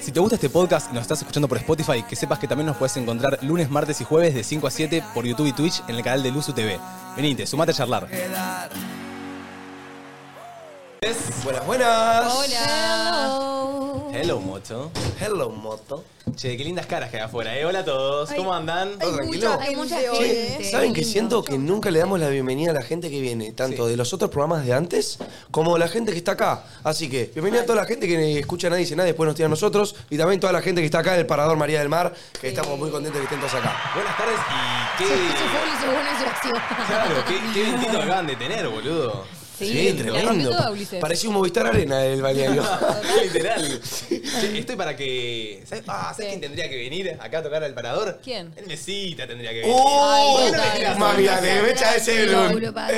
Si te gusta este podcast y nos estás escuchando por Spotify, que sepas que también nos puedes encontrar lunes, martes y jueves de 5 a 7 por YouTube y Twitch en el canal de Luzu TV. Venite, sumate a charlar. Buenas, buenas. Hola. Hello, Mocho. Hello, Moto. Che, qué lindas caras que hay afuera. Eh, hola a todos. Ay, ¿Cómo andan? ¿Todo tranquilo? Hay mucha Che, gente. ¿Saben que siento que nunca le damos la bienvenida a la gente que viene? Tanto de los otros programas de antes como la gente que está acá. Así que, bienvenida a toda la gente que ni escucha Nadie Dice Nada, después nos tira a nosotros. Y también toda la gente que está acá en el Parador María del Mar, que estamos muy contentos que estén todos acá. Buenas tardes y Se qué. escucha full y se pone una reacción. Claro, qué, qué bendito acaban de tener, boludo. tremendo. Parecía un Movistar Arena el balneario. Literal. Che, estoy para que. ¿Sabes, ah, ¿sabes quién tendría que venir acá a tocar al parador? ¿Quién? El mesita tendría que venir. ¡Oh! Ay, total. Mami, dale, me echa ese Eh, blon. Seguro, pata.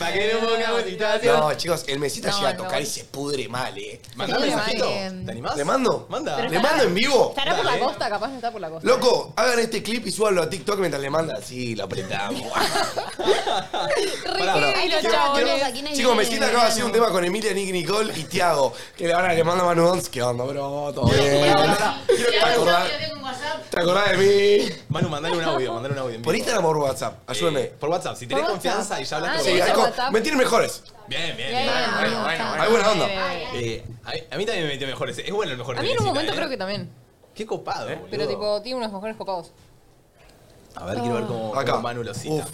Para que no pongamos situación. No, chicos, el mesita No, llega a no. tocar y se pudre mal, eh. Mandame Sí, un mensajito. vale. ¿Te animás? ¿Le mando? Manda. Pero ¿Le estará- mando en vivo? Estará por Dale. la costa, capaz no está por la costa. Loco, hagan este clip y súbanlo a TikTok mientras le manda. Así, lo apretamos. Pará, pará. Ay, los Quiero- chabones. quiero- Chicos, me siento acaba de hacer un tema con Emilia, Nick, Nicole y Tiago. Que le van a le mando a Manu Dons. ¿Qué onda, bro? ¿Todo bien? ¿Te acordás, ¿Te acordás de mí? Manu, mandale un audio, mandale un audio. en ¿Por vivo. Instagram o por WhatsApp? Ayúdame. Eh, por WhatsApp, si tenés Por confianza WhatsApp. y ya hablaste Ah, por sí, por hay WhatsApp. co- WhatsApp. me tienen mejores. Bien, bien, Bien, bien. amigo, está Hay buena onda. bien. Eh, a, a mí también me metió mejores. Es bueno el mejor A de mí en un Mesita, momento eh. creo que también. Qué copado, boludo. Pero tipo, tiene unos mejores copados. A ver, quiero ver cómo, Acá. cómo Manu lo cita. Uf.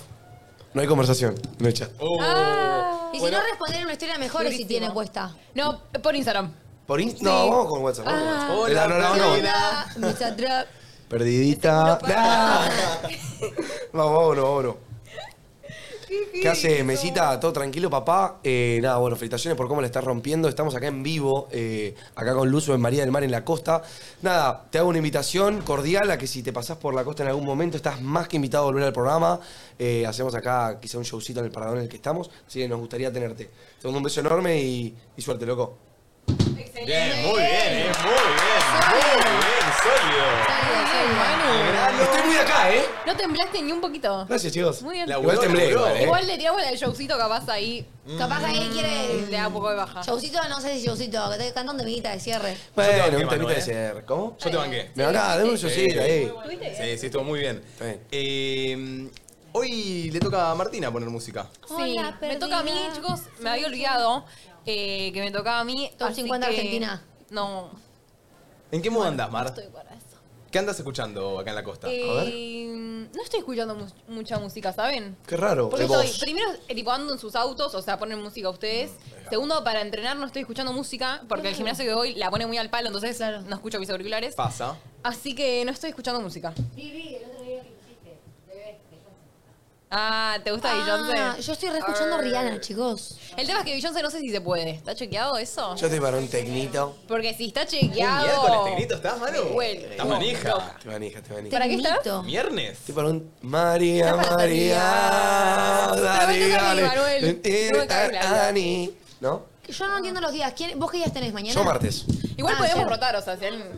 No hay conversación. No hay chat. Oh. Y si Bueno, no responder una historia mejor es si Ah. Durísimo. tiene cuesta. No, por Instagram. ¿Por Instagram? No, vamos con Ah. WhatsApp. vamos con WhatsApp. Ah. Hola, No, no, no, no. Karina. Misa trap. Este Perdidita. Nah. Vamos, vámonos, vámonos. ¿Qué hace Mesita? ¿Todo tranquilo, papá? Eh, nada, bueno, felicitaciones por cómo la estás rompiendo. Estamos acá en vivo, eh, acá con Luzo en María del Mar, en la costa. Nada, te hago una invitación cordial a que si te pasás por la costa en algún momento, estás más que invitado a volver al programa. Eh, hacemos acá quizá un showcito en el parador en el que estamos, así que nos gustaría tenerte. Te mando un beso enorme y, y suerte, loco. Bien, muy bien, eh. Muy bien. Muy bien, sólido. Estoy muy acá, ¿eh? No temblaste ni un poquito. Gracias, chicos. Muy bien. La Igual temblé, Laburó, igual, eh. Igual le tiramos la del showcito capaz ahí. Mm. Capaz que él quiere. Le da un poco de baja. Showcito, no sé si showcito, que te canta un temita de cierre. Yo Bueno, tengo que un temita Manuel, de eh. ser. ¿Cómo? Yo te banqué. Me acá, dame un showcito ahí. Sí, sí, estuvo muy bien. Está bien. Eh, hoy le toca a Martina poner música. Sí, Hola, me perdida. toca a mí, chicos. Me había olvidado eh, que me tocaba a mí. Top así 50 que- Argentina. No. ¿En qué modo andas, Mar? para eso. ¿Qué andas escuchando acá en la costa? Eh, no estoy escuchando mu- mucha música, ¿saben? Qué raro. Porque de estoy, vos. primero, eh, tipo, ando en sus autos, o sea, ponen música ustedes. Mm, Segundo, para entrenar no estoy escuchando música, porque el gimnasio que voy la pone muy al palo, entonces no escucho mis auriculares. Pasa. Así que no estoy escuchando música. Ah, ¿te gusta Ah, Beyoncé? yo estoy re escuchando Arr. Rihanna, chicos. El tema es que Beyoncé no sé si se puede. ¿Está chequeado eso? Yo te para un tecnito. Porque si está Un chequeado... miércoles, Tegrito, ¿estás, Manu? Me vuelvo ¿Estás manija? loca. Te manija, te manija. ¿Para qué está? Tecnito. ¿Viernes? Estoy para un María, María. Dale, Pero vete a mi, dale. Manuel. Eh, No me cae eh, la- Ani. ¿No? Yo no entiendo los días. ¿Quién- ¿Vos qué días tenés mañana? Yo martes. Igual Ah, podemos sí. rotar, o sea, si alguien...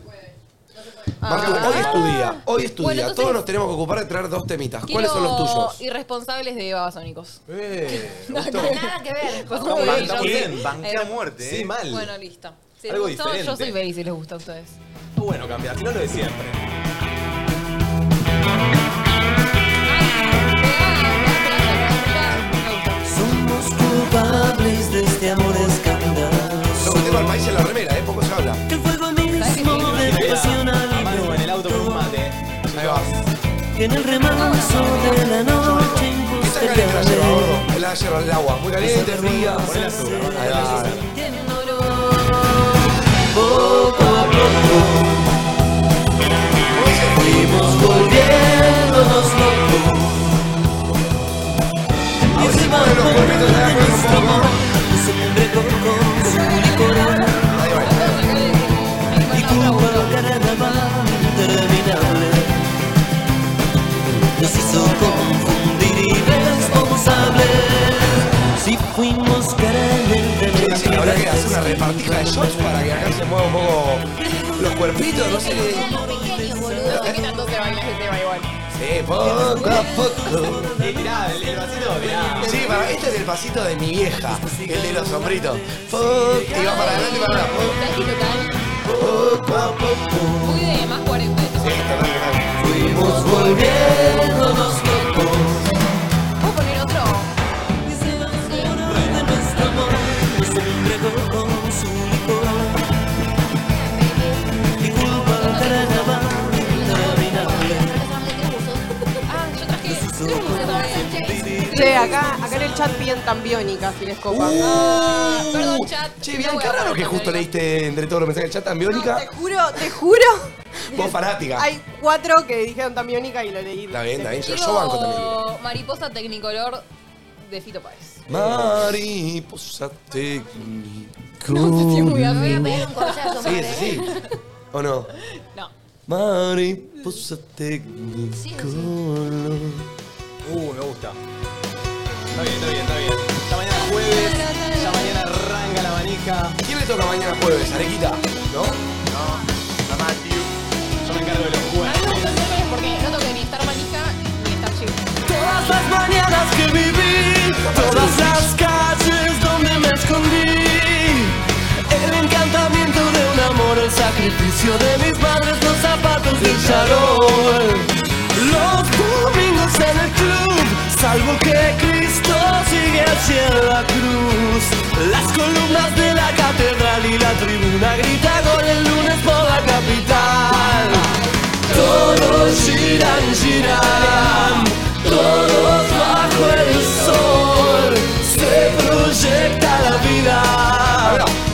Martu, Ah. hoy es tu día. Hoy es tu Bueno, día. entonces- Todos nos tenemos que ocupar de traer dos temitas. Quiero ¿Cuáles son los tuyos? Irresponsables de babasónicos. Eh, Nada que ver. Como Banca- Beyoncé. bien, Eh, banquea muerte, sí, eh. mal. Bueno, listo. Si les Algo gustó, yo diferente. soy feliz si les gusta a ustedes. Está bueno cambiar, si no lo de siempre. Somos culpables de este amor escandaloso. Lo que tengo al país en la remera, ¿eh? Poco se habla. Que el fuego mismo de pasión A Manu en el auto con un alimentó. mate. Ahí va. Que en el remanso de la noche en Esta busca de caliente la yerba, amor. gordo. Es la yerba, el agua. Muy caliente, fría. Ponle azúcar. Ahí va. Tiene olor. Poco a poco fuimos volviéndonos locos. Y ese barco de nuestro amor se entrecortó como una corona. Ahí va. Y como el carnaval interminable Nos hizo confundir irresponsables Si fuimos Sí, habrá que hacer una caras repartija de shots para que acá se mueva un poco los cuerpitos, no sé qué. Eran los pequeños, boludo. ¿Qué tanto se baila ese tema igual? Sí, poco a poco. Eh, tirá, el, el vasito, tirá. Sí, para, este es el pasito de mi vieja, el de los sombritos. Poc, Y va para adelante y para atrás. Tranquilo, tal. Poc, muy viejo nos tocó. ¿Puedo poner otro? Y se va el color de nuestro amor. Nos entregó con su licor. Y culpa al carnaval interminable. Ah, yo traje. Yo traje otra vez. Che, acá, acá en el chat piden tambiónica, si les copa. Ah, perdón, chat. Uh, Che, No bien, voy a qué raro poner que otra justo vez. leíste entre todos los mensajes del chat No, ambiónica. te juro, te juro. Vos fanática. Hay cuatro que dijeron tambiónica y lo leí. Está bien, está bien. Yo, Quiero yo banco también. Mariposa Tecnicolor de Fito Páez. Mariposa técnico. Estoy muy Me voy a arriba. pegar un collazo, Sí, madre. sí, sí. ¿O no? ¿eh? No. Mariposa técnico. sí. Uh, me gusta. Está bien, está bien, está bien. Esta mañana jueves, ya mañana arranca la manija. ¿Quién le toca mañana jueves? Arequita, ¿no? Yo me encargo de los A jueves. mí me gusta hacer planes porque no tengo que ni estar manija ni estar chill. Todas las mañanas que viví, todas las calles donde me escondí. El encantamiento de un amor, el sacrificio de mis padres, los zapatos de charol. Los domingos en el club, salvo que Cristo sigue hacia la cruz. Las columnas de la catedral y la tribuna grita gol el lunes por la capital. Todos giran, giran, todos bajo el sol. Se proyecta la vida.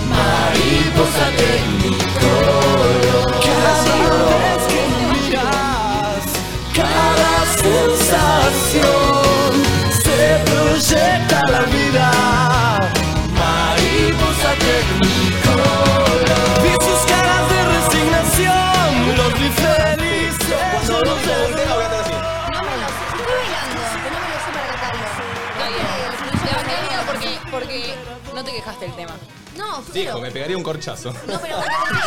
Mariposa técnico. Cada vez que miras, cada sensación. Se proyecta la vida. Mariposa técnico. Vi sus caras de resignación. Los vi felices. Cuando no se voltea, voy a estar así. No me lo sé. Estoy bailando, pero no me lo sé para Está cantarlo. bien. Te bancaría porque, porque no te quejaste el tema. No, Dijo, frío. me pegaría un corchazo. No, pero para cantar.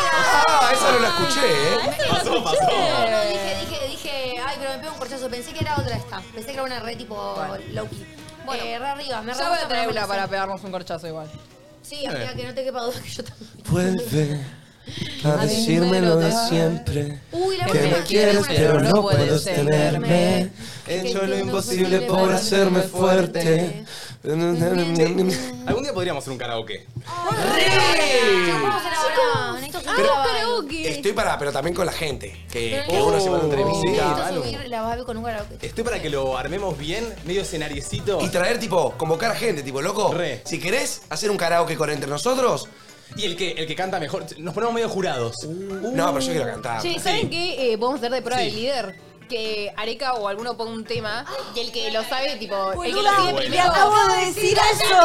Ah, esa no la escuché, ¿eh? Pasó, pasó. No, no, dije, dije, dije, ay, pero me pego un corchazo. Pensé que era otra esta. Pensé que era una red tipo Loki. Bueno, Bueno. eh, re arriba, me re Ya voy a gusta, pero traer no me una la para sé. pegarnos un corchazo igual. Sí, Eh. amiga, que no te quepa duda que yo también. Vuelve a decirme lo de siempre. Uy, la Que me última. quieres Bueno, pero no puedes puedes tenerme. He hecho lo imposible por hacerme fuerte. Algún día podríamos hacer un karaoke. Chicos, vamos a elaborar. Necesito subir la Babi. Estoy para, pero también con la gente. Que, que Oh. uno se manda entre Necesito visitas. Necesito subir la Babi con un karaoke. Estoy para que lo armemos bien, medio escenariecito. Y traer, tipo, convocar a gente, tipo, loco. Re. Si querés hacer un karaoke con entre nosotros. Y el que, el que canta mejor. Nos ponemos medio jurados. Uh. No, pero yo quiero cantar. Che, ¿saben Sí. qué eh, podemos hacer de prueba Sí. del líder? Que Areca o alguno ponga un tema y el que lo sabe, tipo, el que lo Boluda, sigue le primero. acabo de decir eso. Te lo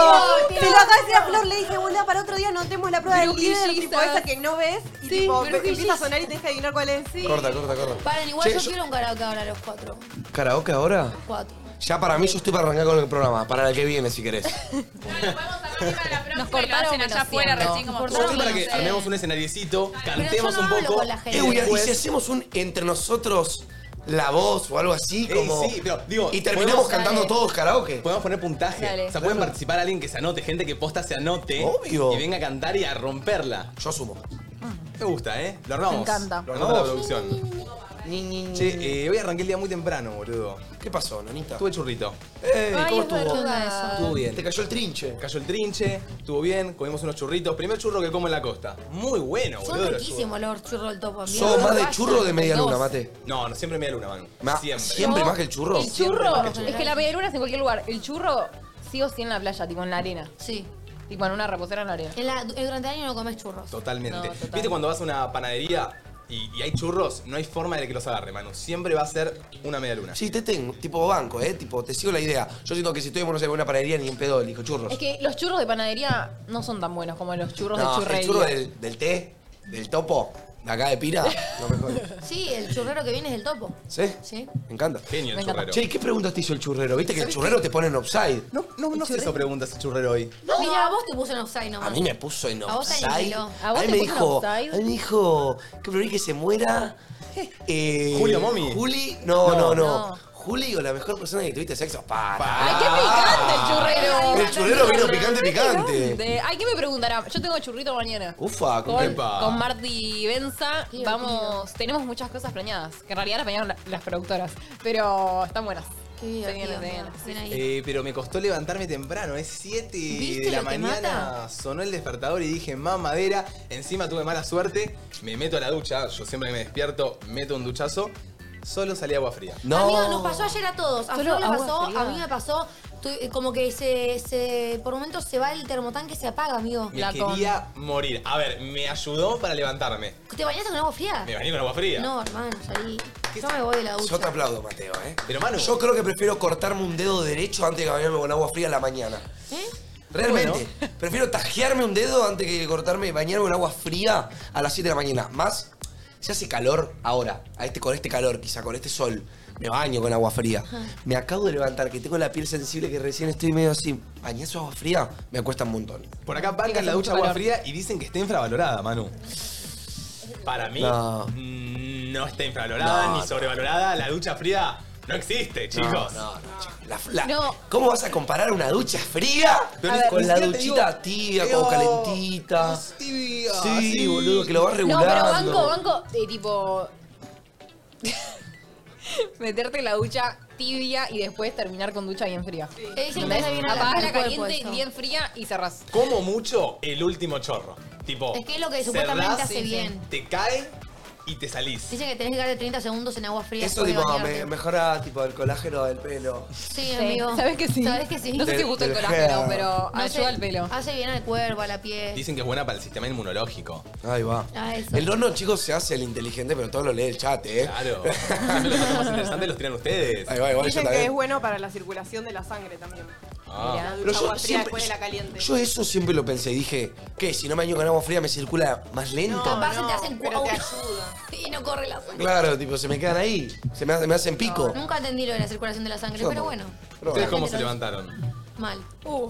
acabo de decir a Flor, le dije, boluda, para otro día notemos la prueba del Brujillizas. líder, tipo esa que no ves, y Sí, tipo, brujillizas. empieza a sonar y te deja adivinar cuál es. Sí. Corta, corta, corta. Paren, igual Che, yo yo- quiero un karaoke ahora, los cuatro. ¿Karaoke ahora? Cuatro. Ya para mí, yo estoy para arrancar con el programa. Para el que viene, si querés. Nos cortaron allá afuera recién como Yo estoy para que armemos un escenariecito, eh. Pero yo cantemos no un hablo poco. con la gente. Eh, uy, y Después- si hacemos un entre nosotros la voz o algo así, Ey, como. Eh, sí, pero, digo, y terminamos podemos- cantando Dale. todos karaoke. Podemos poner puntaje. Dale. o sea, pueden participar alguien que se anote, gente que posta se anote. Obvio. Y venga a cantar y a romperla. Yo asumo. Me gusta, ¿eh? Lo armamos. Me encanta. Lo armamos la producción. Che, eh, hoy arranqué el día muy temprano, boludo. ¿Qué pasó, Nonita? Tuve churrito. Ey, ¿Cómo Ay, es estuvo? verdad. Estuvo bien. Te cayó el trinche. Cayó el trinche, estuvo bien, comimos unos churritos. Primer churro que como en la costa. Muy bueno, Son boludo. los riquísimos los churros del topo. amigo. Sos más de Basta. churro o de media luna, mate. churros. No, no, siempre media luna, man. Ma- siempre. ¿Siempre más que el churro? El churro, el churro. es que la medialuna es en cualquier lugar. El churro sí o sí en la playa, tipo en la arena. Sí. Tipo en una reposera en la arena. En la- eh, durante el año no comes churros. Totalmente. No, total. ¿Viste cuando vas a una panadería y, y hay churros? No hay forma de que los agarre, mano. Siempre va a ser una media luna. Sí, te tengo. Tipo banco, ¿eh? Tipo, te sigo la idea. Yo siento que si estoy no sé, en una panadería ni en pedo, elijo churros. Es que los churros de panadería no son tan buenos como los churros No, de el churro churrería. del, del té, del topo, de acá de Pira, no me jodas. Sí, el churrero que viene es del topo. ¿Sí? Sí. Me encanta. Genio el Me encanta. churrero. Che, ¿y ¿qué preguntas te hizo el churrero? ¿Viste que el churrero te pone en offside? No, no, no sé eso preguntas el churrero hoy. Mira, a vos te puse en offside nomás. A mí me puso en A vos te offside. aniquiló. A vos mí te me puso en dijo, offside. a mí me dijo, que preferís que se muera. Eh, Julio Momi. Juli, no, no, no. No. Juli o la mejor persona que tuviste sexo. Para. ¡Ay, qué picante el El churrero vino picante, churrero! picante. De- Ay, ¿qué me preguntará? Yo tengo churrito mañana. Ufa, con Con, qué Epa. con Marty Benza Qué vamos, tenemos muchas cosas planeadas, que en realidad las planearon la- las productoras, pero están buenas. Qué bien, Se vienen, se vienen. Bien ahí. Eh, pero me costó levantarme temprano, es 7 ¿Viste de la lo que mañana. mata? Sonó el despertador y dije, mamadera. Encima tuve mala suerte. Me meto a la ducha. Yo siempre que me despierto, meto un duchazo. Solo salí agua fría. Amigo, nos pasó ayer a todos. A Oh. Solo Flor le agua pasó, fría. a mí me pasó. Tu- eh, Como que se, se- por momentos se va el termotanque, se apaga, amigo. Me La con- quería morir. A ver, me ayudó para levantarme. ¿Te bañaste con agua fría? Me bañé con agua fría. Ah. No, hermano, salí. Yo me voy de Yo la te ducha. aplaudo, Mateo, ¿eh? Pero, Manu- Yo creo que prefiero cortarme un dedo derecho antes que bañarme con agua fría a la mañana. ¿Eh? Realmente. Bueno. Prefiero tajearme un dedo antes que cortarme, bañarme con agua fría a las 7 de la mañana. Más, si hace calor ahora, a este, con este calor, quizá con este sol, me baño con agua fría. Me acabo de levantar, que tengo la piel sensible, que recién estoy medio así. Bañazo agua fría, me cuesta un montón. Por acá bancan la hace ducha mucho agua calor. fría y dicen que está infravalorada, Manu. Para mí, No. mm, no está infravalorada No, ni no. sobrevalorada. La ducha fría no existe, chicos. No, no, no, chico. La- la- No. ¿Cómo vas a comparar una ducha fría Pero ni- con ni siquiera la te duchita digo, tibia, "Teo, como calentita? es tibia, Sí, boludo, que lo vas No, regulando. pero banco, banco, de tipo. meterte en la ducha tibia y después terminar con ducha bien fría. Eh, Dicen que ¿Entendés? está bien a Apagás al la cuerpo caliente eso. bien fría y cerrás. Como mucho el último chorro. Tipo, Es que es lo que supuestamente cerrás, hace sí, bien. sí, Te cae y te salís. Dicen que tenés que darle 30 segundos en agua fría. Eso después de tipo, bañarte. me- mejora tipo el colágeno del pelo. Sí, amigo. ¿Sabes que sí? ¿Sabes que sí? No sé Del- si gusta el del colágeno, gel. pero No ayuda sé, al pelo. Hace bien al cuerpo, a la piel. Dicen que es buena para el sistema inmunológico. Ahí va. Ah, eso. El dono, chicos, se hace el inteligente, pero todo lo lee el chat, ¿eh? Claro. Siempre los datos más interesantes los tiran ustedes. Ahí va, igual yo Dicen que es también. bueno para la circulación de la sangre también. Ah. La Pero ducha yo agua fría siempre- después de la caliente. Yo eso siempre lo pensé y dije, ¿qué? Si no me baño con agua fría me circula más lento. Capaz se te hacen pero te cuau. ayuda. Y no corre la sangre. Claro, tipo, se me quedan ahí. Se me, hace- me hacen pico. Nunca entendí lo de la circulación de la sangre, Yo pero tampoco. bueno, Pero ¿Ustedes bueno. cómo se levantaron? mal. Uh,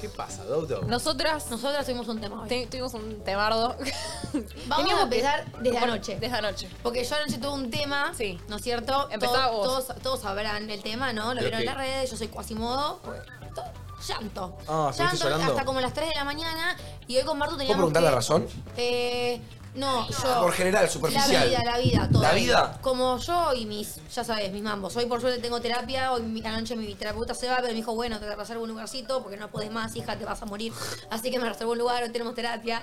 ¿Qué pasa, Dodo? Nosotras Nosotras tuvimos un tema hoy. te- tuvimos un temardo. Teníamos a que- empezar desde por- anoche. Desde anoche. Porque yo anoche tuve un tema, Sí. ¿no es cierto? Empezá Todo- vos. Todos, todos sabrán el tema, ¿no? Lo Creo vieron en que- las redes, yo soy Quasimodo. pues, to- Llanto. Ah, ¿estuviste llanto llorando? hasta como las 3 de la mañana y hoy con Martu teníamos preguntar que- la razón? Eh, no, yo... Por general, superficial. La vida, la vida, todo. ¿La vida? Como yo y mis, ya sabes, mis mambos. Hoy por suerte tengo terapia, hoy mi- anoche mi terapeuta se va, pero me dijo, bueno, te reservo un lugarcito porque no podés más, hija, te vas a morir. Así que me reservo un lugar, hoy tenemos terapia.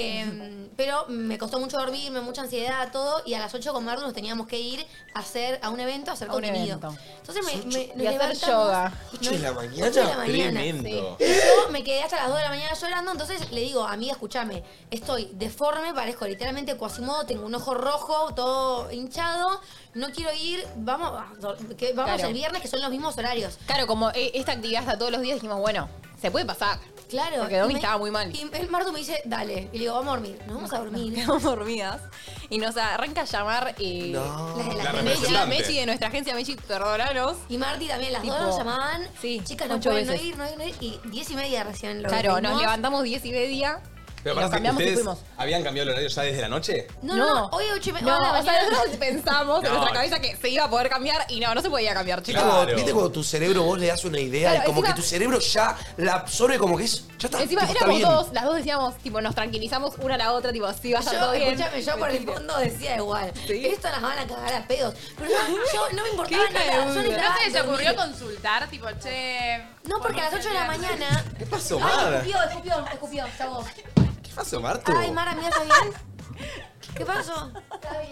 Eh, pero me costó mucho dormirme, mucha ansiedad, todo, y a las 8 con Mardu nos teníamos que ir a hacer, a un evento, a hacer A un contenido. evento. Entonces me, me, nos Y hacer levantamos, yoga. ¿Ocho de la mañana? ocho de la mañana, Tremendo. y yo me quedé hasta las 2 de la mañana llorando, entonces le digo, amiga, escúchame, estoy deforme, parezco literalmente cuasimodo, tengo un ojo rojo, todo hinchado, no quiero ir, vamos, ah, a dor- que vamos Claro. el viernes que son los mismos horarios. Claro, como e- esta actividad está todos los días, dijimos, bueno, se puede pasar. Claro. Porque y Domi me- estaba muy mal. Y el Martu me dice, dale. Y le digo, vamos a dormir. No vamos a dormir. Quedamos dormidas. Y nos arranca a llamar eh, No. Las de La la Mechi, representante. Mechi de nuestra agencia Mechi, perdónanos. Y Marti también, las dos Tipo, nos llamaban. sí, Chicas, no ocho pueden no veces. ir, no ir, no ir. Y diez y media recién lo Claro, nos vimos. levantamos 10 y media. Pero y parece nos que cambiamos y ustedes fuimos. habían cambiado el horario ya desde la noche. No, no, no, hoy ocho y media. No, o sea, nosotros pensamos en No. nuestra cabeza que se iba a poder cambiar y no, no se podía cambiar, ¿Viste chicos. Claro. cuando- ¿Viste cuando tu cerebro vos le das una idea Claro, y como encima- que tu cerebro ya la absorbe como que es. Ya está. Encima tipo, está éramos bien. dos, las dos decíamos, tipo, nos tranquilizamos una a la otra, tipo, sí, va a estar Yo, todo bien. escúchame, yo por el fondo decía igual. Sí. Esto las van a cagar a pedos. Pero yo, yo no me importaba Qué hija de nada. Yo puta. necesitaba ¿No se les ocurrió dormir. consultar, tipo, che... No, porque a las 8 de la mañana. ¿Qué pasó, Ay, Mar? escupió, escupió, escupió, chavos. ¿Qué pasó, Martu? Ay, Mara, mira, ¿está bien? ¿Qué pasó?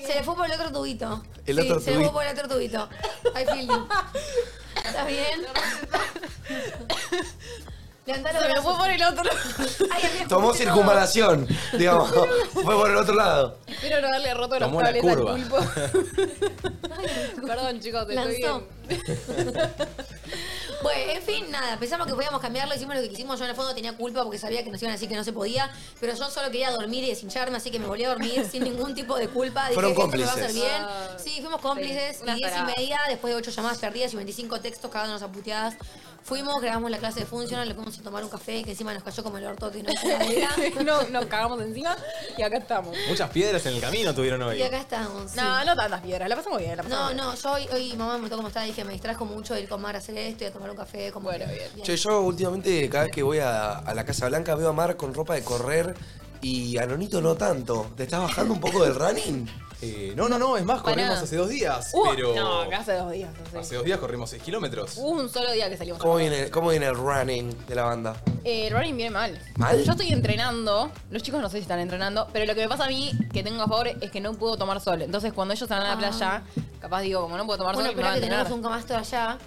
Se le fue por el otro tubito. El Sí, otro Se le fue tubito. por el otro tubito. Ay, feel you. ¿Estás bien? Levantá los Se me lo brazos. fue por el otro. Ay, amiga, Tomó escuché todo. circunvalación, digamos. Fue por el otro lado. Espero no haberle roto los Tomó la cables curva. al pulpo. Perdón, chicos, te estoy Lanzó. bien. Bueno, en fin, nada, pensamos que podíamos cambiarlo, hicimos lo que quisimos, yo en el fondo tenía culpa porque sabía que nos iban a decir que no se podía, pero yo solo quería dormir y deshincharme, así que me volví a dormir sin ningún tipo de culpa. Dije, Fueron "Esto me va a cómplices. hacer bien. Sí, fuimos cómplices, Ah, Sí, unas y diez y taradas. media, después de ocho llamadas perdidas y 25 textos cagándonos a puteadas. Fuimos, grabamos la clase de Funcional, le fuimos a tomar un café que encima nos cayó como el orto que no tenía idea. no, nos cagamos encima y acá estamos. Muchas piedras en el camino tuvieron hoy. Y acá estamos. sí. No, no tantas piedras, la pasamos bien, la pasamos No, bien. no, yo hoy, hoy mamá me preguntó cómo estaba y dije, me distrajo mucho de ir con Mar a hacer esto y a tomar un café. Como Bueno, que- bien. Che, yo últimamente cada vez que voy a, a la Casa Blanca veo a Mar con ropa de correr y a Nonito no tanto. ¿Te estás bajando un poco del running? Eh, no, no, no, es más, Pará. corrimos hace dos días. Hubo- pero. Uh, No, que hace dos días. no sé. Hace dos días corrimos 6 kilómetros. Hubo un solo día que salimos. ¿Cómo viene, cómo viene el running de la banda? Eh, el running viene mal. ¿Mal? Yo estoy entrenando, los chicos no sé si están entrenando, pero lo que me pasa a mí que tengo a favor es que no puedo tomar sol. Entonces cuando ellos van a la playa, capaz digo, como no puedo tomar Ah. Bueno, sol, me pero van a que tenemos entrenar. un camastro allá.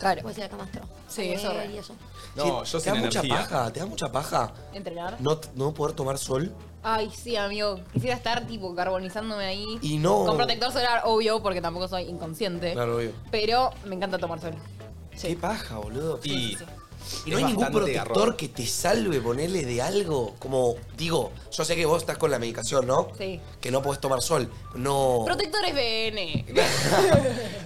Claro. Puedes ir al camastro. Sí, eso Eh, re. y eso. No, Che, yo ¿Te sin da mucha energía. paja? ¿Te da mucha paja ¿Entrenar? no, no poder tomar sol? Ay, sí, amigo. Quisiera estar tipo carbonizándome ahí. Y no- Con protector solar, obvio, porque tampoco soy inconsciente. Claro, obvio. Pero me encanta tomar sol. Qué paja, boludo. Y. Y es no hay ningún bastante protector garrón. que te salve, ponele de algo. Como, digo, yo sé que vos estás con la medicación, ¿no? Sí. Que no podés tomar sol. No. Protectores BN.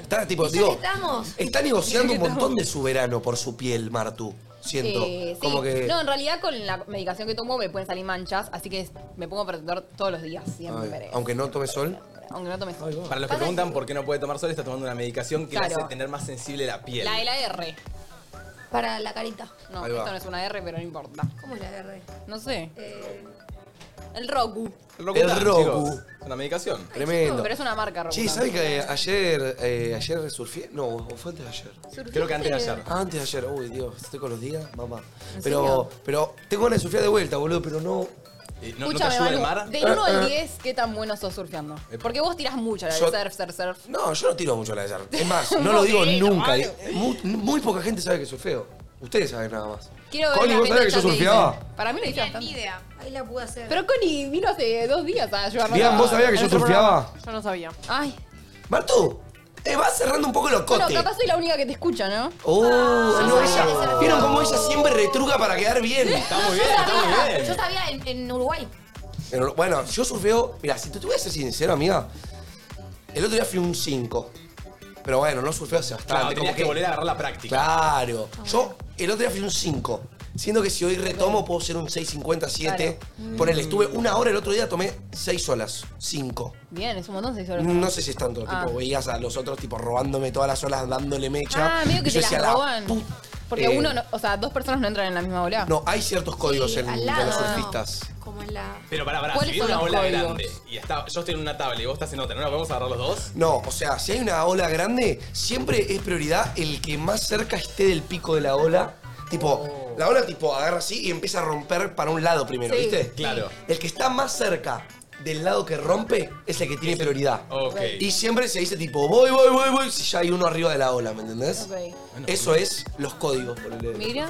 Está, Oh. tipo, Y ya digo, que estamos. Está negociando un montón de su verano por su piel, Martu. Siento. Eh, sí. Como que. No, en realidad con la medicación que tomo me pueden salir manchas, así que me pongo protector todos los días, siempre. Ay, aunque no tome sol. Aunque no tome sol. Para los que Pasa preguntan que- por qué no puede tomar sol, está tomando una medicación que le Claro. hace tener más sensible la piel. La de la R. Para la carita. No, Ahí va. esto no es una R, pero no importa. ¿Cómo es la R? No sé. Eh, El Roku. El El Roku. chicos. Es una medicación. Tremendo. Pero es una marca Roku. Che, ¿sabes que ayer, eh, ayer surfé? No, o fue antes de ayer. Creo que antes de ayer. Ah, Antes de ayer, uy, Dios, estoy con los días, mamá. Pero, pero tengo ganas de surfear de vuelta, boludo, pero no. Eh, ¿No, no te Escúchame, ayuda el Manu, mar? del 1 al 10, ¿qué tan bueno sos surfeando? Porque vos tirás mucho, la de Yo- surf, surf, surf. No, yo no tiro mucho la de ayer. Es más, no lo digo Poquito, nunca. Mario. Muy, muy poca gente sabe que surfeo. Ustedes saben nada más. Quiero ver Connie, la ¿vos gente sabés que yo ya dice. surfeaba? Para mí lo hice Tenía ni bastante. idea. ahí la pude hacer. Pero Connie vino hace dos días a ayudarnos. Bien, a- ¿vos sabías que yo nuestro surfeaba? programa. Yo no sabía. Ay, Martu, eh, vas cerrando un poco los bueno, cotes. capaz Ah, soy la única que te escucha, ¿no? Oh, no, ella. ¿Vieron cómo ella siempre retruca para quedar bien? Está muy bien, está muy Yo bien. sabía en, en Uruguay. Pero, bueno, yo surfeo. Mira, si te, te voy a ser sincero, amiga. El otro día fui un 5. Pero bueno, no surfeo hace Claro, bastante. Ah, tenías que volver a agarrar la práctica. Claro. Ah, Yo el otro día fui un 5. Siendo que si hoy retomo puedo ser un 6.50, 7. Mm. Ponele, estuve una hora el otro día, tomé 6 olas. 5. Bien, es un montón de horas. No sé si es tanto, Ah. tipo, veías a los otros tipo robándome todas las olas, dándole mecha. Ah, medio que Y yo te las decía, la roban. put- Porque Eh, uno, no- o sea, dos personas no entran en la misma ola. No, ah. hay ciertos códigos Sí, en, al de lado, los ¿no? surfistas. Como en la. Pero pará, pará, si ¿Cuáles viene son una los ola códigos? grande y está, yo estoy en una tabla y vos estás en otra, ¿no la podemos agarrar los dos? No, o sea, si hay una ola grande, siempre es prioridad el que más cerca esté del pico de la ola. Tipo, la ola tipo agarra así y empieza a romper para un lado primero, Oh. Sí. ¿viste? Claro. El que está más cerca del lado que rompe es el que tiene prioridad. Ok. Y siempre se dice tipo, voy, voy, voy, voy, si ya hay uno arriba de la ola, ¿me entendés? Ok. Eso es los códigos. ponele. ¿Mira?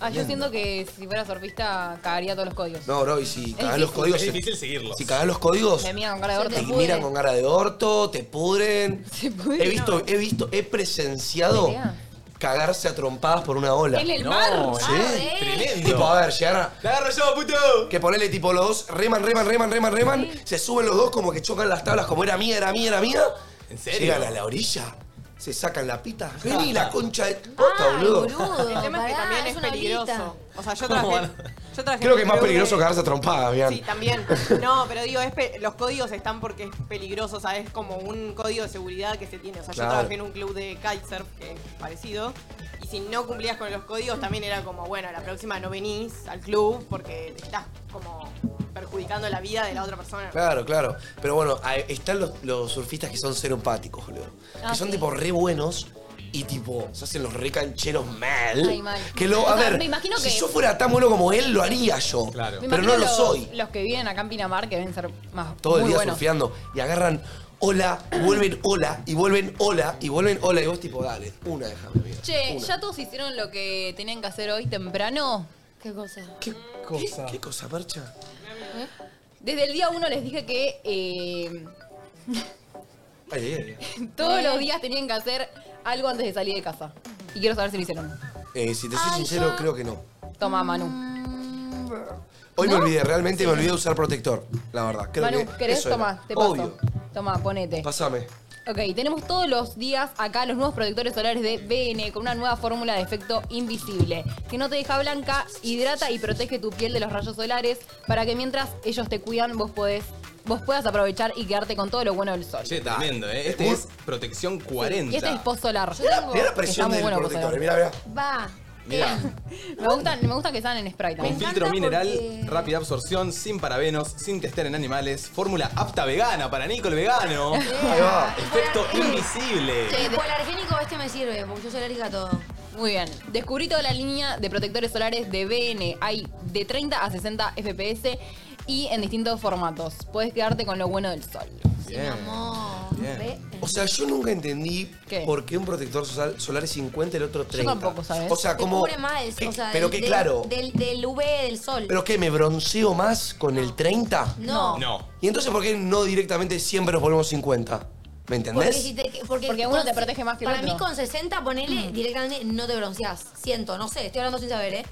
Ah, yo siento que si fuera surfista cagaría todos los códigos. No, bro, y si cagás difícil. Ah, los códigos... Es se- difícil seguirlos. Si cagás los códigos... Me mira con cara de orto. Te miran con cara de orto, te pudren. Se pudren. He visto, he visto, he presenciado Mirá. cagarse a trompadas por una ola. En el No, mar. sí. Ah, Tremendo. Tipo, a ver, llegar a- ¡La agarro yo, puto! Que ponele tipo los dos, reman, reman, reman, reman, reman. Se suben los dos como que chocan las tablas, como era mía, era mía, era mía. ¿En serio? Llegan a la orilla, se sacan la pita. Vení la concha de tu puta, Ay, boludo. El tema es que pará, también es, una peligroso. bolita. O sea, yo trabajé, yo trabajé Creo en que es más PRV. peligroso cagarse a trompadas, bien. Sí, también. No, pero digo, es pe- los códigos están porque es peligroso, o sea, es como un código de seguridad que se tiene. O sea, Claro. yo trabajé en un club de kitesurf que es parecido. Y si no cumplías con los códigos, también era como, bueno, la próxima no venís al club porque te estás como perjudicando la vida de la otra persona. Claro, claro. Pero bueno, a- están los, los surfistas que son cero empáticos, boludo. Ah, que son sí. tipo re buenos y tipo se hacen los re cancheros mal. Ay, mal. Que lo, a O sea, ver, me imagino si que- yo fuera tan bueno como él, lo haría yo. Claro. Me Me Pero imagino no lo los- soy. Los que viven acá en Pinamar que deben ser más. Todo el muy día buenos. surfeando y agarran ola, vuelven ola y vuelven ola y vuelven ola. Y vos tipo, dale, una déjame, amigo. Che, una. ¿ya todos hicieron lo que tenían que hacer hoy temprano? ¿Qué cosa? ¿Qué cosa? ¿Qué, cosa, Marcha? Desde el día uno les dije que eh, Ay, ay, ay. todos los días tenían que hacer algo antes de salir de casa. Y quiero saber si lo hicieron. Eh, si te soy sincero, creo que no. Toma, Manu. Mm. Hoy me olvidé, realmente me olvidé de usar protector, la verdad. Creo Manu, que ¿querés? eso era. Toma, te paso. Obvio. Toma, ponete. Pásame. Ok, tenemos todos los días acá los nuevos protectores solares de BN con una nueva fórmula de efecto invisible que no te deja blanca, hidrata y protege tu piel de los rayos solares para que mientras ellos te cuidan vos podés vos puedas aprovechar y quedarte con todo lo bueno del sol. Che, tremendo, ¿eh? Este es protección 40. Y este es post solar. Yo Mirá, tengo- mirá la que presión está muy del bueno post protector, solar. mirá, mirá. Va. Mirá. Me gustan, me gustan que sean en spray Con también. filtro encanta mineral, porque- rápida absorción, sin parabenos, sin tester en animales, fórmula apta vegana para Nico el vegano. Ahí va. Efecto invisible. El polargénico este me sirve, porque yo soy alérgica a todo. Muy bien. Descubrí toda la línea de protectores solares de BN. Hay de 30 a 60 FPS y en distintos formatos. Puedes quedarte con lo bueno del sol. Sí, mi amor. Bien. Ve. O sea, yo nunca entendí ¿Qué? por qué un protector solar, solar es 50 y el otro 30. tampoco, ¿sabes? O sea, Te como. cubre más, el- ¿qué- o sea, pero del- que del- claro. Del, del UV del sol. ¿Pero qué? ¿Me bronceo más con el 30? no. No. ¿Y entonces por qué no directamente siempre nos ponemos 50? ¿Me Porque, entendés? si te- porque, Porque uno con- te protege más que el Para otro. Mm. mí con 60, ponele, directamente no te bronceás. Siento, no sé, estoy hablando sin saber, ¿eh?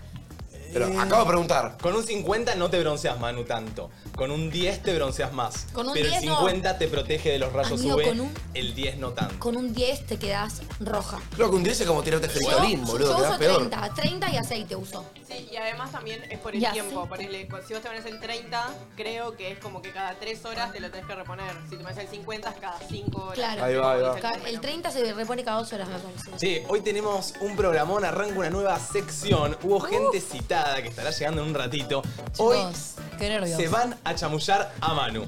Pero acabo de preguntar. Con un 50 no te bronceas, Manu, tanto. Con un 10 te bronceas más. Con un pero 10 el no. 50 te protege de los rayos Amigo, UV. con un- El 10 no tanto. Con un 10 te quedás roja. Creo que un 10 es como tirarte fritolín, Yo- boludo. Yo te da uso peor. 30, 30 y aceite uso. Sí, y además también es por el Ya tiempo. sé. Ponele, si vos te pones el 30, creo que es como que cada 3 horas te lo tenés que reponer. Si te pones el 50, es cada 5 horas. Claro. Ahí va, ahí va. Ca- El 30 se repone cada dos horas, me parece. Sí, hoy tenemos un programón, arranca una nueva sección. Hubo gente citada que estará llegando en un ratito. Hoy Chicos, qué nervios. se van a chamullar a Manu.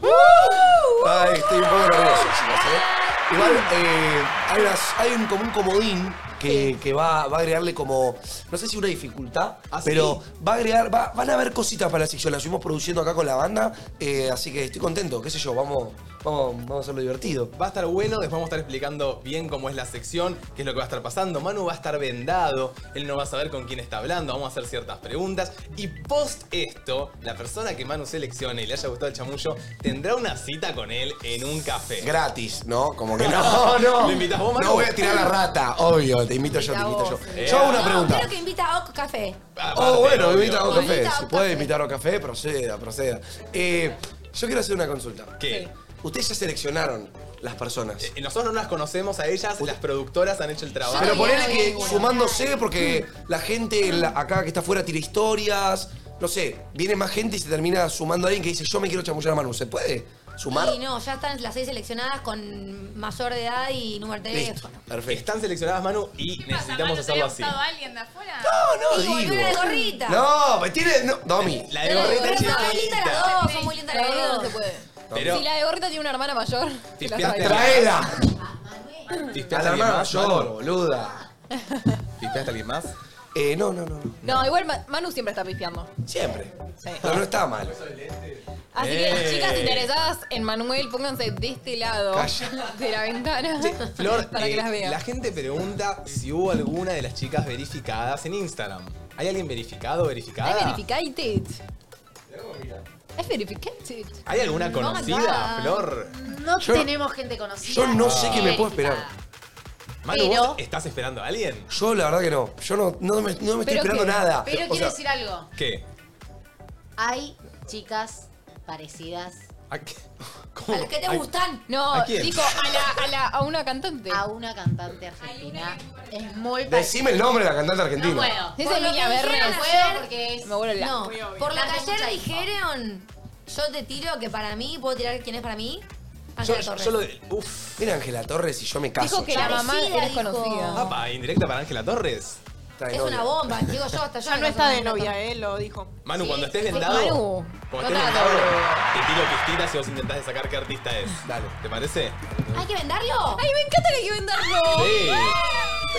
Ay, estoy un poco nervioso, chicos, ¿eh? Igual eh, hay, unas- hay un, como un comodín que, que va, va a agregarle como, no sé si una dificultad, ¿Ah, sí? pero va a agregar, va- van a haber cositas para la sección, las fuimos produciendo acá con la banda, eh, así que estoy contento, qué sé yo, vamos, vamos, vamos a hacerlo divertido. Va a estar bueno, después vamos a estar explicando bien cómo es la sección, qué es lo que va a estar pasando. Manu va a estar vendado, él no va a saber con quién está hablando, vamos a hacer ciertas preguntas. Y post esto, la persona que Manu seleccione y le haya gustado el chamullo, tendrá una cita con él en un café. Gratis, ¿no? Como que no, no. ¿Lo invitás vos, Manu? No voy a tirar la rata, obvio, te invito yo, te Invita invito yo. vos, invita Yo hago una No, pregunta. Ah, Creo que invita a Oc Café. Aparte, Oh, bueno, obvio. invita a un Bueno, café. invita a Si un puede café. invitar a un café, proceda, proceda. Eh, yo quiero hacer una consulta. ¿Qué? Ustedes ya seleccionaron las personas. Eh, Nosotros no las conocemos a ellas, las productoras han hecho el trabajo. Pero no ponele vi que ninguna. sumándose, porque la gente en la- acá que está afuera tira historias. No sé, viene más gente y se termina sumando alguien que dice yo me quiero chamullar a Manu. ¿Se puede sumar? Y no, ya están las seis seleccionadas con mayor de edad y número de Listo, teléfono. perfecto. Están seleccionadas, Manu, y necesitamos hacerlo así. gustado a alguien de afuera? No, no, Y volvió digo. la de gorrita. No, me tiene. No, Domi. La de Pero gorrita pero son muy lindas las chiquita. dos, son muy lindas La de gorrita las no se dos. puede. Pero- si la de gorrita tiene una hermana mayor, te la Pispeaste sabe. Traela. ¿Pispeaste A a la alguien hermana más, mayor, Manu? boluda. ¿Pispeaste a alguien más? Eh, no, no, no. no. No, igual Ma- Manu siempre está pispeando. Siempre. Sí. No, no está mal. Así ¡Eh! que, chicas interesadas en Manuel, pónganse de este lado Calla. de la ventana Che, Flor, para eh, que las vean. la gente pregunta si hubo alguna de las chicas verificadas en Instagram. ¿Hay alguien verificado o verificada? ¿Hay verificated? ¿Es verificated? ¿Hay alguna conocida, God. Flor? No Yo- tenemos gente conocida. Yo no sé qué me puedo esperar. Manu, Pero- ¿vos estás esperando a alguien? Yo la verdad que no. Yo no, no me, no me estoy Pero esperando qué, nada. Pero O quiero sea, decir algo. ¿Qué? Hay chicas parecidas ¿A qué? A Uh, ¿Cómo? las que te Ay, gustan. No, ¿A quién? dijo a, la, a, la- a una cantante. a una cantante argentina. Es muy parecida. Decime el nombre de la cantante No argentina. puedo. Esa Por es lo Emilia que Berre. dijeron No puedo porque es... Me vuelvo la... No, Muy obvio. por lo Las que de ayer mucha info. dijeron, yo te tiro que para mí, puedo tirar quién es para mí, Ángela Yo, Torres. yo lo... de- Uf. Mira Ángela Torres y yo me caso. Dijo que la Parecida, mamá era dijo. conocida. Apa, indirecta para Ángela Torres. Está de Es novia. una bomba, digo yo, hasta yo. Ya no está me caso con de Ángela novia, Torres. él lo dijo. Manu, Sí, cuando estés fue- vendado, Manu, cuando estés no vendado, tanto. te tiro pistitas y vos intentás de sacar qué artista es. Dale. ¿Te parece? ¿Hay que venderlo? ¡Ay, me encanta que hay que venderlo! Sí. Eh,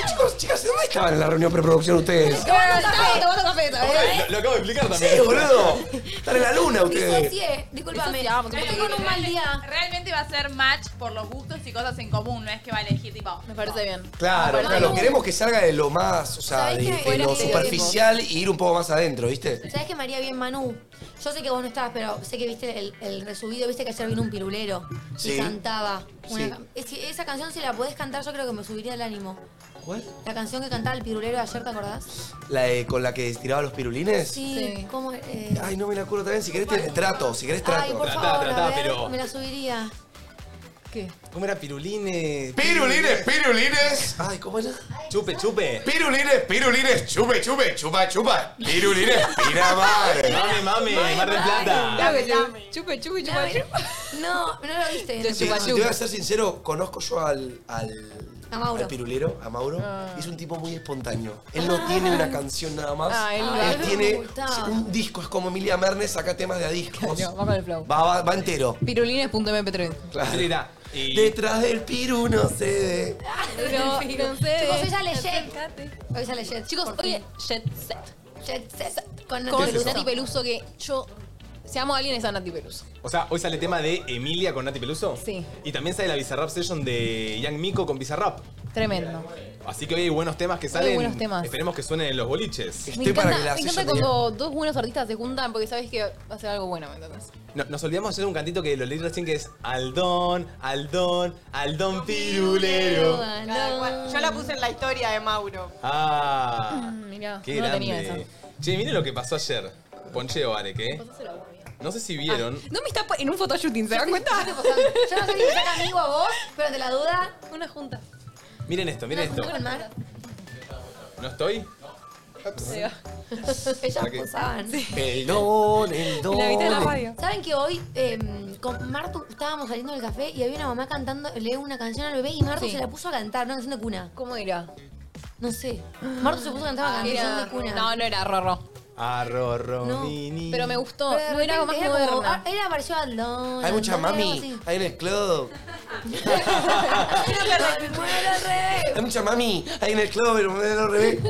Chicos, chicas, ¿dónde estaban en la reunión preproducción ustedes? Tomando café, tomando café, ¿sabes? Lo, lo acabo de explicar también. Sí, boludo. Están en la luna ustedes. Disocié, discúlpame. Disociamos, Estoy con un mal Realmente- día. Realmente va a ser match por los gustos y cosas en común, no es que va a elegir tipo. Me parece bien. Claro, Me parece claro, bien. queremos que salga de lo más, o sea, ¿Sabés de, qué? de Fuera lo que- superficial y ir un poco más adentro, ¿viste? ¿Sabes que me haría bien Manu? Yo sé que vos no estabas, pero sé que viste el, el resubido, viste que ayer vino un pirulero Sí. y cantaba. una Sí. can- es que esa canción si la podés cantar, yo creo que me subiría el ánimo. ¿Cuál? La canción que cantaba el pirulero de ayer, ¿te acordás? ¿La de- con la que estiraba los pirulines? Sí, Sí. ¿cómo? Eh, Ay, no me la acuerdo también. Si querés, te- trato, si querés, trato. Ay, por Tratá, favor, tratá, a ver, pero- me la subiría. ¿Qué? ¿Cómo era? Pirulines. Pirulines, pirulines. Ay, ¿cómo era? Chupe, chupe. Pirulines, pirulines, chupe, chupe, chupa, chupa. Pirulines, piramar. Mami, mami, Mar del Plata. Dame, dame. Chupe, chupe, chupa, chupa. No, no lo viste. Yo Te, chupa, te voy a chupa. ser sincero, conozco yo al, al, A Mauro. al pirulero, a Mauro. Es un tipo muy espontáneo. Él no tiene una canción nada más. Ah, él Ah, él no me tiene gustaba. un disco, es como Emilia Mernes, saca temas de a discos. No, va con el flow. Va, va, va entero. Pirulines.mp3. Claro. Sí, da. Y- Detrás del piru no se ve. No, no Chicos, hoy sé. sale Jet. Hoy sale Jet. Chicos, por oye, fin. Jet Set. Jet Set. Con Con Nati Peluso. Nati Peluso, que yo. Si amo a alguien es a Nati Peluso. O sea, hoy sale tema de Emilia con Nati Peluso. Sí. Y también sale la Bizarrap Session de Young Miko con Bizarrap. Tremendo. Así que hoy hay buenos temas que salen. buenos temas. Esperemos que suenen en los boliches. Me Estoy para encanta, que la me sesión encanta de- cuando dos buenos artistas se juntan porque sabes que va a ser algo bueno, ¿me entendés? No- nos olvidamos de hacer un cantito que lo leí recién que es Aldón, Aldón, Aldón Pirulero. Cada cual. Yo la puse en la historia de Mauro. Ah, Mirá, qué no la grande. tenía Che, miren lo que pasó ayer. Poncheo, Arek, ¿eh? No sé si vieron. No me está po- en un photoshooting, ¿se dan cuenta? Yo no sé si te saca amigo a vos, pero de la duda. Una junta. Miren esto, miren esto. No con Mar. ¿No estoy? Se va. Ellas qué? posaban. Eh, El don, el don. Y la mitad de la radio. ¿Saben que hoy em, con Martu estábamos saliendo del café y había una mamá cantando, le una canción al bebé y Martu Sí. se la puso a cantar, una canción de cuna? ¿Cómo era? No sé. Martu se puso a cantar una canción de cuna. No, no era Rorro. Arrorro, No, Ah, mini. Pero me gustó. Pero de No era algo más repente era como- moderna. ah, Era pareció al don. Hay mucha al don, algo mami. así. Hay en el club. Bueno, re. Hay mucha mami. Hay en el club, pero me lo revés.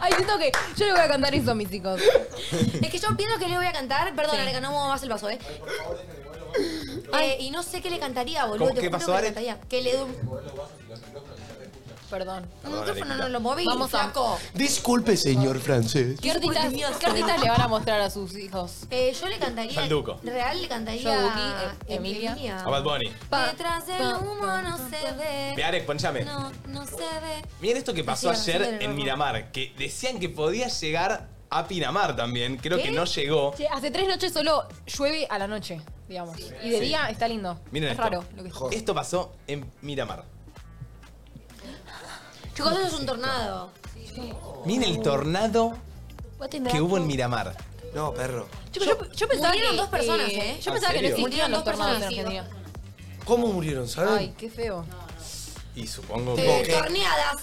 Ay, siento que yo le voy a cantar eso a mis chicos. Es que yo pienso que le voy a cantar. Perdón, Areca, no muevo más el vaso, ¿eh? Eh, y no sé qué le cantaría, boludo. ¿Cómo? te ¿Qué juro pasó, que le Are? cantaría. Que le doy un Perdón. un micrófono, Arequita. no lo moví. Vamos a- flaco. Disculpe, señor francés. ¿Qué artistas, qué artistas le van a mostrar a sus hijos? Eh, yo le cantaría. Falduco. Real le cantaría. Yo, Duki, eh, Emilia. A Bad Bunny. Pa, Detrás del pa, humo no se Ve, ve. Arek, ponchame. No, no se ve. Miren esto que pasó Sí, sí, ayer sí, sí, en no. Miramar, que decían que podía llegar a Pinamar también. Creo ¿Qué? que no llegó. Che, hace tres noches solo llueve a la noche, digamos. Y de Sí. día está lindo. Miren es esto. raro lo que Esto pasó en Miramar. Chicos, eso es un tornado. Oh. Miren el tornado que hubo en Miramar. No, perro. Chicos, yo, yo pensaba murieron que, dos personas, ¿eh? Yo ¿En pensaba que no serio? existían Murieron los dos tornados en personas, sí. Argentina. ¿Cómo murieron, saben? Ay, qué feo. Y supongo que. Eh, Ok. Torneadas.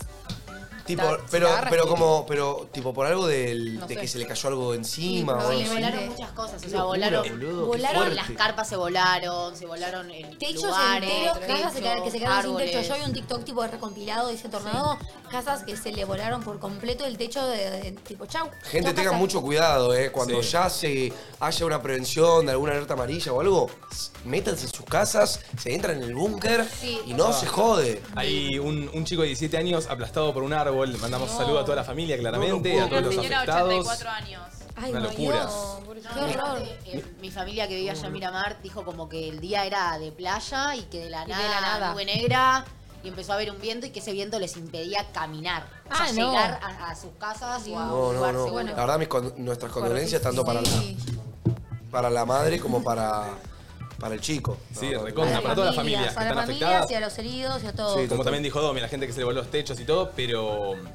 tipo, la- pero, la agarra pero así. como, pero tipo por algo del, No de sé. que se le cayó algo encima. o probablemente. algo Se así. volaron Sí. muchas cosas. O Qué sea, locura, volaron. boludo, qué volaron Las fuerte. carpas se volaron, se volaron el Techos lugares, enteros, casas se techos, quedaron- que se quedaron sin techo. árboles. Yo vi un TikTok tipo de recompilado de ese tornado. Casas que se le volaron por completo el techo de, de- tipo chau. Gente, chau, tengan casa. mucho cuidado, ¿eh? Cuando Sí. ya se haya una prevención de alguna alerta amarilla o algo, s- métanse en sus casas, se entran en el búnker Sí. y Ah, no se jode. Hay un, un chico de 17 años aplastado por un árbol. Le mandamos saludos a toda la familia, claramente, No, a no todos Una los señora de afectados. 84 años. Ay, Una no, locura. Dios. Qué No, horror. aparte, eh, mi familia que vivía allá en Miramar dijo como que el día era de playa y que de la de nada, la nada. nube negra y empezó a haber un viento y que ese viento les impedía caminar. O sea, Ah, no. llegar a, a sus casas y a No, un no, lugar no. seguro. La verdad, mis con- nuestras condolencias tanto para la, Sí. para la madre como para, para el chico. Sí, No, no, recontra, A para todas las familias que A están las familias y a afectadas. los heridos y a todos. Sí, Como total. también dijo Domi, la gente que se le voló los techos y todo, pero. mm,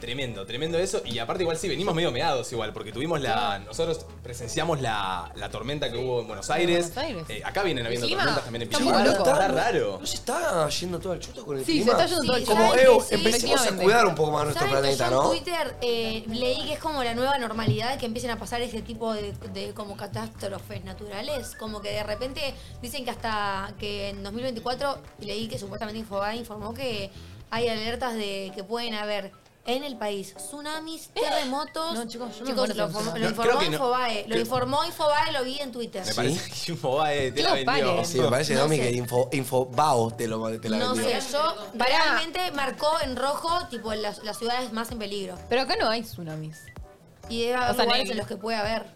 Tremendo, tremendo eso. Y aparte, igual sí, venimos medio meados igual, porque tuvimos la. Nosotros presenciamos la, la tormenta que hubo en Buenos Aires. Buenos Aires. Eh, acá vienen habiendo Encima, tormentas también en está Pinamar. muy no loco. Está raro. No se está yendo todo al chuto con el Sí, clima. se está yendo todo al Sí, Como, ¿saben Evo, que sí? empecemos a Efectivamente. cuidar un poco más nuestro ¿Saben que yo planeta, en ¿no? Twitter eh, leí que es como la nueva normalidad que empiecen a pasar ese tipo de, de como catástrofes naturales? Como que de repente dicen que hasta que en 2024 leí que supuestamente Infobae informó que hay alertas de que pueden haber en el país tsunamis, Eh. terremotos. No, chicos, yo me Chicos, muero lo, de informó- ansiedad. lo No, informó creo que no. Infobae. Lo Creo- informó Infobae, lo vi en Twitter. Me parece que eh, Infobae te la Chicos, paren. vendió. Sí, me parece, No Domi, sé. que info, Infobao Oh, te, lo, te la No vendió. sé, yo realmente marcó en rojo tipo las, las ciudades más en peligro. Pero acá no hay tsunamis. Y debe haber O sea, lugares en en, el- los que puede haber.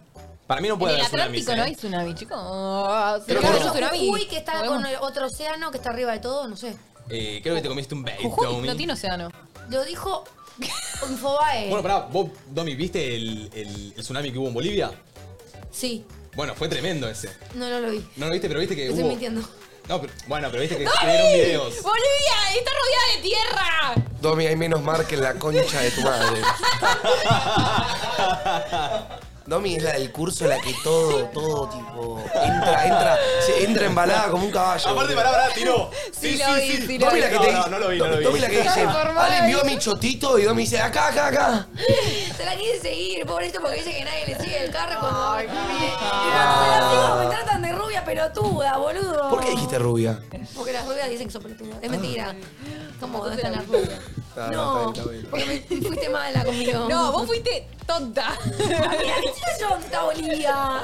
Para mí no En puede el haber Atlántico tsunamis, no ¿eh? hay tsunami, chicos. Pero Si ¿cómo hay no? Creo que tsunami, Jujuy, que está podemos- con el otro océano que está arriba de todo, no sé. Eh, creo que te comiste un bait, Jujuy Domi. no tiene océano. Lo dijo Infobae. Bueno, pará, vos, Domi, ¿viste el, el- el tsunami que hubo en Bolivia? sí. Bueno, fue tremendo ese. No, no lo vi. No lo viste, pero viste que Estoy Eh, hubo- mintiendo. No, pero, bueno, pero viste que ¡Dani! subieron videos. ¡Bolivia! ¡Está rodeada de tierra! Domi, hay menos mar que en la concha de tu madre. Domi es la del curso en la que todo, todo tipo. Entra, entra, se entra embalada como un caballo. Aparte, boludo. pará, pará, tiró. Sí, Sí, sí, sí, sí. sí. Domi la que te No, dice. no, no lo vi, no lo vi. Domi la que dice. Ale vio mi chotito y Domi dice, acá, acá, acá. Se la quiere seguir, pobrecito, porque dice que nadie le sigue el carro cuando. Ay, Me tratan de rubia pelotuda, boludo. ¿Por qué Ah. dijiste rubia? Porque las rubias dicen que son pelotudas. Es mentira. ¿Cómo están las rubias? Ah, No, está bien, está bien. porque me- fuiste mala conmigo. No, vos fuiste tonta. Mira, ¿qué es eso, tonta Bolivia?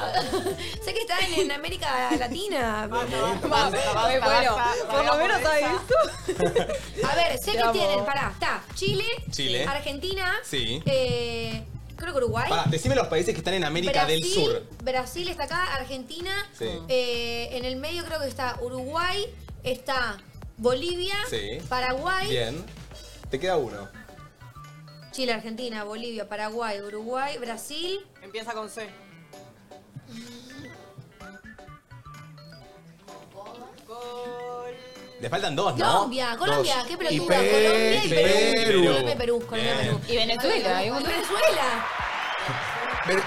sé que está en, en América Latina. pero- Va, bueno, por lo menos sabes A ver, sé Te que amo. tienen, pará, está Chile, Chile. Argentina, Sí. eh, creo que Uruguay. Pará, decime los países que están en América del Brasil, Sur. Brasil está acá, Argentina. Sí. eh, en el medio creo que está Uruguay, está Bolivia, Sí. Paraguay, Bien. Te queda uno. Chile, Argentina, Bolivia, Paraguay, Uruguay, Brasil. Empieza con C. Le faltan dos, ¿no? Colombia, Colombia, Dos. qué pelotuda. Y Colombia y Perú. Perú. Perú. Colombia y Perú. Colombia y Perú. Y Venezuela, hay Y un- Venezuela. Pero-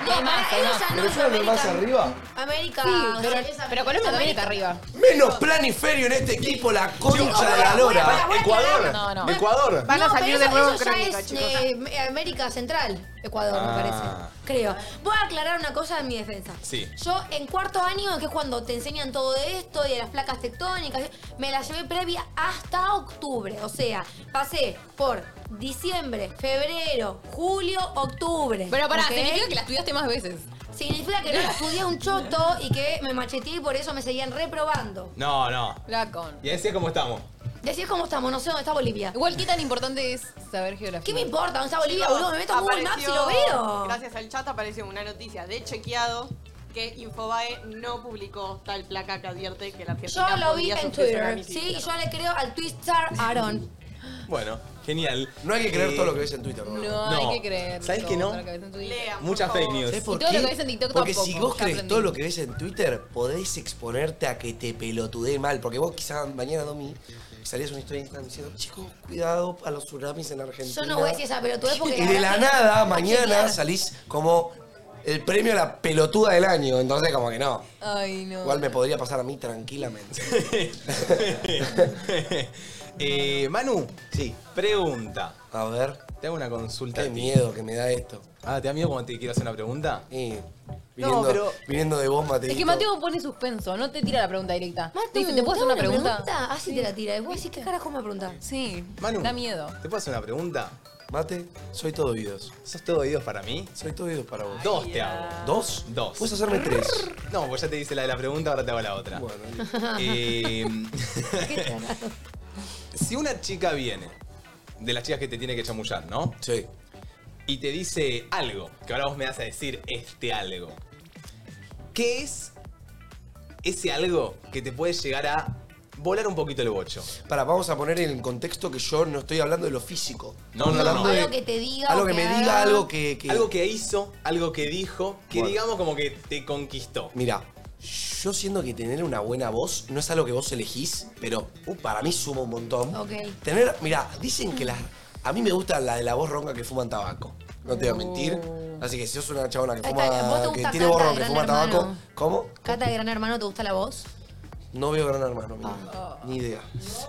No, para ellos ya no es ¿Venezuela no es más América. arriba? América. Sí, o pero, sea, pero Colombia también está arriba. Menos planiferio en este equipo, la concha de la Pará, lora. voy a Ecuador. aclarar. No, no. Ecuador. Van a No, salir pero de eso- nuevo en eso ya crónica, es, chicos. eh, América Central, Ecuador, me parece. Ah. Creo. Voy a aclarar una cosa en mi defensa. Sí. Yo en cuarto año, que es cuando te enseñan todo esto y de las placas tectónicas, me la llevé previa hasta octubre. O sea, pasé por diciembre, febrero, julio, octubre. Pero pará, ¿ok? significa que la estudiaste más veces. Significa que no la estudié un choto y que me macheteé y por eso me seguían reprobando. No, no. La con. Y así es como estamos. Decís cómo estamos, no sé dónde está Bolivia. Igual, ¿qué tan importante es saber geografía? ¿Qué me importa? ¿Dónde está Bolivia, Chicos, boludo? Me meto a Google Maps y lo apareció- veo. Gracias al chat apareció una noticia de chequeado que Infobae no publicó tal placa que advierte que la Yo Argentina lo vi podía en sufrir Twitter, tsunamis y sí, y tierras. yo le creo al Twitter Aaron. Bueno, genial. No hay que creer Eh, todo lo que ves en Twitter, ¿no? No, No. hay que creer. ¿Sabes que no? todo lo ves en tu vida. Lean, por Mucha favor. fake news. ¿Sabés por Y todo qué? lo que ves en TikTok Porque tampoco, si vos ya crees aprendí. todo lo que ves en Twitter, podés exponerte a que te pelotudee mal. Porque vos quizás mañana, Domi, salías una historia en Instagram diciendo, chicos, cuidado a los tsunamis en la Argentina. Yo no voy a decir esa pelotudez porque. Y de la verdad que- nada, Chequear. mañana salís como el premio a la pelotuda del año. Entonces, como que no. Ay, no. Igual me podría pasar a mí tranquilamente. Eh, Manu, Sí. pregunta. A ver, Te hago una consulta. a qué ti. miedo que me da esto. Ah, ¿te da miedo cuando te quiero hacer una pregunta? Y viniendo, pero- viniendo de vos, Mateo. Es que Mateo pone suspenso, no te tira la pregunta directa. Mate, Dice, ¿te puedo hacer una pregunta? Ah, sí te la tira. Y vos decís, ¿qué carajo me va a preguntar? Sí, Manu. da miedo. ¿Te puedo hacer una pregunta? Mate, soy todo oídos. ¿Sos todo oídos para mí? Soy todo oídos para vos. Dos te hago. ¿Dos? Dos. Puedes hacerme tres. No, pues ya te hice la de la pregunta, ahora te hago la otra. Bueno, Eh, si una chica viene, de las chicas que te tiene que chamullar, ¿no? sí. Y te dice algo, que ahora vos me vas a decir este algo. ¿Qué es ese algo que te puede llegar a volar un poquito el bocho? Para, vamos a poner en contexto que yo no estoy hablando de lo físico. No, Estamos no, no. hablando de- Algo que te diga. Algo o que me haga. diga, algo que. Algo que hizo, algo que dijo, que Bueno. digamos como que te conquistó. Mira, yo siento que tener una buena voz no es algo que vos elegís, pero uh, para mí suma un montón. Ok. Tener, mira, dicen que la, a mí me gusta la de la voz ronca que fuman tabaco. No te voy a mentir. Así que si sos una chabona que Oh. Ahí está, ¿vos te fuma, que gusta tiene voz Cata de ronca, que Gran fuma tabaco, Hermano? ¿cómo? Cata de Gran Hermano, ¿te gusta la voz? No veo gran hermano, mira. Ni idea.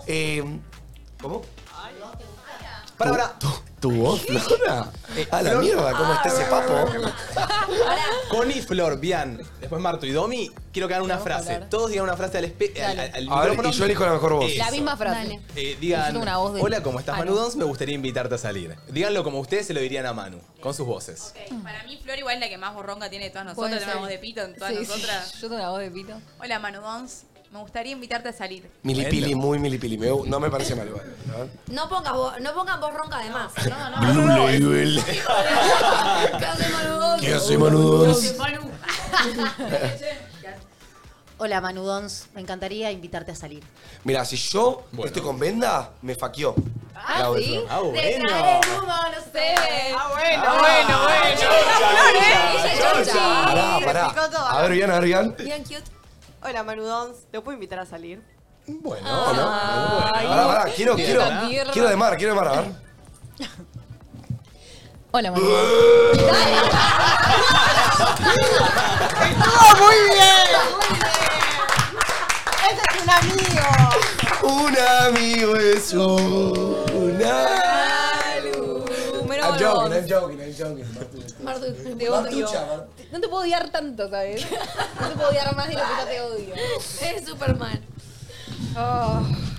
Eh, ¿Cómo? Para, para. ¿Tu, tu voz, Flora? A la mierda, ah, ¿cómo está ese papo? Connie, Flor, Bian, después Marto y Domi, quiero que hagan una frase. Todos digan una frase al, espe- al, al- al A ver, micrófono. y yo elijo la mejor voz. Eso. La misma frase. Dale. Eh, digan, Necesito una voz de- hola, ¿cómo estás, Ah, Manu no. Dons? Me gustaría invitarte a salir. Díganlo como ustedes se lo dirían a Manu, con sus voces. Ok, Para mí, Flor igual es la que más borronga tiene de todas nosotras. Puede Tenemos ser. voz de pito en todas Sí, sí, nosotras. Yo tengo una voz de pito. Hola, Manudons. Me gustaría invitarte a salir. Milipili, muy milipili. Me gu- no me parece mal igual. ¿no? No pongas voz, no pongas voz ronca además. No, no. Blue Label. ¿Qué hace Manu? ¿Qué hace manudos? Hola Manudons, me encantaría invitarte a salir. Mira, si yo Bueno. estoy con venda, me faqueó. La última. Ah, bueno. Detrás del humo no se ve. Ah, bueno, Ah, bueno, bueno. chocha, Flores. chocha. Pará, Se pará. explicó todo. A ver, Bian, a ver, Bian. Bian cute. Hola, Manudons. ¿Te puedo invitar a salir? Bueno, no. Pará, pará, quiero, Bien, quiero, ¿eh? quiero de mar, quiero de mar, a ver. Hola, Manu. ¡Estuvo muy bien! Muy bien. Ese es un amigo. Un amigo es una. Número I'm joking, dos. I'm joking, I'm joking. Martu. Martu, te odio. Martucha, Martu. No te puedo odiar tanto, ¿sabes? No te puedo odiar más de lo que ya te odio. Es Superman.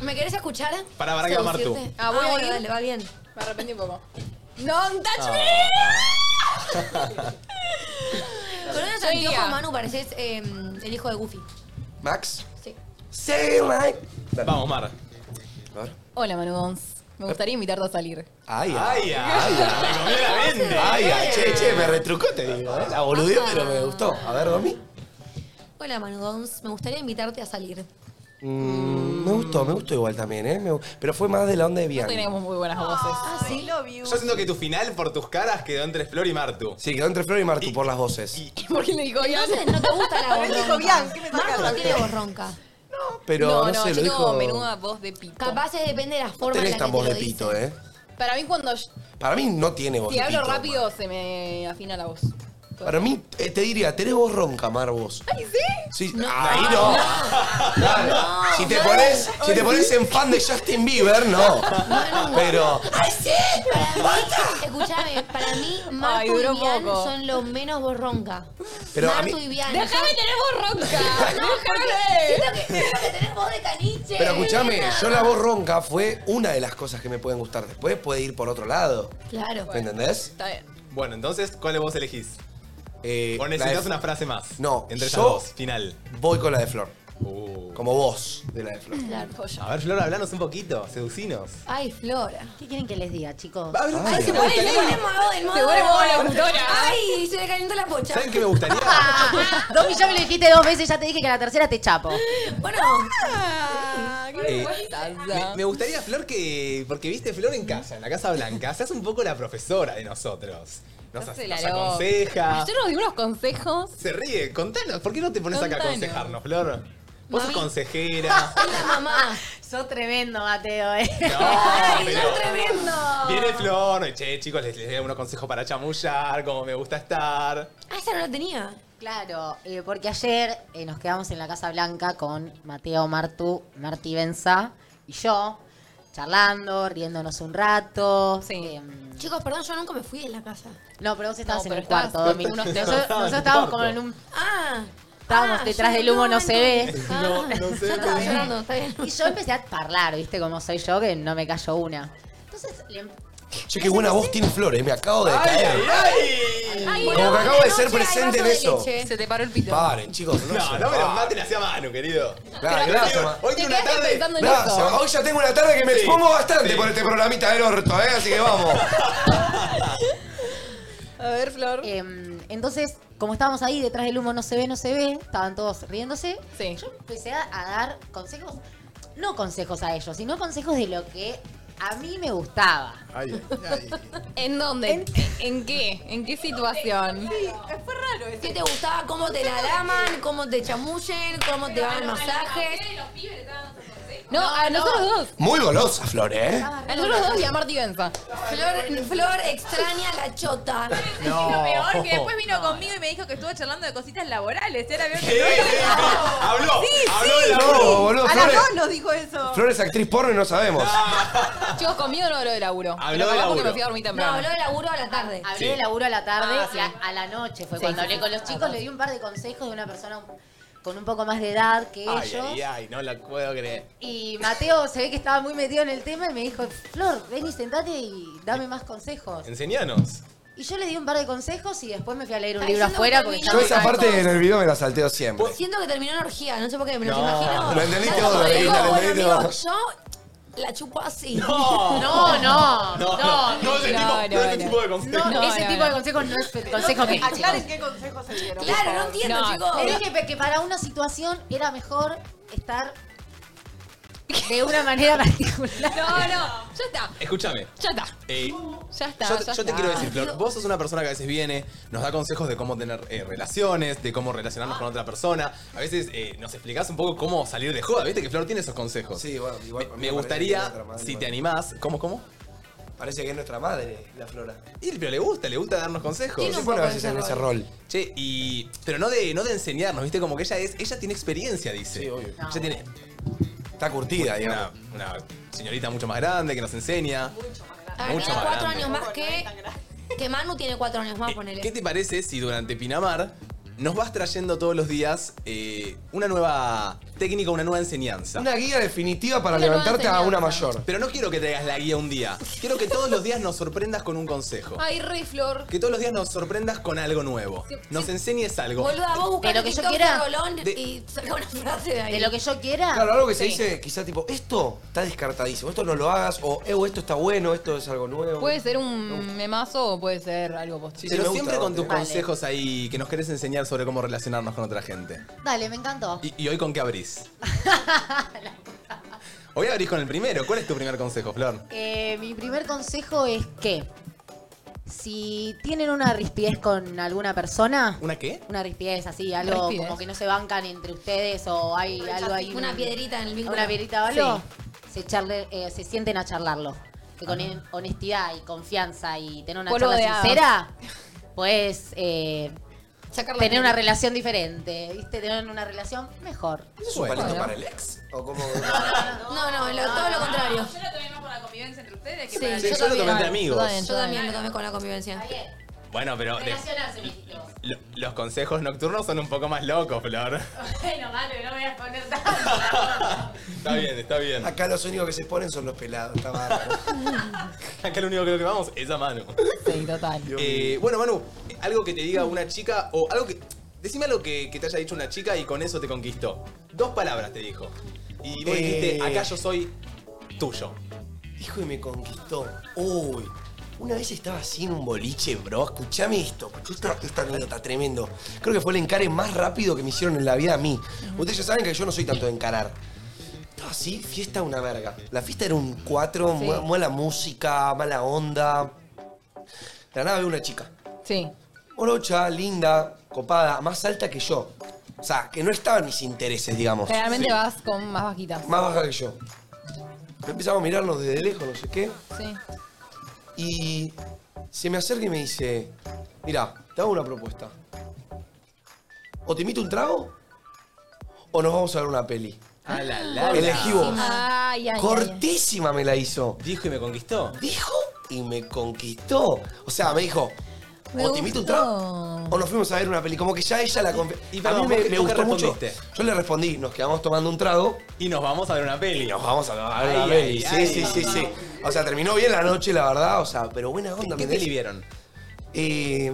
¿Me querés escuchar? Pará, pará, que va Martu. Seducirte. Ah, bueno, dale, va bien. Me arrepentí un poco. ¡Non touch Ah. Con esos Soy anteojos, Lía. Manu, pareces eh, el hijo de Goofy. Max. Sí. Say like. Vamos, Mar. Hola, Manu Gons. Eh. Me gustaría invitarte a salir. Ay, ay, ay. ay. Me comió la mente. Ay, ay, che, che, me retrucó, te digo. ¿eh? La boludeó, pero me gustó. A ver, Domi. Hola, Manu Gons. Me gustaría invitarte a salir. Mm, me gustó, me gustó igual también, ¿eh? Me gu- pero fue más de la onda de Bian. Tenemos muy buenas voces. Ah, sí. Yo siento que tu final, por tus caras, quedó entre Flor y Martu. Sí, quedó entre Flor y Martu por las voces. ¿Por qué le dijo Bian? Entonces no te gusta la voz Me dijo ronca. Bian, ¿qué me Martu sacas? no tiene voz ronca. Pero no, sé, yo lo tengo dijo. menuda voz de pito. Capaz es depende de la forma en Tenés la que tan te voz lo de dice. pito, ¿eh? Para mí, cuando yo- Para mí no tiene voz si de hablo pito. rápido, se me afina la voz. Para mí, eh, te diría, tenés voz ronca, Mar, vos. ¡Ay, sí! Sí, ahí no. Claro. si te no. pones, si te pones en fan de Justin Bieber, no. Pero. Escuchame, para mí Martu Ay, duró y Bian poco. son los menos voz ronca. Pero a Martu mí- y Bian. ¡Déjame son- tener voz ronca! No, ¡Déjame! porque siento que tenés voz de caniche. Pero escúchame, yo la voz ronca fue una de las cosas que me pueden gustar. Después puede ir por otro lado. Claro. ¿Me entendés? Está bien. Bueno, entonces, ¿cuál vos elegís? Eh, ¿O la de- necesitas una frase más? No, Entre esas yo- dos, final. Voy con la de Flor. Uh. Como vos de la de Flor. A ver, Flor, hablanos un poquito, seducinos. Ay, Flora. ¿Qué quieren que les diga, chicos? Habla- Ay, ¿Saben qué me Ay, gustaría? se pone mago del Se vuelve modo. la locutora. Ay, Ah. se le calentó la pocha. ¿Saben qué me gustaría? Domi, ya me lo dijiste dos veces, ya te dije que la tercera te chapo. Bueno, Ah, Eh, me, me gustaría, Flor, que. Porque viste, Flor en casa, en la Casa Blanca, seas un poco la profesora de nosotros. Nos, No as- sé, la nos loca. aconseja. Yo nos di unos consejos. Se ríe, contanos. ¿Por qué no te pones acá a Contanos. aconsejarnos, Flor? Vos sos Mami. consejera. es la mamá. Sos tremendo, Mateo, eh. No, Ay, pero- sos tremendo. Viene Flor, y, che, chicos, les, les doy algunos consejos para chamullar, como me gusta estar. Ah, esa no la tenía. Claro, eh, porque ayer eh, nos quedamos en la Casa Blanca con Mateo, Martu, Marti Benza y yo, charlando, riéndonos un rato. Sí. em, Chicos, perdón, yo nunca me fui de la casa. no, pero vos estabas No, en pero el cuarto, estabas- Domi. unos- Nosotros, nosotros en el estábamos cuarto. como en un... Ah. Estábamos Ah, detrás yo del humo, no, no se ve. entonces. No, Ah, no se Yo ve. estaba llorando, está bien. Y yo empecé a parlar, viste como soy yo, que no me cayó una. Entonces, le- Che, qué buena voz tiene Flor, eh, me acabo de ¡Ay, caer. ay, ay! Como que acabo de ser Anoche hay presente en vaso de eso. leche. Se te paró el pito. Paren, chicos. No, se no me lo va. maten hacia mano, querido. Claro, gracias, ma. Hoy Te tiene una quedaste tarde. pensando en Gracias, eso. ma. Hoy ya tengo una tarde que me Sí. expongo bastante Sí. por este programita del orto, ¿eh? Así que vamos. A ver, Flor. Em, entonces, como estábamos ahí detrás del humo, no se ve, no se ve, estaban todos riéndose. Sí. Yo empecé a, a dar consejos, no consejos a ellos, sino consejos de lo que a mí me gustaba. ¿En dónde? ¿En, qué? ¿En qué situación? Fue raro ese. ¿Qué te gustaba? ¿Cómo te la daman? ¿Cómo te chamullen? ¿Cómo te van masajes? No, a nosotros dos. Muy golosa, Flor, ¿eh? A nosotros dos y a Marti Benza. Flor, Flor extraña la chota. No. lo peor que después vino conmigo y me dijo que estuvo charlando de cositas laborales. Y ahora veo Sí, que sí, sí. Habló, habló de la No, boludo, A las Flor. dos nos dijo eso. Flor es actriz porno y no sabemos. Chicos, conmigo no habló de laburo. Habló de Pero capaz porque laburo. me fui a dormir No, temprano. habló de laburo a la tarde. Hablé Sí. de laburo a la tarde Ah, y a, a la noche fue Sí, cuando sí, hablé sí. con los chicos, le di un par de consejos de una persona con un poco más de edad que Ay, ellos. ay, ay, no la puedo creer. Y Mateo se ve que estaba muy metido en el tema y me dijo, Flor, ven y sentate y dame más consejos. Enseñanos. Y yo le di un par de consejos y después me fui a leer un Ay, libro yo no afuera terminé. porque Yo estaba esa cansada. parte en el video me la salteo siempre. Siento que terminó en orgía, no sé por qué, me los No, imagino. lo entendí Dale, Ah, todo, lo amigo, entendí, lo bueno, entendí amigo, todo. Yo la chupo así. No, No, no, no, no. no, no es el no, tipo, no, no, es el no. tipo de consejo. No, ese no, tipo no. de consejos no es el consejo que Aclaren qué consejos se dieron. Claro, no entiendo, No, chicos. Le dije pe- que para una situación era mejor estar de una manera particular. No, no, ya está. Escúchame. Ya está. eh, Ya está. yo, ya yo te está. quiero decir, Flor, vos sos una persona que a veces viene, nos da consejos de cómo tener eh, relaciones, de cómo relacionarnos con otra persona. A veces eh, nos explicás un poco cómo salir de joda. Viste que Flor tiene esos consejos. Sí, bueno, igual. Me gustaría, si te animás, ¿cómo, cómo? Parece que es nuestra madre, la Flora. Y pero le gusta, le gusta darnos consejos. Sí, no Se pone a veces en ese rol. Che, y. Pero no de, no de enseñarnos, ¿viste? Como que ella es. Ella tiene experiencia, dice. Sí, obvio. Ella tiene. Está curtida, una, digamos. una señorita mucho más grande que nos enseña. Mucho más A ver, tiene cuatro años más que. Que Manu tiene cuatro años más, ponele. ¿Qué te parece si durante Pinamar nos vas trayendo todos los días eh, una nueva técnica, una nueva enseñanza? Una guía definitiva para levantarte a una mayor. Pero no quiero que traigas la guía un día. Quiero que todos los días nos sorprendas con un consejo. Ay, re flor. Que todos los días nos sorprendas con algo nuevo. Nos enseñes algo. Boluda, vos buscás De lo que en yo TikTok quiera. de Rolón De- y saca una frase de ahí. De lo que yo quiera. Claro, algo que se Ah, Sí. dice quizá tipo, esto está descartadísimo, esto no lo hagas, o "Eh, esto está bueno, esto es algo nuevo. Puede ser un memazo o puede ser algo post. Pero siempre con tus Vale. consejos ahí que nos querés enseñar sobre cómo relacionarnos con otra gente. Dale, me encantó. ¿Y, y hoy con qué abrís? hoy abrís con el primero. ¿Cuál es tu primer consejo, Flor? Eh, mi primer consejo es que si tienen una rispidez con alguna persona, ¿Una qué? una rispidez así, algo Rispidez. como que no se bancan entre ustedes o hay algo ahí. Una piedrita en el vínculo. Una piedrita o algo, se, charle- eh, se sienten a charlarlo. Que Ah. con en- honestidad y confianza y tener una Polvo de charla hadas. sincera, puedes eh, Sacar la tener una piedra. relación diferente, ¿viste? Tener una relación mejor. ¿Eso es un Bueno. palito para el ex? ¿O cómo? No, no, lo- todo lo contrario. Yo lo tomé más por la convivencia entre ustedes que Sí, para yo yo lo también. tomé entre amigos. Yo también lo tomé con la convivencia. Bueno, pero de- Relacionarse, me dijiste vos. lo- los consejos nocturnos son un poco más locos, Flor. Bueno, vale, no me voy a poner tanto. está bien, está bien. Acá los únicos que se ponen son los pelados, está bárbaro. Acá lo único que creo que vamos es a Manu. Sí, total. Eh, bueno, Manu, algo que te diga una chica o algo que. Decime algo que, que te haya dicho una chica y con eso te conquistó. Dos palabras te dijo. Y vos Eh. dijiste, acá yo soy tuyo. Hijo y me conquistó. Uy. Una vez estaba así en un boliche, bro. Escuchame esto. Escuchá esta, esta anécdota tremendo. Creo que fue el encare más rápido que me hicieron en la vida a mí. Ustedes ya saben que yo no soy tanto de encarar. Estaba así, fiesta una verga. La fiesta era un 4, Sí. mala música, mala onda. De la nada veo una chica. Sí. Morocha, linda, copada, más alta que yo. O sea, que no estaba en mis intereses, digamos. Generalmente vas con más bajitas. Más baja que yo. Empezamos a mirarnos desde lejos, no sé qué. Sí. Y se me acerca y me dice, mira, te hago una propuesta. O te invito un trago o nos vamos a ver una peli. A Ah, la Elegí vos. Ay, ay, ay. Cortísima me la hizo. Dijo y me conquistó. Dijo y me conquistó. O sea, me dijo, Me o te invito un gustó. trago o nos fuimos a ver una peli. Como que ya ella la confi- Y- y A perdón, mí me, ¿vos- me vos qué gustó mucho. respondiste? Yo le respondí, nos quedamos tomando un trago Y nos vamos a ver una peli. y nos vamos a ver una Ay, peli. ay, Sí, ay. sí, sí, sí. O sea, terminó bien la noche, la verdad. O sea, pero buena onda. ¿Qué, qué peli ¿me entendés? vieron? Eh,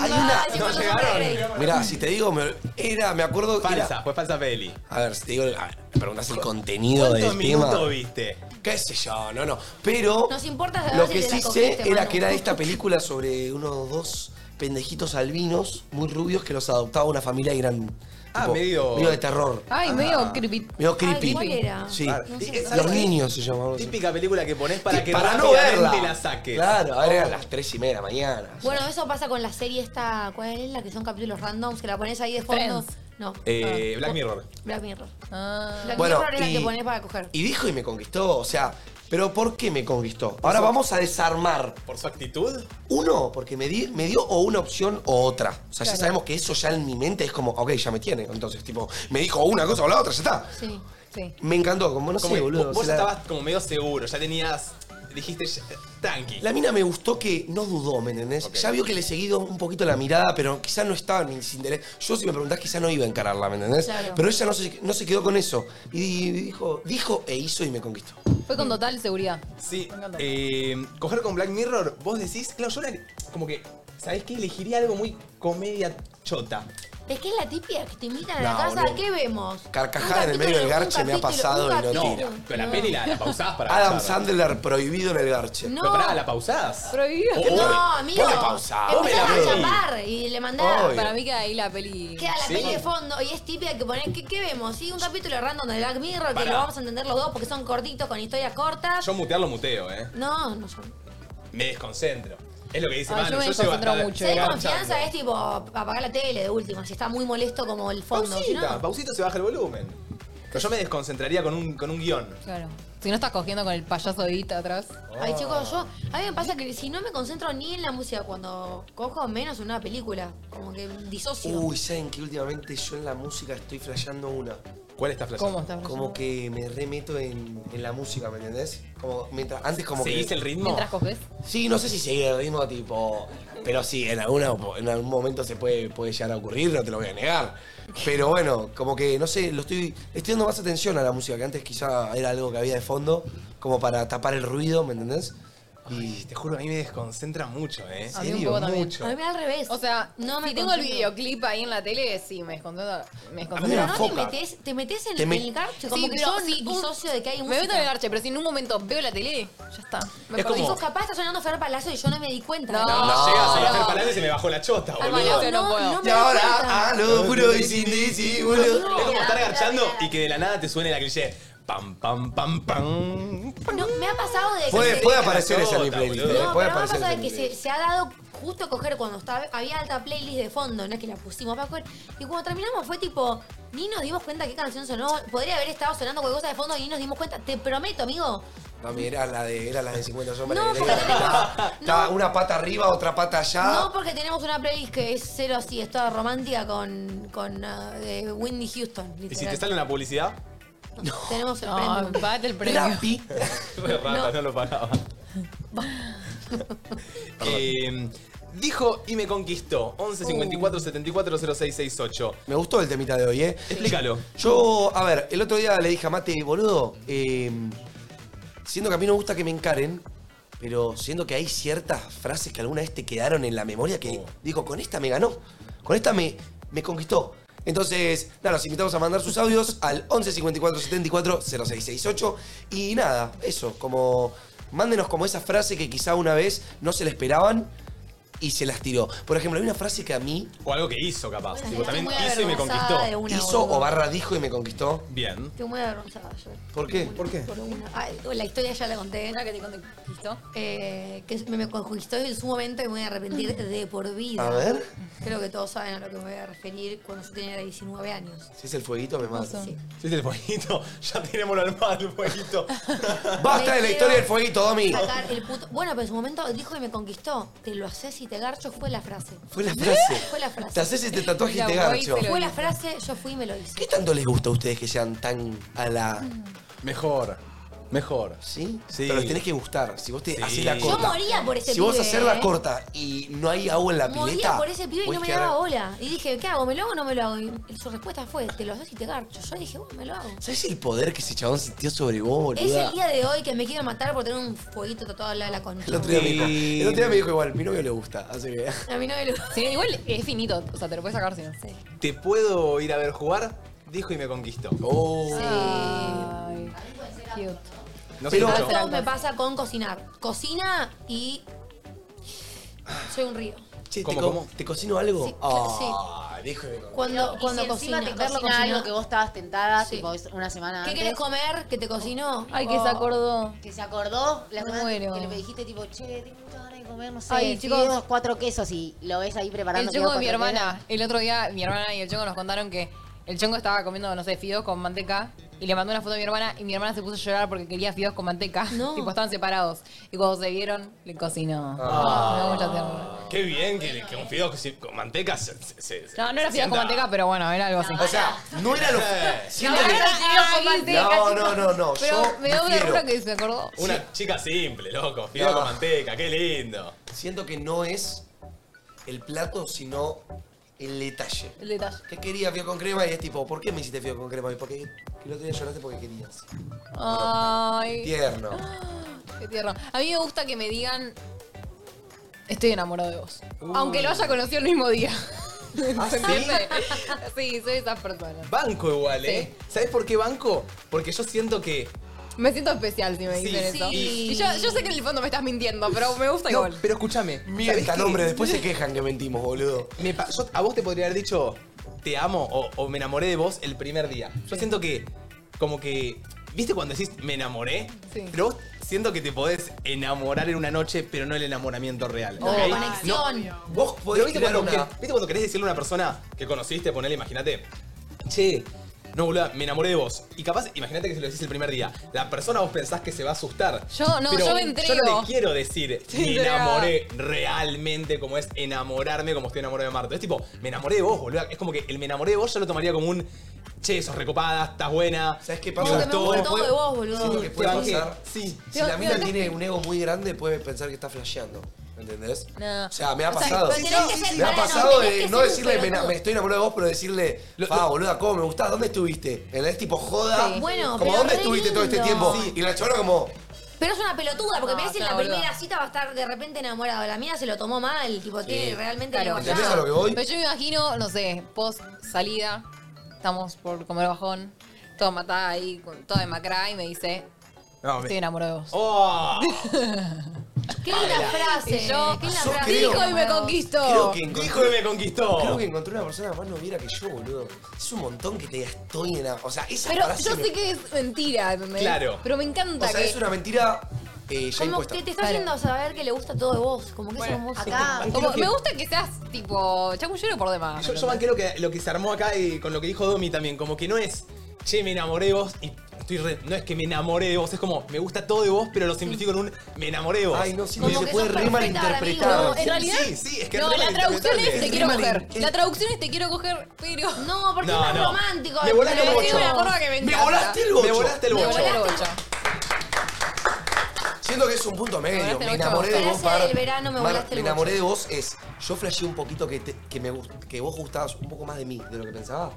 hay una. Ah, sí, no cuando llegaron. me reí. Mirá, si te digo, me, era, me acuerdo. que Falsa, era- fue falsa peli. a ver, si te digo, a ver, me preguntás el contenido ¿Cuántos del tema. minutos viste? ¿Qué sé yo? No, no. Pero Nos importa saber lo si que te la sí sé cogiste, era Manu. que era esta película sobre unos dos pendejitos albinos muy rubios que los adoptaba una familia y eran. Ah, medio- de terror. Ay, medio creepy. Ah. Medio creepy. ¿cuál era? Sí. Claro. No sé. Y- Ah, Los niños se llamaban. Típica película que pones para Para, que no verla. rápidamente la saques. Oh. Claro, ahora eran las 3 y media de la mañana. o sea. Bueno, eso pasa con la serie esta, ¿cuál es la que son capítulos randoms? Que la pones ahí de fondo. Friends. No, Eh, Black Mirror. Black Mirror. Ah. Black Bueno, Mirror era y- la que pones para coger. Y dijo y me conquistó, o sea, pero ¿por qué me conquistó? Ahora vamos a desarmar. Por su actitud. Uno, porque me, di- me dio o una opción o otra. O sea, ya sabemos que eso ya en mi mente es como, ok, ya me tiene. Entonces, tipo, me dijo una cosa o la otra, ya está. Sí. Sí. Me encantó, como no Como sé, que boludo. vos se la- estabas como medio seguro, ya tenías. Dijiste, ya- tranqui. La mina me gustó que no dudó, ¿me entendés? Ok. Ya vio que le he seguido un poquito la mirada, pero quizás no estaba en mis intereses. Yo, si me preguntás, quizás no iba a encararla, ¿me entendés? Claro. Pero ella no se, no se quedó con eso. Y dijo, dijo e hizo y me conquistó. Fue con total seguridad. Sí, Me encanta. eh, coger con Black Mirror, vos decís, claro, yo la- como que, ¿sabés qué? Elegiría algo muy comedia chota. Es que es la típica que te invitan a No, la casa, boludo. ¿qué vemos? Carcajada en el medio del garche me ha pasado y no tira. Pero la peli la, la pausás para. Adam Sandler prohibido en el garche. No. Pero pará, ¿la pausás? Prohibido. ¿Qué No, tal? amigo. Ponle pausa. Ponle Empezás a pausa. chapar y le mandás. Obvio. Para mí queda ahí la peli. Queda la Sí. peli de fondo y es típica que ponen, ¿qué, qué vemos? Sí, un capítulo random de Black Mirror que Pará. lo vamos a entender los dos porque son cortitos, con historias cortas. Yo mutearlo muteo, ¿eh? No, no, yo. Ah, Me desconcentro. Es lo que dice Ay, Manu. yo me llego a desconcentro estar Si hay garchando. confianza eh? es tipo apagar la tele de última, si está muy molesto como el fondo. si no- Pausita, pausito se baja el volumen. Pero yo me desconcentraría con un, con un guión. Claro. Si no estás cogiendo con el payaso Vita atrás. Ah, Oh. Ay, chicos, yo. A mí me pasa que si no me concentro ni en la música cuando cojo, menos en una película. Como que disocio. Uy, ¿saben que últimamente yo en la música estoy flasheando una? ¿Cuál está flasheando? ¿Cómo está flasheando? Como que me remeto en, en la música, ¿me entendés? Como mientras, antes como ¿Seguís que... el ritmo? Mientras coges. Sí, no sé si seguir el ritmo tipo... Pero sí, en, alguna, en algún momento se puede, puede llegar a ocurrir, no te lo voy a negar. Pero bueno, como que, no sé, lo estoy, le estoy dando más atención a la música, que antes quizá era algo que había de fondo, como para tapar el ruido, ¿me entendés? Y Te juro, a mí me desconcentra mucho, ¿eh? A mí un poco también. mucho. me da al revés. O sea, me si tengo el concentro. videoclip ahí en la tele, sí, me desconcentro. Me desconcentro. Pero no te metes, te metes en, Te me- en el garcho. Sí, Como que pero yo si ni un- disocio de que hay Me música. meto en el garche, pero si en un momento veo la tele, ya está. Me Es como- Dijo, capaz está sonando Fer Palacio y yo no me di cuenta. No, No, llegas a la Fer Palacio y se me bajó la chota, Ay, boludo. no, no puedo. no me y doy ahora, cuenta. a lo puro y sin disimulo. es como estar garchando y que de la nada te suene la cliché. Pam, pam, pam, pam. No, me ha pasado de que. Puede, se- puede aparecer esa en mi playlist. boludo. eh, No, puede pero me ha aparecer pasado esa de en mi que playlist. se, se ha dado justo coger cuando estaba, había alta playlist de fondo, no es que la pusimos para coger. Y cuando terminamos fue tipo, ni nos dimos cuenta qué canción sonó. Podría haber estado sonando cualquier cosa de fondo y ni nos dimos cuenta. Te prometo, amigo. No, mira, era la de, era la de 50 sombras. No, de porque Grey. Estaba- estaba una pata arriba, otra pata allá. No, porque tenemos una playlist que es cero así, es toda romántica con, con ah, de Whitney Houston. ¿Y literal. si te sale una publicidad? Tenemos el No, premio. pagate el premio. Re rata, no, lo pagaba. Eh, dijo y me conquistó. Uh. 11 54 74 0668. Me gustó el temita de hoy, ¿eh? Explícalo. Yo, a ver, el otro día le dije a Mate, boludo, eh, siendo que a mí no me gusta que me encaren, pero siendo que hay ciertas frases que alguna vez te quedaron en la memoria que Oh. digo, con esta me ganó, con esta me, me conquistó. Entonces, nada, los invitamos a mandar sus audios al 11 54 74 0668. Y nada, eso, como mándenos como esa frase que quizá una vez no se la esperaban y se las tiró. Por ejemplo, hay una frase que a mí O algo que hizo, capaz. Tipo, también muy hizo y me avergonzada conquistó. de una, hizo boludo. o barra dijo y me conquistó. Bien. Estoy muy avergonzada yo. ¿Por qué? ¿Por qué? Por una. Ah, la historia ya la conté. que te conquistó? Eh, que me, me conquistó en su momento y me voy a arrepentir de por vida. Mm. A ver. Creo que todos saben a lo que me voy a referir cuando yo tenía 19 años. Si es el fueguito, me mata. Sí. Sí, el fueguito. Ya tenemos al mar, el fueguito. ¡Basta de la historia Me del quiero fueguito, Domi! Sacar el puto- Bueno, pero en su momento dijo y me conquistó. Te lo haces y te garcho fue la frase. Fue la frase. Fue la frase. Te haces este tatuaje y La te voy y garcho. te lo- Fue la frase, yo fui y me lo hice. Mm. ¿Qué tanto les gusta a ustedes que sean tan a la. Mejor. Mejor. ¿Sí? Sí. Pero les tenés que gustar. Si vos te Sí. haces la Yo corta. moría por ese Si vos pibe, hacer la ¿eh? corta y no hay agua en la pileta. Moría por ese pibe y no podés me quedar- daba bola. Y dije, ¿qué hago? ¿Me lo hago o no me lo hago? Y su respuesta fue, te lo haces y te garcho. Yo dije, bueno, me lo hago. ¿Sabés el poder que ese chabón sintió sobre vos, Es boluda? el día de hoy que me quiero matar por tener un fueguito tatuado al lado de la concha. El otro día me dijo. Sí. El otro día me dijo igual, mi novio le gusta. Así que. A mí no me lo... Sí, igual es finito, o sea, te lo puedes sacar si no. Sí. ¿Te puedo ir a ver jugar? Dijo y me conquistó. Oh. Ay. Cute. No sé Pero- mucho. Eso Eh, me pasa con cocinar. Cocina y... Soy un río. Che, ¿te, ¿Cómo, co- cómo? ¿te cocino algo? Sí, Ah, dijo que me conquistó. Cuando, cuando y si cocina, encima te verlo cocina cocinar. algo que vos estabas tentada, Sí. tipo es una semana ¿Qué antes. querés comer que te cocinó? Ay, que se acordó. Que se acordó, la Me semana muero. que le dijiste tipo, che, tengo muchas ganas de comer, no sé, Ay, fideos, chicos. cuatro quesos y lo ves ahí El preparando. chongo fideos, de mi cuatro hermana. El otro día mi hermana y el chongo nos contaron que el chongo estaba comiendo, no sé, fideos con manteca. Y le mandó una foto a mi hermana y mi hermana se puso a llorar porque quería fideos con manteca. No. tipo, estaban separados. Y cuando se vieron, le cocinó. Ah. Ah, Me dio mucha ternura. Qué bien que, que un fideo con- con manteca se. se- se- se No, no era fideos sienta- con manteca, pero bueno, era algo así. O sea, no era lo. Eh, Siento No, que- era fideos con manteca, No, chicos. no, no, no. Pero yo me dio difiero. ternura que se acordó. Una chica simple, loco. Fideo No. con manteca, qué lindo. Siento que no es el plato, sino el detalle. El detalle. Que quería fío con crema y es tipo, ¿por qué me hiciste fío con crema? Y porque el otro día lloraste porque querías. Ay, Tierno. qué tierno. A mí me gusta que me digan, estoy enamorado de vos. Aunque lo haya conocido el mismo día. Sí, soy esa persona. Banco igual, ¿eh? ¿Sabes por qué banco? Porque yo siento que Me siento especial si me Sí, dicen sí. eso. Y- Y yo, yo sé que en el fondo me estás mintiendo, pero me gusta No, igual. pero escúchame. Mientan, hombre, después se quejan que mentimos, boludo. a vos te podría haber dicho, te amo o, o me enamoré de vos el primer día. Yo siento que, como que, ¿viste cuando decís me enamoré? Sí. Pero vos siento que te podés enamorar en una noche, pero no el enamoramiento real. Oh, No, ¿ok? la conexión. Vos podés ¿viste tirar cuando, una- que- ¿Viste cuando querés decirle a una persona que conociste, ponele, imagínate, che, no, boludo, me enamoré de vos. Y capaz, imagínate que se lo decís el primer día. La persona vos pensás que se va a asustar. Yo- no, Pero yo me entrego. Yo no le quiero decir, Te me entrego. enamoré realmente, como es enamorarme, como estoy enamorado de Marta. Es tipo, me enamoré de vos, boludo. Es como que el me enamoré de vos yo lo tomaría como un, che, sos recopada, estás buena. ¿Sabes qué pasa? Como que me gustó de vos, Siento que puede pasar. Sí. Si la mina tiene un ego muy grande, puede pensar que está flasheando. ¿Entendés? O sea, me ha O sea, pasado. pero tenés que ser- me ha pará, no, pasado tenés de que no ser un decirle, me, pelotudo. me estoy enamorado de vos, pero decirle, fa, boluda, ¿cómo me gustás? ¿Dónde estuviste? Es tipo, joda. Sí. como, Bueno, pero ¿dónde re estuviste todo este lindo. tiempo? Sí. Y la chora como, Pero es una pelotuda, porque No, pensás en está la boluda. primera cita va a estar de repente enamorada. La mina se lo tomó mal, tipo, tiene realmente Claro. algo allá. ¿Entendés a lo que voy? Pero yo me imagino, no sé, post salida, estamos por comer bajón, todo matada ahí, con- todo demacrada y me dice, No, estoy enamorado de vos. ¡Oh! ¡Qué linda frase! Y yo, ¡Qué linda yo frase! creo- Dijo y me creo conquistó. que encontré. Dijo que me conquistó. Creo que encontré una persona más noviera que yo, boludo. Es un montón que te diga, estoy enamorado. O sea, esa Pero frase yo me- sé que es mentira, ¿entendés? Claro. Pero me encanta O sea, que... es una mentira eh, ya Como impuesta. que te está haciendo saber que le gusta todo de vos, como que Bueno, sos vos. acá- Como- me gusta que seas tipo chamullero por demás. Ah, Yo, yo banqué lo que, lo que se armó acá y con lo que dijo Domi también, como que no es, che, me enamoré de vos y estoy re- no es que me enamoré de vos, es como, me gusta todo de vos, pero lo simplifico en un, me enamoré de vos. Ay, no, sí, Como se que puede sos re perfecta para mí, malinterpretar. boludo. En realidad, Sí, sí, es que no, es re la traducción es malinterpretable. te quiero Es coger. malinter- La traducción es te quiero coger, pero... No, porque No, es más no. romántico. Me volaste Pero el es bocho. una forma que me Me encanta. volaste el bocho. Me volaste el Me bocho. volaste el bocho. Siento que es un punto medio. Volaste Me mucho. enamoré de vos, Gracias Mar. del verano me Mar, volaste el me enamoré de bocho. vos es. Yo flasheé un poquito que, te- que, me, gust- que vos gustabas un poco más de mí, de lo que pensaba.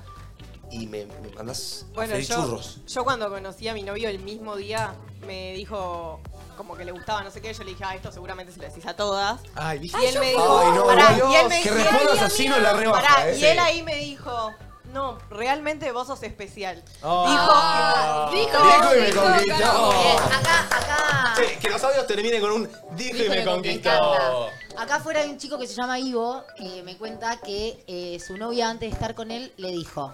Y me, me mandás a Bueno, freír yo, churros. yo cuando conocí a mi novio el mismo día, me dijo como que le gustaba no sé qué. Yo le dije, ah, esto seguramente se lo decís a todas. Ay, ¿viste? Y él me dijo, Ay, no, pará, Dios, y él me que y él- respondas y así él- no la rebaja, pará, eh. Y él ahí me dijo, no, realmente vos sos especial. Ah. dijo, Dijo y me conquistó. Bien, Acá, acá. Che, que los audios terminen con un, dijo, y me conquistó. Acá fuera hay un chico que se llama Ivo, que me cuenta que eh, su novia antes de estar con él le dijo,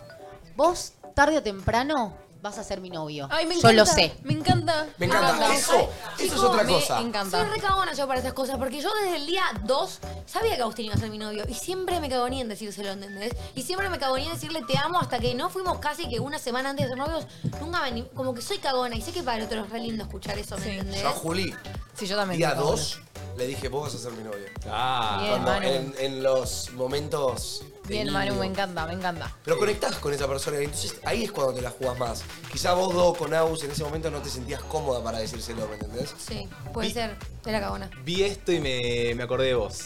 vos tarde o temprano vas a ser mi novio. Ay, me Yo encanta, lo sé. Me encanta. Me encanta. Eso, eso es otra cosa. Me Soy encanta. re cagona yo para esas cosas, porque yo desde el día 2 sabía que Agustín iba a ser mi novio y siempre me cagonía en decírselo, ¿entendés? Y siempre me cagonía en decirle te amo hasta que no fuimos casi que una semana antes de ser novios. Nunca me anim- como que soy cagona y sé que para otros es re lindo escuchar eso, ¿me ¿Eh? entendés? Yo a Juli, Sí, yo también. día soy 2, le dije, vos vas a ser mi novia. Ah. Bien, Cuando- Manu. en, en los momentos. cagona. de Bien, niño. Manu, me encanta, me encanta. Pero conectás con esa persona, entonces ahí es cuando te la jugás más. Quizá vos dos con Agus en ese momento no te sentías cómoda para decírselo, ¿me entendés? Sí, puede ser. Era cagona. Vi esto y me, me acordé de vos.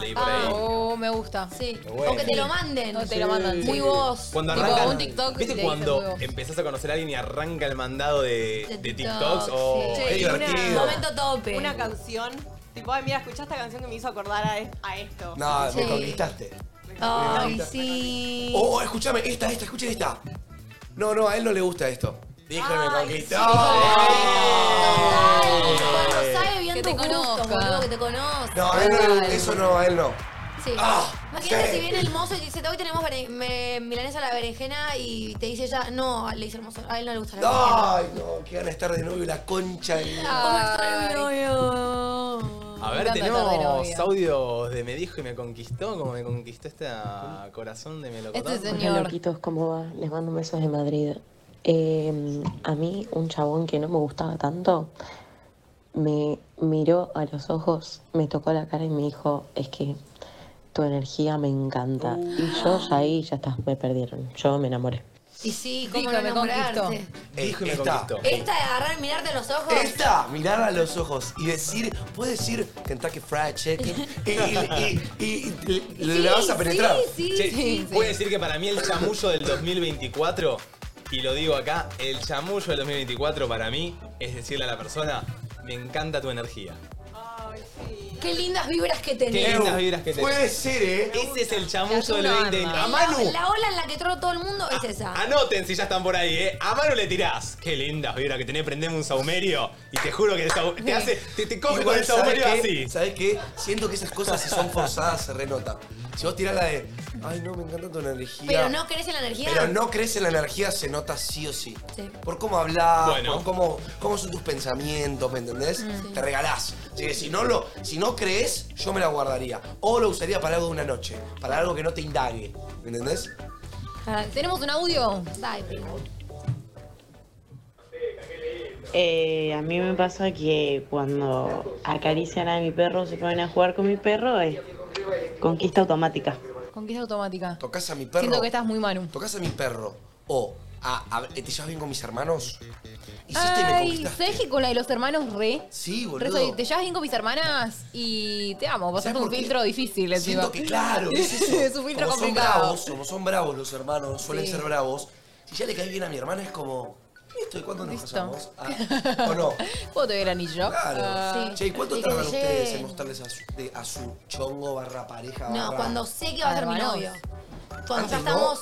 Leí por Ah, ahí. oh, me gusta. Sí. Bueno. O que te lo manden. O te lo mandan, Muy sí. vos. Cuando Tipo, arranca. un TikTok y ¿Viste te dicen cuando luego. empezás a conocer a alguien y arranca el mandado de, De de TikToks, TikToks? Oh, sí. es Che, y una- divertido. Momento tope. Una canción, tipo, ay, mira, escuchá esta canción que me hizo acordar a, e- a esto. No, Sí. me conquistaste. Ay, sí. Oh, oh, escúchame, esta, esta, escuchen esta. No, no, a él no le gusta esto. Dijo que me conquistó. Cuando sabe bien Que tus te gustos, conozca. boludo, que te conozca. No, a él no, le- eso no, a él no. Sí. Ah, Imagínate sí. si viene el mozo y te dice, hoy tenemos bere- me- milanesa a la berenjena y te dice ya, no, le dice el mozo, a él no le gusta la berenjena. Ay, no, que van a estar de novio la concha. de- ¿Cómo extraño mi novio? A ver, Encanta estar de tenemos novia. audios de Me dijo y me conquistó, como me conquistó este corazón de melocotón. Este Hola, señor. loquitos, ¿cómo va? Les mando besos de Madrid. Eh, a mí, un chabón que no me gustaba tanto, me miró a los ojos, me tocó la cara y me dijo, es que tu energía me encanta. Y Uh. yo ya ahí, ya está, me perdieron. Yo me enamoré. Y sí, cómo Dijo, no me nombrarte. conquistó. Ey, Dijo y me esta, conquistó. Esta de agarrar, mirarte a los ojos. esta, mirar a los ojos y decir, puedes decir Kentucky Fried Chicken y, y- y- y- y- le vas a penetrar. Sí, Che, sí, sí. Voy a decir que para mí el chamullo del 2024, y lo digo acá, el chamullo del 2024 para mí es decirle a la persona, me encanta tu energía. Ay, sí. Qué lindas vibras que tenés. Qué lindas vibras que tenés. Puede ser, ¿eh? Ese es el chamuyo del 20. A La, Manu, la ola en la que trolo todo el mundo es esa. anoten si ya están por ahí, ¿eh? A Manu le tirás. Qué lindas vibras que tenés. Prendeme un saumerio y te juro que el sau- te hace. Te, te coge con el saumerio así. ¿Sabes qué? Siento que esas cosas, si son forzadas, se renota. Si vos tirás la de, ay, no, me encanta tu energía. Pero no crees en la energía. Pero no crees en la energía, se nota sí o sí. Sí. Por cómo hablas, Bueno. por cómo, cómo son tus pensamientos, ¿me entendés? Mm. Te regalás. Así que si no, lo, si no crees, yo me la guardaría. O lo usaría para algo de una noche, para algo que no te indague, ¿me entendés? Ah, ¿Tenemos un audio? Eh, a mí me pasa que cuando acarician a mi perro, se ponen a jugar con mi perro, es conquista automática. Conquista automática. Tocas a mi perro. Siento que estás muy Manu. Tocas a mi perro. O a- a- te llevas bien con mis hermanos. Hiciste y me Ay, conquistaste. ¿sabes que con la de los hermanos re? Sí, Re boludo. soy- te llevas bien con mis hermanas y te amo. Pasaste un filtro difícil encima. Siento que, claro, es eso. Es un filtro como complicado. Son bravos, como son bravos los hermanos, suelen Sí. ser bravos. Si ya le caes bien a mi hermana, es como, ¿esto y cuándo nos Listo. casamos? Ah, ¿O no? ¿Puedo te ver el anillo? Claro. Ah. Che, ¿y cuánto Y que tardan te ustedes lleven. en mostrarles a su, de- a su chongo barra pareja? No, barra- cuando sé que va a ser mi Hermanos. novio. Cuando ya Antes no. estamos.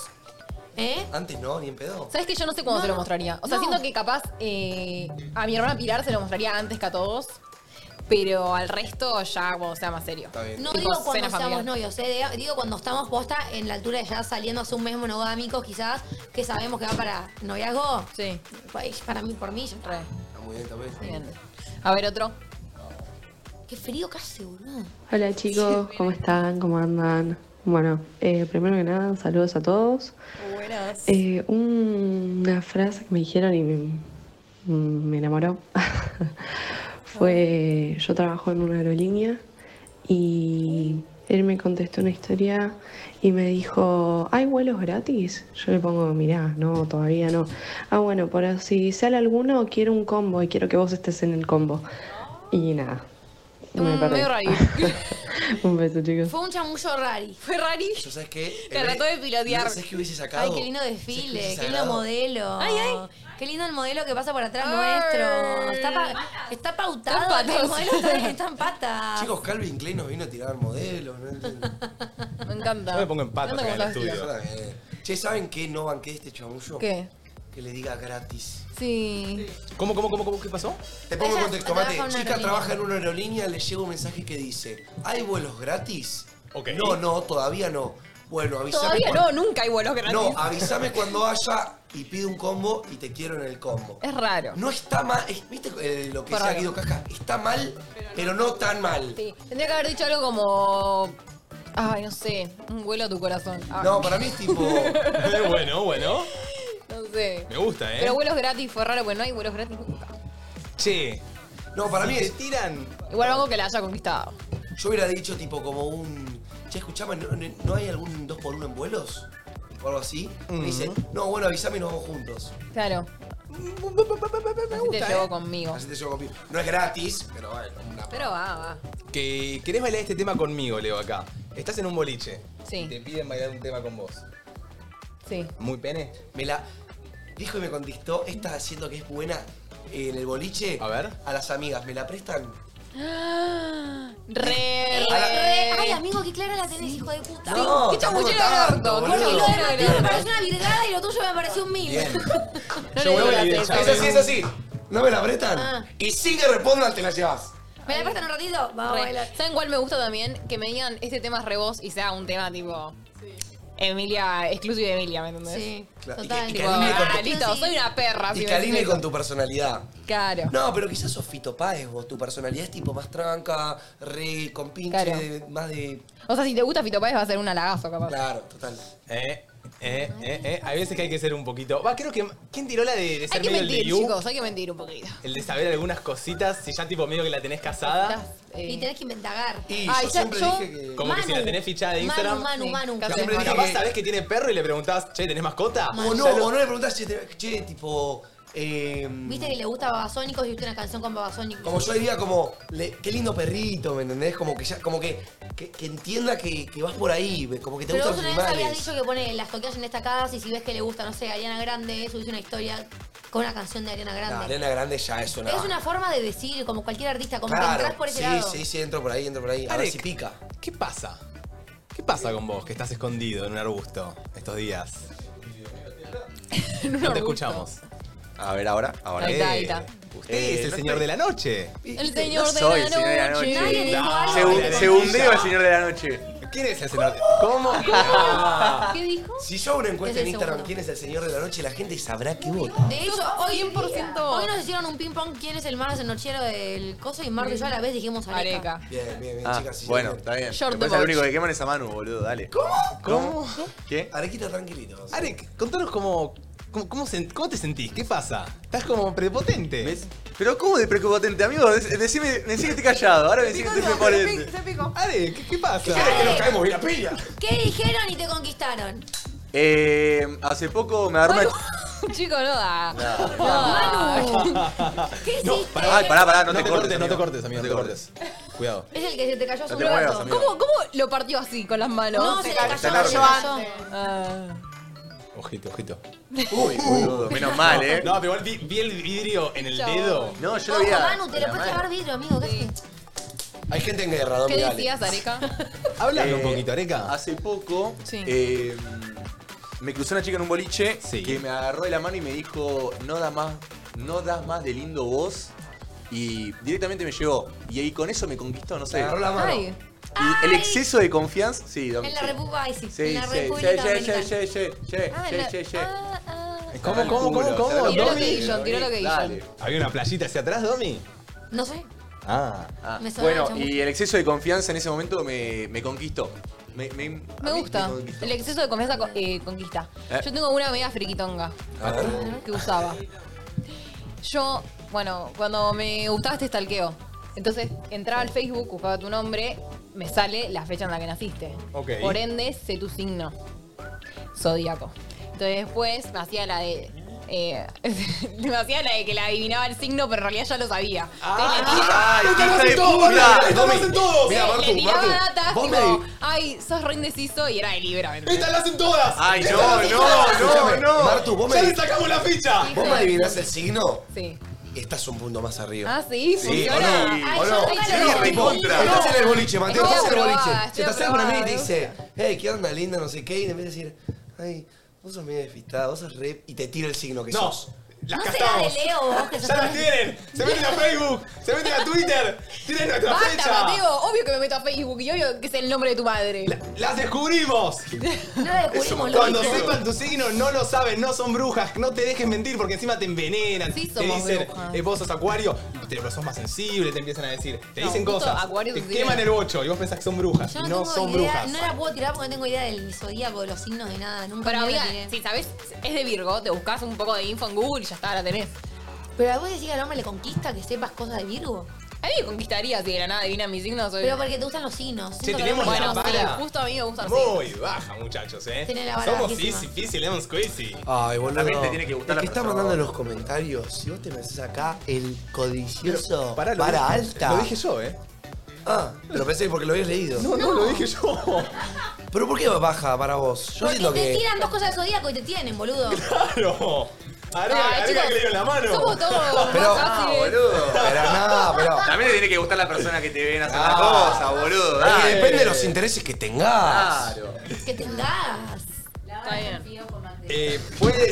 ¿Eh? Antes no, ni en pedo. ¿Sabes que yo no sé cuándo No, se lo no, mostraría? O sea, no. siento que capaz eh, a mi hermana Pilar se lo mostraría antes que a todos, pero al resto ya cuando sea más serio. No Tipo, digo cuando cena estamos familiar. novios, eh, de- digo cuando estamos posta en la altura de ya saliendo hace un mes monogámicos quizás, que sabemos que va para noviazgo. Pues, Sí. Para mí, por mí, ya está. Está muy bien, está muy bien. A ver, otro. Qué frío que hace, boludo. Hola chicos, ¿cómo están? ¿Cómo andan? Bueno, eh, primero que nada, saludos a todos. Buenas. Eh, un- una frase que me dijeron y me, me enamoró fue, yo trabajo en una aerolínea y él me contestó una historia y me dijo, ¿hay vuelos gratis? Yo le pongo, mirá, no, todavía no. Ah, bueno, por si sale alguno, quiero un combo y quiero que vos estés en el combo. Y nada. Me Mm, perdí. medio rari. un beso, chicos. Fue un chamullo rari. Fue rari. Yo sabes qué. Te trató de pilotear. ¿Sabes qué hubiese sacado? Ay, qué lindo ¿Sabés desfile, hubiese qué lindo sacado? modelo. Ay, ay. Qué lindo el modelo que pasa por atrás nuestro. Está, pa- está pautado. Están patas. el modelo está, está en patas. Chicos, Calvin Klein nos vino a tirar modelos. ¿no? entiendo. Me encanta. Yo me pongo en patas acá en el estudio. Está bien. eh. Che, ¿saben qué no banqué de este chamullo? ¿Qué? Que le diga gratis. Sí. ¿Cómo, cómo, cómo, cómo? ¿Qué pasó? Te pongo en Ella contexto, trabaja Mate. en una Chica aerolínea. trabaja en una aerolínea, le llega un mensaje que dice, ¿hay vuelos gratis? No, no, todavía no. Bueno, avísame. Todavía no, cuando- nunca hay vuelos gratis. No, avísame cuando haya y pido un combo y te quiero en el combo. Es raro. No está mal, es- ¿viste eh, lo que Por decía raro. Guido Casca? Está mal, pero no tan mal. Sí. Tendría que haber dicho algo como. Ay, no sé. Un vuelo a tu corazón. Ah, No, para mí es tipo... Oh, bueno, bueno. No sé. Me gusta, ¿eh? Pero vuelos gratis fue raro, porque no hay vuelos gratis nunca. Che. No, para Si mí te es... tiran... Igual algo que la haya conquistado. Yo hubiera dicho tipo como un... Che, escuchame, ¿no, no- no hay algún 2x1 en vuelos? O algo así. Me dice, no, bueno, avísame y nos vamos juntos. Claro. Así te gusta, llevo eh. conmigo. Así te llevo conmigo. No es gratis, pero bueno. una- Pero va, va. Que querés bailar este tema conmigo, Leo, acá. Estás en un boliche. Sí. Te piden bailar un tema con vos. Sí. ¿Muy pene? Me la dijo y me contestó, esta haciendo que es buena eh, en el boliche. A ver. A las amigas, ¿me la prestan? Re, Eh, re. Ay, amigo, qué clara la tenés, hijo de puta. No, ¿Qué chamullero tampoco tanto, del orto? boludo. Porque lo de Mateo me pareció una virgada y lo tuyo me pareció un mime. Yo le vuelvo digo a la Es teta. así, es así. ¿No me la prestan? Ah. Y sin que respondan, te la llevas. ¿Me la prestan un ratito? Vamos a Re. bailar. ¿Saben cuál me gusta también? Que me digan este tema es re vos y sea un tema tipo. Emilia, exclusivo de Emilia, ¿me entendés? Sí. Claro, y que- Total. y que Tipo, alinee con ah, tu- listo, soy una perra. si Y me que alinee decís con tu personalidad. eso. Claro. No, pero quizás sos Fito Páez vos. Tu personalidad es tipo más tranca, re con pinche, Claro. de- más de... O sea, si te gusta Fito Páez va a ser un halagazo, capaz. Claro, total. Eh, eh, eh, eh. Hay veces que hay que ser un poquito. Va, creo que. ¿Quién tiró la de, de ser Hay que medio mentir, el de you? chicos, hay que mentir un poquito. El de saber algunas cositas, si ya tipo medio que la tenés casada. Y tenés que inventagar. Y yo siempre dije que- Como que si la tenés fichada de Instagram. Eh, Manu, Manu, Yo Manu. siempre dije Capaz que- sabés que tiene perro y le preguntás, che, ¿tenés mascota? O no, Ya lo- o no le preguntás, che, te- che, tipo... em, Viste que le gusta Babasónicos y viste una canción con Babasónicos. Como yo diría, como, le- qué lindo perrito, ¿me entendés? Como que ya, como que, que, que entienda que, que vas por ahí, ¿ve? como que te Pero vos gustan los una vez habías animales. dicho que pone las toquillas en esta casa y si ves que le gusta, no sé, Ariana Grande, subís una historia con una canción de Ariana Grande. No, Ariana Grande ya es una. Es una forma de decir, como cualquier artista, como que Claro, entras por ese sí, lado. sí, sí, entro por ahí, entro por ahí. A ver Tarek. si pica. ¿Qué pasa? ¿Qué pasa con vos que estás escondido en un arbusto estos días? no te escuchamos. A ver, ahora, ahora. Eh, Usted Eh, es el no señor estoy- de la noche. El señor de Soy la el señor de la noche. noche. Nadie dijo No, algo. segun- Nadie Segundeo dijo. el señor de la noche. ¿Quién es el señor? ¿Cómo? ¿Qué dijo? Si yo hago una Es encuesta el en Instagram, segundo. ¿quién es el señor de la noche? La gente sabrá qué vota. De hecho, hoy, hoy nos hicieron un ping-pong quién es el más nochero del coso y Marco y yo a la vez dijimos Areca. Bien, bien, bien, Ah, chicas. sí, bueno, sí. está bien. Short Después the el boat. único que queman es a Manu, boludo, dale. ¿Cómo? ¿Cómo? ¿Qué? Arequita, tranquilito. Arek, contanos cómo, cómo, cómo sen- cómo te sentís, qué pasa. Estás como prepotente. Pero ¿cómo de prepotente, amigo? Dec- Decime, me decís que estoy callado, ahora me decís que estoy prepotente. Se picó. Arek, ¿qué, pasa? ¿Querés que nos caemos bien la pilla? ¿Qué dijeron y te conquistaron? Eh, hace poco me agarró una... Chico, no da. No. No da. ¿Qué hiciste? Ay, pará, pará, no, No te, cortes, te cortes, no te amigo. cortes, amigo, no te cortes. Cuidado. Es el que se te cayó No su te muevas, brazo. amigo. ¿Cómo, ¿Cómo lo partió así con las manos? Ah, No, se le cayó, se Está le largo. cayó. Ojito, ojito. Uy, boludo, menos mal, eh. No, pero igual vi, vi el vidrio en el Chao. dedo. No, yo Ojo, lo vi a... Manu, te lo puedes clavar vidrio, amigo. ¿qué haces? Hay gente en guerra, don ¿Qué Vidal. decías, Areca? Hablando Eh, un poquito, Areca. Hace poco Sí. eh, me cruzó una chica en un boliche que me agarró de la mano y me dijo, no das más, no das más de lindo vos. Y directamente me llegó. Y ahí con eso me conquistó, no sé. Te agarró la mano. Ay, Y el exceso de confianza. Sí, dame- En la sí. República, ay, sí. en Sí, la sí, sí, República sí, sí, Dominicana. sí, sí, sí, Ah, en la- sí, sí, sí. ¿Cómo, Dale, cómo, culo, cómo, cómo? dale, Tiró lo Domi. que hizo, tiró lo que hizo. Dale. Había una playita hacia atrás, Domi. No sé. Ah. Ah, Me sonaba bueno, mucho. y el exceso de confianza en ese momento me, me conquistó. Me, me- a mí Me gusta. conquistó. El exceso de confianza co- eh, conquista. Eh. Yo tengo una media friquitonga A ver. que usaba. Yo, bueno, cuando me gustaba este stalkeo. Entonces entraba al Facebook, buscaba tu nombre, me sale la fecha en la que naciste. Ok. Por ende, sé tu signo. Zodíaco. Entonces después me hacía la de. eh, me hacía la de que la adivinaba el signo, pero en realidad ya lo sabía. Ah, Entonces, le tiraba- ¡Ay, hija de Hola, puta! Domi. Mira, le Martu, tiraba Martu. datas, Vos tipo, me- ay, sos re indeciso y era de Libra. ¿me entendés? ¡Estas las hacen todas! ¡Ay, no, no, Escuchame, no, no! Martu, vos me, ¡Ya le sacamos la ficha! vos me adivinás el signo. Sí. Estás un punto más arriba. Ah, sí, Sí, funciona. o no, Ay, o yo no. nunca Sí, lo vi. tipo, recontra. Estás en el boliche, Mateo, Estoy estás en el aprobada, boliche. estoy Te pasás por mí y te aprobada, dice, hey, qué onda linda, no sé qué, y en vez de decir, ay, vos sos medio despistada, vos sos rep, y te tira el signo que No. sos. Las ¿No será de castamos. Leo vos que sos ¡Ya las tan- tienen! ¡Se meten a Facebook! ¡Se meten a Twitter! ¡Tienen nuestra Basta, fecha! Mateo, obvio que me meto a Facebook y obvio que es el nombre de tu madre. ¡Las descubrimos! No la descubrimos, lo Cuando viste. sepan tu signo, no lo saben, no son brujas, no te dejes mentir porque encima te envenenan. Sí te somos dicen, brujas. eh, vos sos acuario, te, pero sos más sensible, te empiezan a decir. Te No, dicen justo cosas. Acuario te sí. queman el bocho y vos pensás que son brujas. Yo y no, No, tengo son idea, brujas. no la puedo tirar porque no tengo idea del zodíaco, de los signos, de nada. Nunca Pero me amiga, la tiré. si sabes, es de Virgo, te buscas un poco de info en Google y ya está, la tenés. Pero vos decís que al hombre le conquista que sepas cosas de Virgo. A mí me conquistaría si de la nada adivina mis signos. soy- Pero porque te gustan los signos. Siento que tenemos no- la- bueno, sí, vara. justo a mí me gustan los signos. Muy baja, muchachos, eh. Tiene la vara Somos bajísima. easy, peasy, lemon squeezy. Ay, boludo. También te tiene que gustar el la que está persona. mandando en los comentarios, si vos te pensás acá, el codicioso Pará, para, lo dije- alta. Lo dije yo, eh. Ah, lo pensé porque lo habías leído. No, no, lo dije yo. Pero ¿por qué baja para vos? Yo Porque siento te que... tiran dos cosas de zodíaco y te tienen, boludo. Claro. Arriba, Ay, arriba chicos, que le dio la mano. Somos todos Pero- fáciles. Boludo. Pero nada, pero... También te tiene que gustar la persona que te ven hacer las Ah. cosas, boludo. Porque Dale. depende de los intereses que tengas. Claro. Que tengas. Está bien. Eh, puede.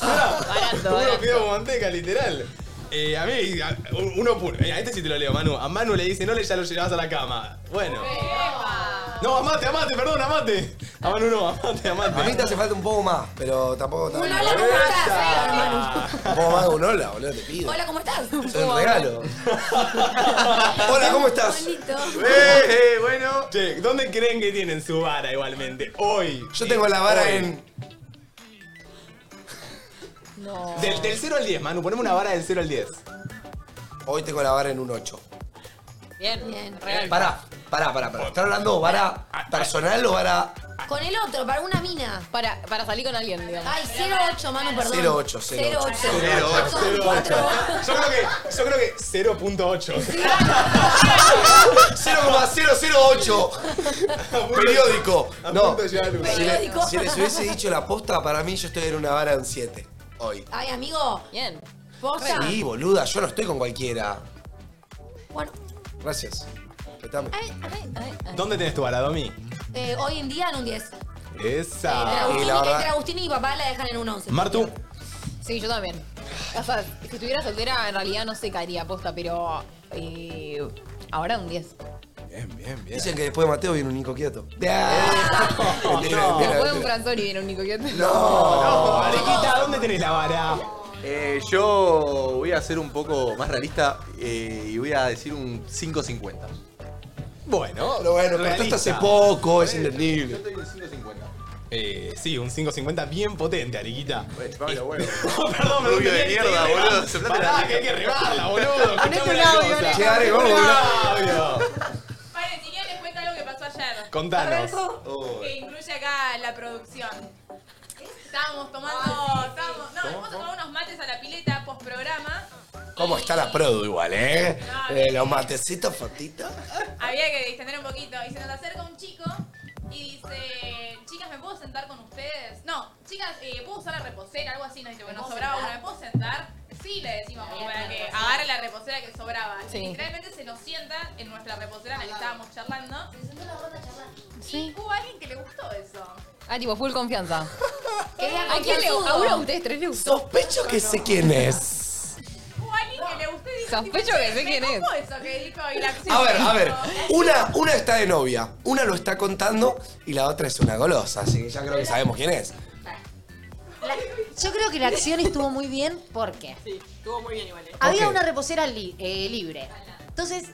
Barato, uno barato. pide con manteca, literal. Eh, a mí, a- uno puro. Mira, este sí te lo leo, Manu. A Manu le dice, no le ya lo llevas a la cama. Bueno. No, amate, amate, perdón, amate. A Manu no, amate, A mí te amate. hace falta un poco más, pero tampoco... Un tampoco hola, ¿cómo estás? Un poco más de un hola, boludo, te pido. Hola, ¿cómo estás? Es un regalo. Hola, ¿cómo estás? Bonito. Eh, eh, bueno. Che, ¿dónde creen que tienen su vara igualmente? Hoy. Yo tengo la vara Hoy. en... No. Del, del 0 al 10, Manu, poneme una vara del 0 al 10. Hoy tengo la vara en un 8. Bien, Bien. real. Pará, pará, pará, pará. ¿Estás hablando Ah, vara personal o vara Con el otro, para una mina. Para, para salir con alguien, digamos. Ay, 08, mano, perdón. 08, 08. 08. Cero, ocho. Son cuatro. Yo creo que, yo creo que 0.8. 0,008 periódico? A No. punto de llegar al uno. Si le, si les hubiese dicho la posta, para mí yo estoy en una vara en 7. hoy. Ay, amigo. Bien. Posta. Sí, boluda, yo no estoy con cualquiera. Bueno. Gracias. Respetame. ¿Dónde tenés tu vara, Domi? Eh, hoy en día en un 10. Esa. Agustín, entre Agustín y mi papá la dejan en un 11. Martu. Sí, yo también. O sea, si estuviera soltera, en realidad no sé caería aposta, pero. eh, ahora un 10. Bien, bien, bien. Dicen que después de Mateo viene un Nico Quieto. Después un Franzoni viene un Nico Quieto. No, Mariquita, ¿dónde tenés la vara? Eh, yo voy a ser un poco más realista eh, y voy a decir un 5.50. Bueno, Pero bueno, pero esto está hace poco, es entendible. Eh, sí, un 550 bien potente, Ariquita. Pablo, bueno. Perdón, pero Rubio de mierda, boludo. Aceptate la Pará, mierda. que hay que rebarla, boludo. este Escuchame un audio, una cosa. Ale. Che, Ale, Ponete un vamos, audio. Vale, si quieren les cuento algo que pasó ayer. Contanos. Que incluye acá la producción. Estábamos Ah, tomando. Estábamos, no, hemos tomado unos mates a la pileta post programa. ¿Cómo está la produ igual, eh? Eh, los matecitos, fotitos. Había que distender un poquito. Y se nos acerca un chico y dice: Chicas, ¿me puedo sentar con ustedes? No, chicas, eh, ¿puedo usar la reposera? Algo así. Nos dice: Bueno, puedo sobraba sentar? una. ¿Me puedo sentar? Sí, le decimos como para que agarre la reposera que sobraba. Sí. Y literalmente se nos sienta en nuestra reposera en la que estábamos charlando. Se sentó la rota a charlar. Y hubo alguien que le gustó eso. Ah, tipo, full confianza. era ¿A quién le confianzudo. ¿A uno de ustedes tres le gustó? Sospecho que sé quién es. Hubo alguien que le gustó y dijo, Sospecho tipo, que sé "Che, quién me es". copo eso que dijo y la acción A ver, que a ver. hizo. Una, una está de novia, una lo está contando y la otra es una golosa, así que ya creo que sabemos quién es. Yo creo que la acción estuvo muy bien porque Sí, estuvo muy bien igual. eh. había una reposera li- eh, libre. Entonces,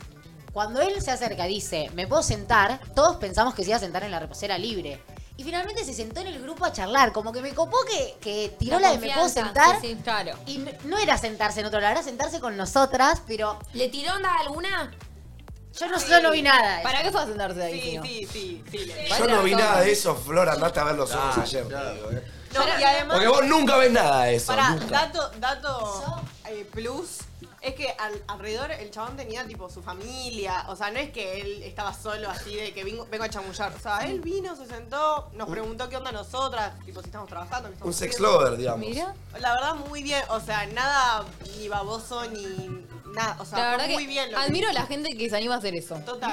cuando él se acerca y dice, me puedo sentar, todos pensamos que se iba a sentar en la reposera libre. Y finalmente se sentó en el grupo a charlar, como que me copó que, que tiró la, La de me puedo confianza, sentar. sí, sí. Y n- no, era sentarse en otro lado, era sentarse con nosotras, pero... ¿Le tiró onda alguna? Yo no, yo no vi nada. ¿Para qué fue a sentarse ahí? Sí, sí, sí, Yo no vi nada de eso, Flor, andate a ver los ojos ayer. digo, eh. No, y además. Porque vos nunca ves nada de eso. Pará, nunca. dato, dato eh, plus. Es que al- alrededor el chabón tenía tipo su familia. O sea, no es que él estaba solo así de que vengo, vengo a chamullar. O sea, él vino, se sentó, nos preguntó qué onda nosotras, tipo si estamos trabajando. qué estamos Un sex haciendo. lover, digamos. Mira. La verdad, muy bien. O sea, nada ni baboso ni nada. O sea, la verdad fue muy que bien. lo que admiro a hizo. la gente que se anima a hacer eso. Total.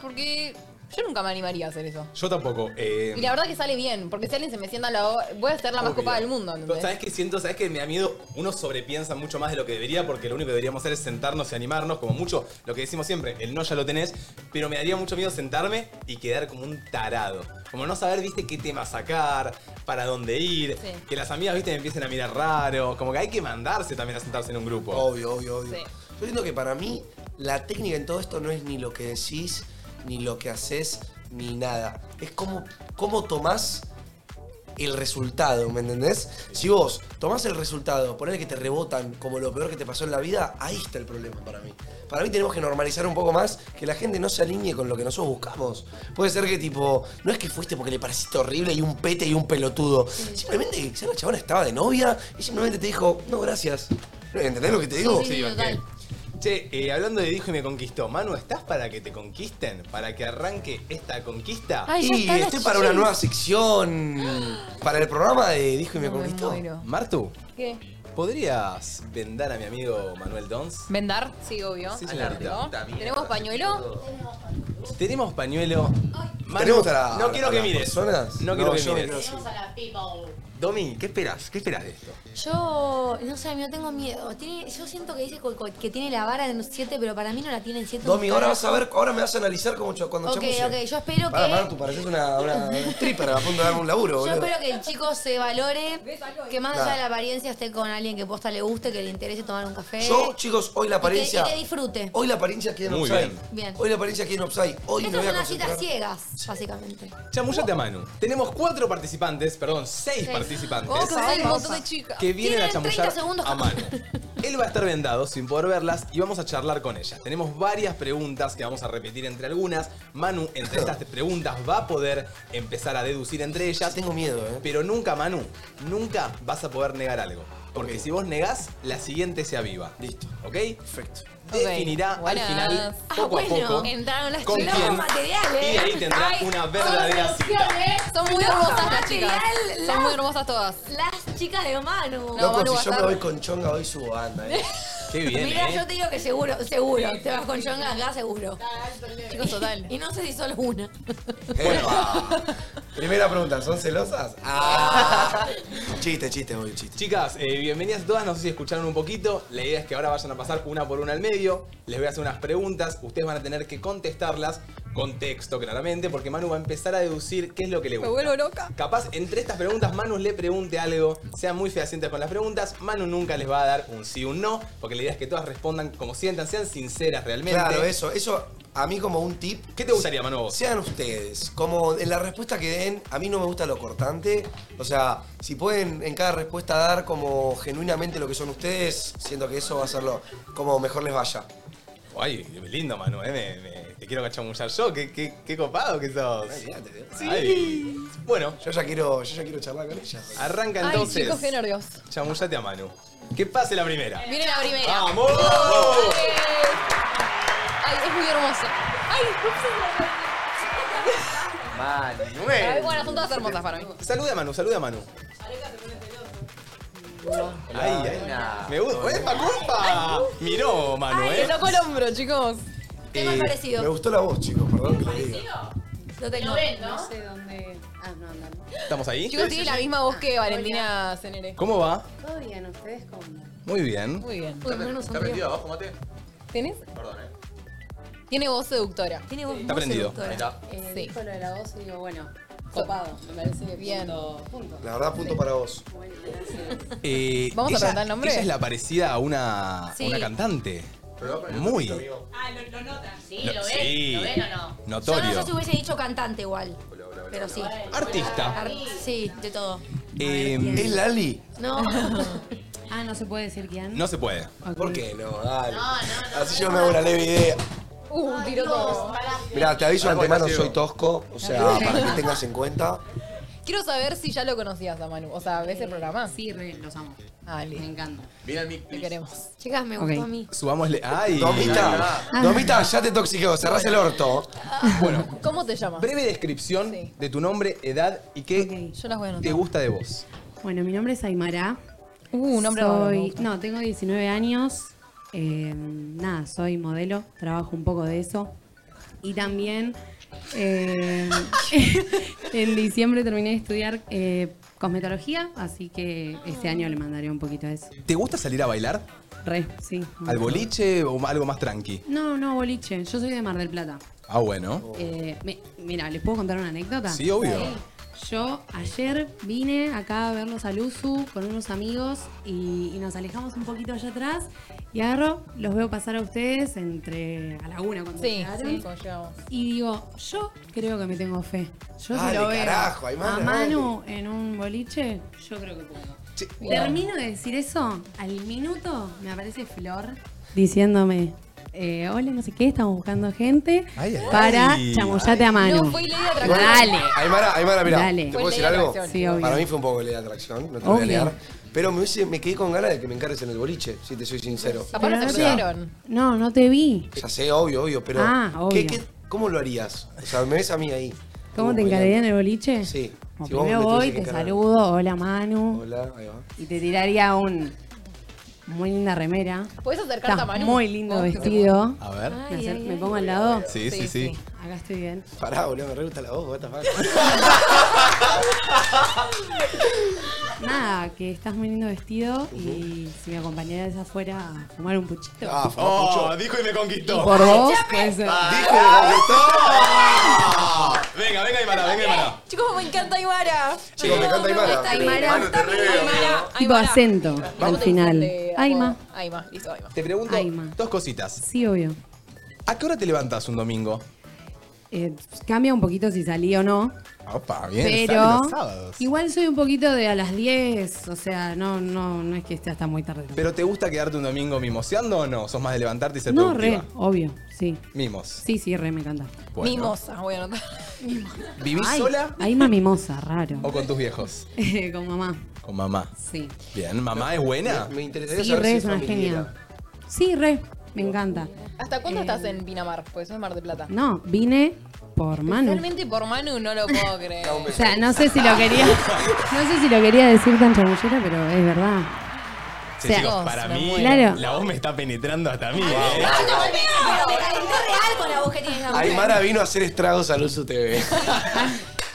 Porque yo nunca me animaría a hacer eso. Yo tampoco. eh, Y la verdad que sale bien, porque si alguien se me sienta al lado, voy a ser la más Obvio. copada del mundo, Pero, ¿entendés? ¿Sabes qué siento? ¿Sabes que me da miedo? Uno sobrepiensa mucho más de lo que debería porque lo único que deberíamos hacer es sentarnos y animarnos, como mucho lo que decimos siempre, el no ya lo tenés, pero me daría mucho miedo sentarme y quedar como un tarado. Como no saber, viste, qué tema sacar, para dónde ir, Sí. que las amigas, viste, me empiecen a mirar raro, como que hay que mandarse también a sentarse en un grupo. Obvio, obvio, obvio. Sí. Yo siento que para mí la técnica en todo esto no es ni lo que decís, ni lo que haces, ni nada. Es cómo, cómo tomás el resultado, ¿me entendés? Si vos tomás el resultado, ponele que te rebotan como lo peor que te pasó en la vida, ahí está el problema para mí. Para mí tenemos que normalizar un poco más que la gente no se alinee con lo que nosotros buscamos. Puede ser que tipo, no es que fuiste porque le pareciste horrible y un pete y un pelotudo. Simplemente ya la chabona estaba de novia y simplemente te dijo, no, gracias. ¿Entendés lo que te digo? banqué. Che, eh, hablando de Dijo y me conquistó, Manu, ¿estás para que te conquisten? ¿Para que arranque esta conquista? Ah, y estoy para una nueva sección. Ah, Para el programa de Dijo y me conquistó. Martu, ¿Qué? ¿podrías vendar a mi amigo Manuel Dons? ¿Vendar? Sí, obvio. Sí, señorita. Claro. Puta mierda. ¿Tenemos pañuelo? Tenemos pañuelo. Manu, ¿Tenemos a la- no quiero a que las mires. personas? No quiero No, que yo me mires. quedo a la people. Domi, ¿qué esperas? ¿Qué esperas de esto? Yo, no sé, a mí no tengo miedo. Tiene- yo siento que dice co- co- que tiene la vara en 7, pero para mí no la tiene en 7. Domi, ahora vas a ver, ahora me vas a analizar como cho- cuando Ok, chamulle. ok, yo espero Pará, que- pará, tú pareces una, una stripper a punto de darme un laburo, Yo boludo. espero que el chico se valore, que más allá Claro. de la apariencia esté con alguien que posta le guste, que le interese tomar un café. Yo, chicos, hoy la Y que- apariencia. Y que, disfrute. Hoy la apariencia queda en Muy offside. bien. Bien. Hoy la apariencia queda en offside. Hoy me Estas voy a son las citas concentrar. ciegas, básicamente. Chamullate a Manu. Tenemos cuatro participantes, perdón, seis participantes. Oh, que hay un montón de chicas. que vienen a Tienen 30 chamullar segundos. a mano. Él va a estar vendado sin poder verlas y vamos a charlar con ellas. Tenemos varias preguntas que vamos a repetir entre algunas. Manu, entre estas preguntas, va a poder empezar a deducir entre ellas. Tengo miedo, ¿eh? Pero nunca, Manu, nunca vas a poder negar algo. Porque si vos negás, la siguiente se aviva. Listo. ¿Ok? Perfecto. Definirá Buenas. al final, Ah, poco bueno, a poco, entraron las con chicas. quién. Nuevos materiales. Y ahí tendrá Ay, una verdadera son cita. Son muy Nuevo hermosas las chicas. material, Son las- muy hermosas todas. Las chica de Manu. Loco, si yo me voy con ¿eh? chonga, hoy subo banda, eh. Qué eh. Mira, yo te digo que seguro, seguro. Te vas con John Ganga, seguro. Chicos, total. Y no sé si solo una. Primera pregunta, ¿son celosas? Chiste, chiste, hoy, chiste. Ah. Chicas, eh, bienvenidas todas. No sé si escucharon un poquito. La idea es que ahora vayan a pasar una por una al medio. Les voy a hacer unas preguntas. Ustedes van a tener que contestarlas con texto, claramente, porque Manu va a empezar a deducir qué es lo que le gusta. loca. Capaz entre estas preguntas Manu le pregunte algo, sean muy fehacientes con las preguntas, Manu nunca les va a dar un sí o un no, porque la idea es que todas respondan como sientan, sean sinceras realmente. Claro, eso, eso a mí como un tip. ¿Qué te gustaría, Manu? vos? Sean ustedes, como en la respuesta que den, a mí no me gusta lo cortante. O sea, si pueden en cada respuesta dar como genuinamente lo que son ustedes, siento que eso va a hacerlo como mejor les vaya. Ay, lindo, Manu, eh, me- me- te quiero cachamullar yo, qué, qué- qué copado que sos. Ay. Bueno. Yo ya quiero, yo ya quiero charlar con ella. Arranca Ay, entonces. chicos, qué nervios. Chamullate a Manu. Que pase la primera. Viene la primera. ¡Vamos! Ay, es muy hermosa. Ay, Ay, bueno, son todas hermosas para mí. Saluda a Manu, saluda a Manu. Ay, ay. eh. Me gusta. ¡Epa, culpa! Miró, Manu, Ay, eh. le tocó el hombro, chicos. Eh, parecido? Me gustó la voz, chicos, perdón que lo diga. Lo tengo. Lo ven, ¿no? sé dónde. Ah, no, no. ¿Estamos ahí? Chicos, tiene la misma voz que Valentina Cenere. ¿Cómo va? Todo bien, ¿ustedes cómo? Muy bien. Muy bien. ¿Está prendido abajo, mate? ¿Tenés? Perdón, eh. Tiene voz seductora. Tiene voz Está prendido. Ahí está. Eh, Dijo lo de la voz y digo, bueno, copado. Me parece que Bien. punto. punto. La verdad, punto para vos. Eh, ¿Vamos a ella- preguntar el nombre? Ella es la parecida a una, a Sí. una cantante. Muy. No- Ah, lo, lo notas. Sí, Notorio. Yo no sé si hubiese dicho cantante igual. Pero sí. Artista. Ar- sí, de todo. Eh, ¿Es Lali? No. Ah, no se puede decir quién. No se puede. ¿Por qué no? Dale. No, Así yo me hago una leve idea. Uh, tiró todo. Mirá, te aviso de Algo antemano, pasivo. soy tosco. O sea, para que tengas en cuenta. Quiero saber si ya lo conocías a Manu. O sea, ¿ves el programa? Eh, Sí, los amo. Me encanta. Viene al mic, Te queremos. Chicas, me gustó a mí. Subámosle. ¡Ay! Domita, Ah. Domita, ya te toxiqueo, cerrás el orto. ¿Cómo te llamas? Breve descripción de tu nombre, edad y qué Yo las voy a anotar. te gusta de vos. Bueno, mi nombre es Aymara. Uh, un nombre raro, me soy, gusta. No, tengo 19 años. Eh, nada, soy modelo, trabajo un poco de eso. Y también eh, en diciembre terminé de estudiar eh, cosmetología, así que este año le mandaré un poquito a eso. ¿Te gusta salir a bailar? Re, sí. ¿Al boliche o algo más tranqui? No, no, boliche. Yo soy de Mar del Plata. Ah, bueno. Eh, mi- mira, ¿les puedo contar una anécdota? Sí, obvio. Yo ayer vine acá a verlos a Luzu con unos amigos y, y nos alejamos un poquito allá atrás y agarro, los veo pasar a ustedes entre a la una cuando Sí, llegaron. sí, cuando llegamos. Y digo, yo creo que me tengo fe. Yo se Dale, lo veo carajo, Aymara, a Manu en un boliche, yo creo que puedo. Termino de decir eso, al minuto me aparece Flor diciéndome, eh, hola, no sé qué, estamos buscando gente para ay. chamullate a mano. No, fue ley de atracción. Dale. Aymara, Aymara, mira, Dale. ¿te Fue puedo ley decir de algo? atracción, Sí, obvio. Para mí fue un poco ley de atracción, no te lo voy a Obvio. negar. Pero me, hubiese- me quedé con ganas de que me encares en el boliche, si te soy sincero. Pero no, O te- sea, no, no te vi. Ya sé, obvio, obvio, pero. Ah, ¿qué- obvio. qué- ¿Cómo lo harías? O sea, me ves a mí ahí. ¿Cómo te encararía en el boliche? Sí. Como Si vos primero me voy, tuviese que te encarar. saludo, hola Manu. Hola, ahí va. Y te tiraría un muy linda remera. ¿Puedes acercarte Está a Manu? Oh, Muy lindo Vos que vestido. A ver. Me, acer- me pongo al lado. Sí, sí, sí. Acá estoy bien. Pará, boludo, me re gusta la voz, what the fuck. Ah, Nada, que estás muy lindo vestido y si me acompañaras afuera a fumar un puchito. Ah, Oh, dijo y me conquistó. Y por vos, puede ser. Ah, Venga, venga, Aymara, venga, Aymara. Chicos, me encanta Aymara. Chicos, me encanta Aymara. Manu, te re veo, Tipo acento al final. Aima. Aima, listo, Aima. Te pregunto dos cositas. Sí, obvio. ¿A qué hora te levantas un domingo? Eh, cambia un poquito si salí o no. Opa, bien, sale pero los sábados. igual soy un poquito de a las 10. O sea, no, no, no es que esté hasta muy tarde. ¿Pero te gusta quedarte un domingo mimoseando o no? ¿Sos más de levantarte y ser No, re, productiva? obvio, sí. Mimos. Sí, sí, re, me encanta. Bueno. Mimosa, voy a anotar. ¿Vivís Ay, sola Aima mimosa, raro. o con tus viejos? Con mamá, Con mamá. sí. Bien, ¿mamá es buena? Me interesaría Sí, re, es una genia. Sí, re, me encanta. Eh. ¿Hasta cuándo estás en Pinamar? Pues eso es Mar de Plata. No, vine por Manu. Realmente por Manu no lo puedo creer. O sea, no sé si lo quería, no sé si lo quería decir tan chamullera, pero es verdad. Che, O sea, chicos, para me mí, muero. Claro. la voz me está penetrando hasta a mí. Wow. ¿eh? No, no, no, me calentó real con la voz que tienes. Aymara vino a hacer estragos a Luzu TV.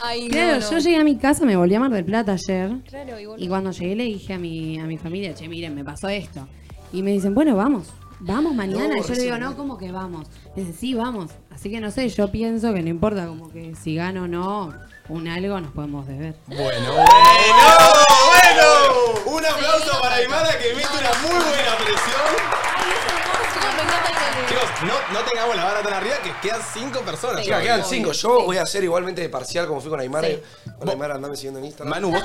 Ay, Claro, no, no. yo llegué a mi casa, me volví a Mar del Plata ayer. Claro, igual. Y cuando llegué le dije a mi, a mi familia, che, miren, me pasó esto. Y me dicen, bueno, vamos, vamos mañana. No, Y yo le digo, recién. no, ¿cómo que vamos? Me dicen, sí, vamos. Así que no sé, yo pienso que no importa como que si gano o no, un algo nos podemos deber. Bueno, bueno, bueno. Un aplauso para Aymara que emite una muy buena presión. Chicos, no, no tengamos la vara tan arriba que quedan cinco personas. Chicas, quedan cinco. Yo voy a hacer igualmente de parcial como fui con Aymara. Con Aymara andame siguiendo en Instagram. Manu, vos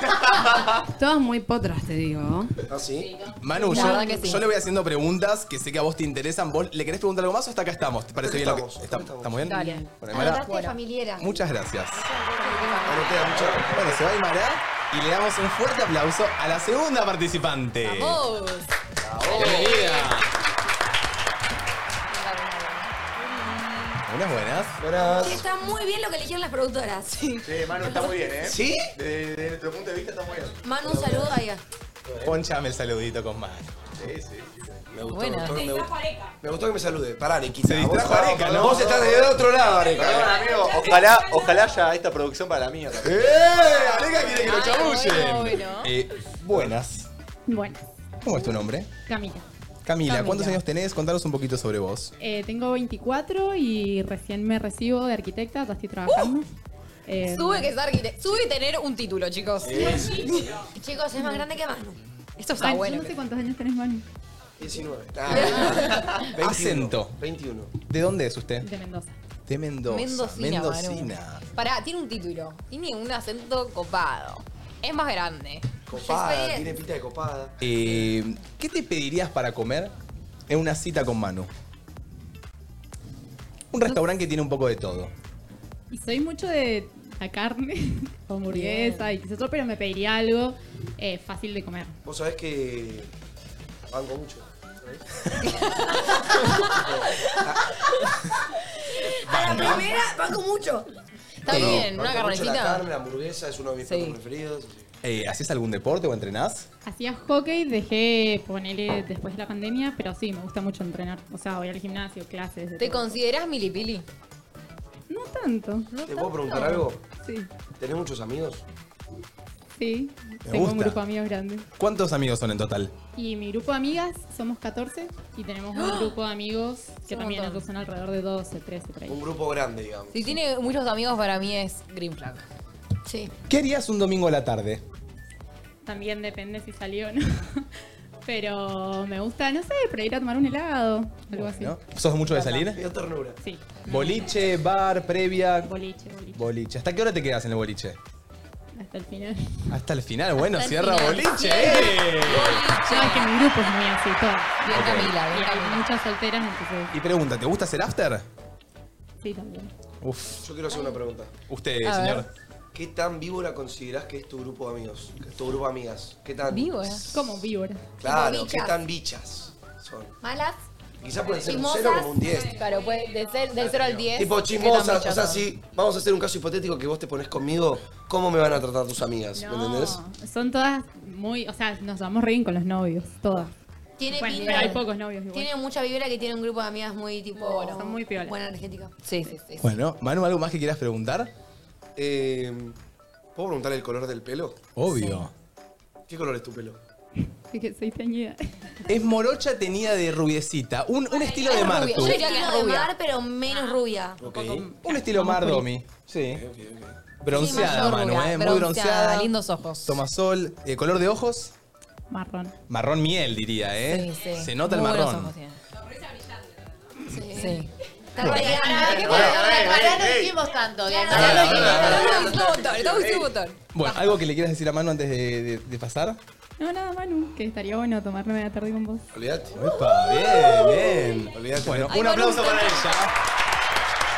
Todas muy potras, te digo. ¿Ah, sí? Manu, La yo, verdad que sí. yo le voy haciendo preguntas que sé que a vos te interesan. ¿Vos le querés preguntar algo más o hasta acá estamos? ¿Te parece bien lo que está- ¿Estamos bien? Dale. Bueno, Aymara, Anotaste familiera. muchas gracias. Bueno, se va Aymara y le damos un fuerte aplauso a la segunda participante. Vamos. Bienvenida. Buenas, buenas. Que está muy bien lo que eligieron las productoras. Sí, Manu, está muy bien, ¿eh? ¿Sí? Desde, desde nuestro punto de vista está muy bien. Manu, un saludo ahí. Ponchame el saludito con Manu. Sí, sí. Me gustó, Buena. me gustó, me Te gustó. Me gustó que me salude. Pará, Arequita. Se distrajo Vos- Areca, ¿no? Vos estás de otro lado, Perdón, Areca. Eh. amigo, ojalá, ojalá haya esta producción para la mía. ¡Eh! Areca quiere que lo Ay, chabullen. bueno, bueno. Eh, buenas. Bueno, ¿Cómo es tu nombre? Camila. Camila, Camila. ¿cuántos años tenés? Contanos un poquito sobre vos. eh, tengo 24 y recién me recibo de arquitecta, ya estoy trabajando. Eh, Uh, Sube que es arquitecto. Sube tener un título, chicos. Chicos, es más grande que Manu. Esto está bueno, Yo no sé cuántos años tenés, Manu. 19. Ah. Acento. 21. ¿De dónde es usted? De Mendoza. De Mendoza. Mendocina, Mendocina. Pará, tiene un título. Tiene un acento copado. Es más grande. Copada, tiene pinta de copada. Eh, ¿Qué te pedirías para comer en una cita con Manu? Un restaurante que tiene un poco de todo. Y soy mucho de la carne, o hamburguesa y quizás otro, pero me pediría algo eh, fácil de comer. Vos sabés que banco mucho. ¿sabés? A la primera, banco mucho. Está No, bien, una banco mucho La carnecita. carne, la hamburguesa es uno de mis platos preferidos. Eh, ¿Haces algún deporte o entrenás? Hacía hockey, dejé ponerle después de la pandemia, pero sí, me gusta mucho entrenar. O sea, voy al gimnasio, clases. de ¿Te todo. considerás milipili? No tanto. ¿Te puedo preguntar algo? Sí, ¿Tenés muchos amigos? sí. Me Tengo un gusta. grupo de amigos grande. ¿Cuántos amigos son en total? Y mi grupo de amigas somos 14 y tenemos ¡Ah! un grupo de amigos que un también montón. nosotros son alrededor de 12, 13, por ahí. Un grupo grande, digamos. Si tiene muchos amigos, para mí es Green Flag. Sí. ¿Qué harías un domingo a la tarde? También depende si salió o no. Pero me gusta, no sé, para ir a tomar un helado, algo así. ¿No? ¿Sos mucho de salir? Yo ternura. Sí. Boliche, bar, previa. Boliche, boliche. Boliche. ¿Hasta qué hora te quedas en el boliche? Hasta el final. Hasta el final. Bueno, Hasta el cierra final. boliche. Bien. ¡eh! No, es que mi grupo es muy así, todo. Bien, Ok. Camila, bien, Y hay Camila. muchas solteras, entonces Y pregunta, ¿te gusta hacer after? sí, también. Uf. Yo quiero hacer una pregunta. Usted, A ver. señor. ¿Qué tan víbora considerás que es tu grupo de amigos? Que es Tu grupo de amigas. ¿Qué tan. Como víbora. Claro, eh. Como ¿qué bichas. tan bichas son? Malas. Quizás pueden ser un 0 como un 10. Claro, puede, de ser- del 0 al 10. Tipo ¿qué tan chismosas, o bichas sea, son? si vamos a hacer un caso hipotético que vos te pones conmigo, ¿cómo me van a tratar tus amigas? ¿Me entendés? Son todas muy, o sea, nos vamos re bien con los novios, todas. Tiene Bueno, pinta- pero hay pocos novios igual. Tiene mucha vibra que tiene un grupo de amigas muy tipo. son muy Buena energética. Sí, sí, sí. Bueno, Manu, ¿algo más que quieras preguntar? Eh, ¿Puedo preguntar el color del pelo? Obvio. ¿Qué color es tu pelo? Es que soy teñida. Es morocha tenida de rubiecita. Un, un estilo de Martu. Yo diría que es es rubia. rubia. de mar, pero menos rubia. Ok. Un estilo Mardomi. Sí. Bronceada, Sí, más Manu, rubia, ¿eh? Muy bronceada. Lindos ojos. Toma sol. Eh, ¿Color de ojos? Marrón. Marrón miel, diría, ¿eh? Sí, sí. Se nota el Muy buenos marrón. ojos tiene. Sí. Está radiante. Pará, ¿qué color? Pará, pará, no dijimos tanto. bien, Pará, pará, pará, no pará, pará, dijimos pará, tanto. pará, pará, pará, pará, pará, pará, pará. Bueno, ¿algo que le quieras decir a Manu antes de, de- de pasar? No, nada, Manu, que estaría bueno tomarme la tarde con vos. Olvídate. Epa, bien, bien. Olvídate. Bueno, Ay, un Manu, aplauso está- para ella.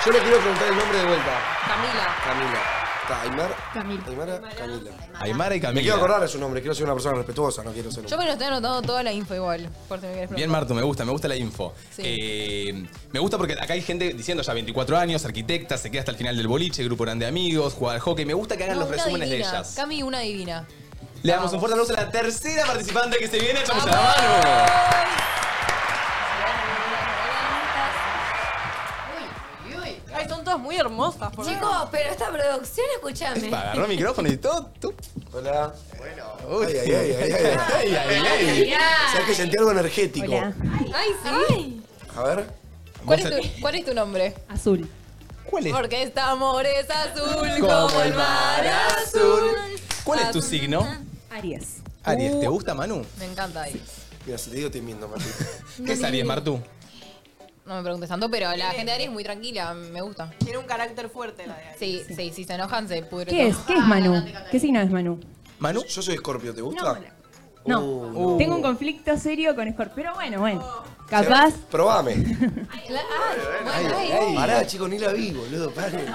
Yo le quiero preguntar el nombre de vuelta. Camila. Camila. Está, Aymar. Camila. Aymara, Camila. Aymara y Camila. Me quiero acordar de su nombre, quiero ser una persona respetuosa, no quiero ser un. Yo me lo estoy anotando toda la info igual, por si me querés Bien, preguntar. Martu, me gusta, me gusta la info. Sí. Eh, me gusta porque acá hay gente diciendo ya 24 años, arquitecta, se queda hasta el final del boliche, grupo grande de amigos, juega al hockey. Me gusta que hagan No, los una resúmenes divina. de ellas. Cami, una divina. Le damos un fuerte aplauso a la tercera participante que se viene. ¡Echamos a la mano! Uy, uy, uy. Ay, son todas muy hermosas, por Chicos, pero esta producción, escúchame. Agarró el micrófono y todo. tú. Hola. Bueno. Ay, ay, ay, ay, ay. Ay, ay, ay. Sabes que sentí algo energético. Ay, sí. A ver. ¿Cuál es, tu, cuál es tu nombre? Azul. ¿Cuál es? Porque este amor es azul Como como el el mar mar azul. ¿Cuál es tu signo? Ah, Aries. Aries, ¿te Uh. gusta, Manu? Me encanta ahí. Mira, si te digo, te miento, Martín. ¿Qué es Aries, Martu? No me preguntes tanto, pero la gente de Aries es muy tranquila, me gusta. Tiene un carácter fuerte la de Aries. Sí, sí, si se enojan se pudre ¿Qué es? todo. ¿Qué es Manu? ¿Qué signo es Manu? ¿Manu? Yo soy escorpio, ¿te No, gusta? No. Uh, Tengo un conflicto serio con Scorpio. Pero bueno, bueno. Capaz. Probame. Ay, ay, ay. Pará, chicos, ni la vi, boludo, paren.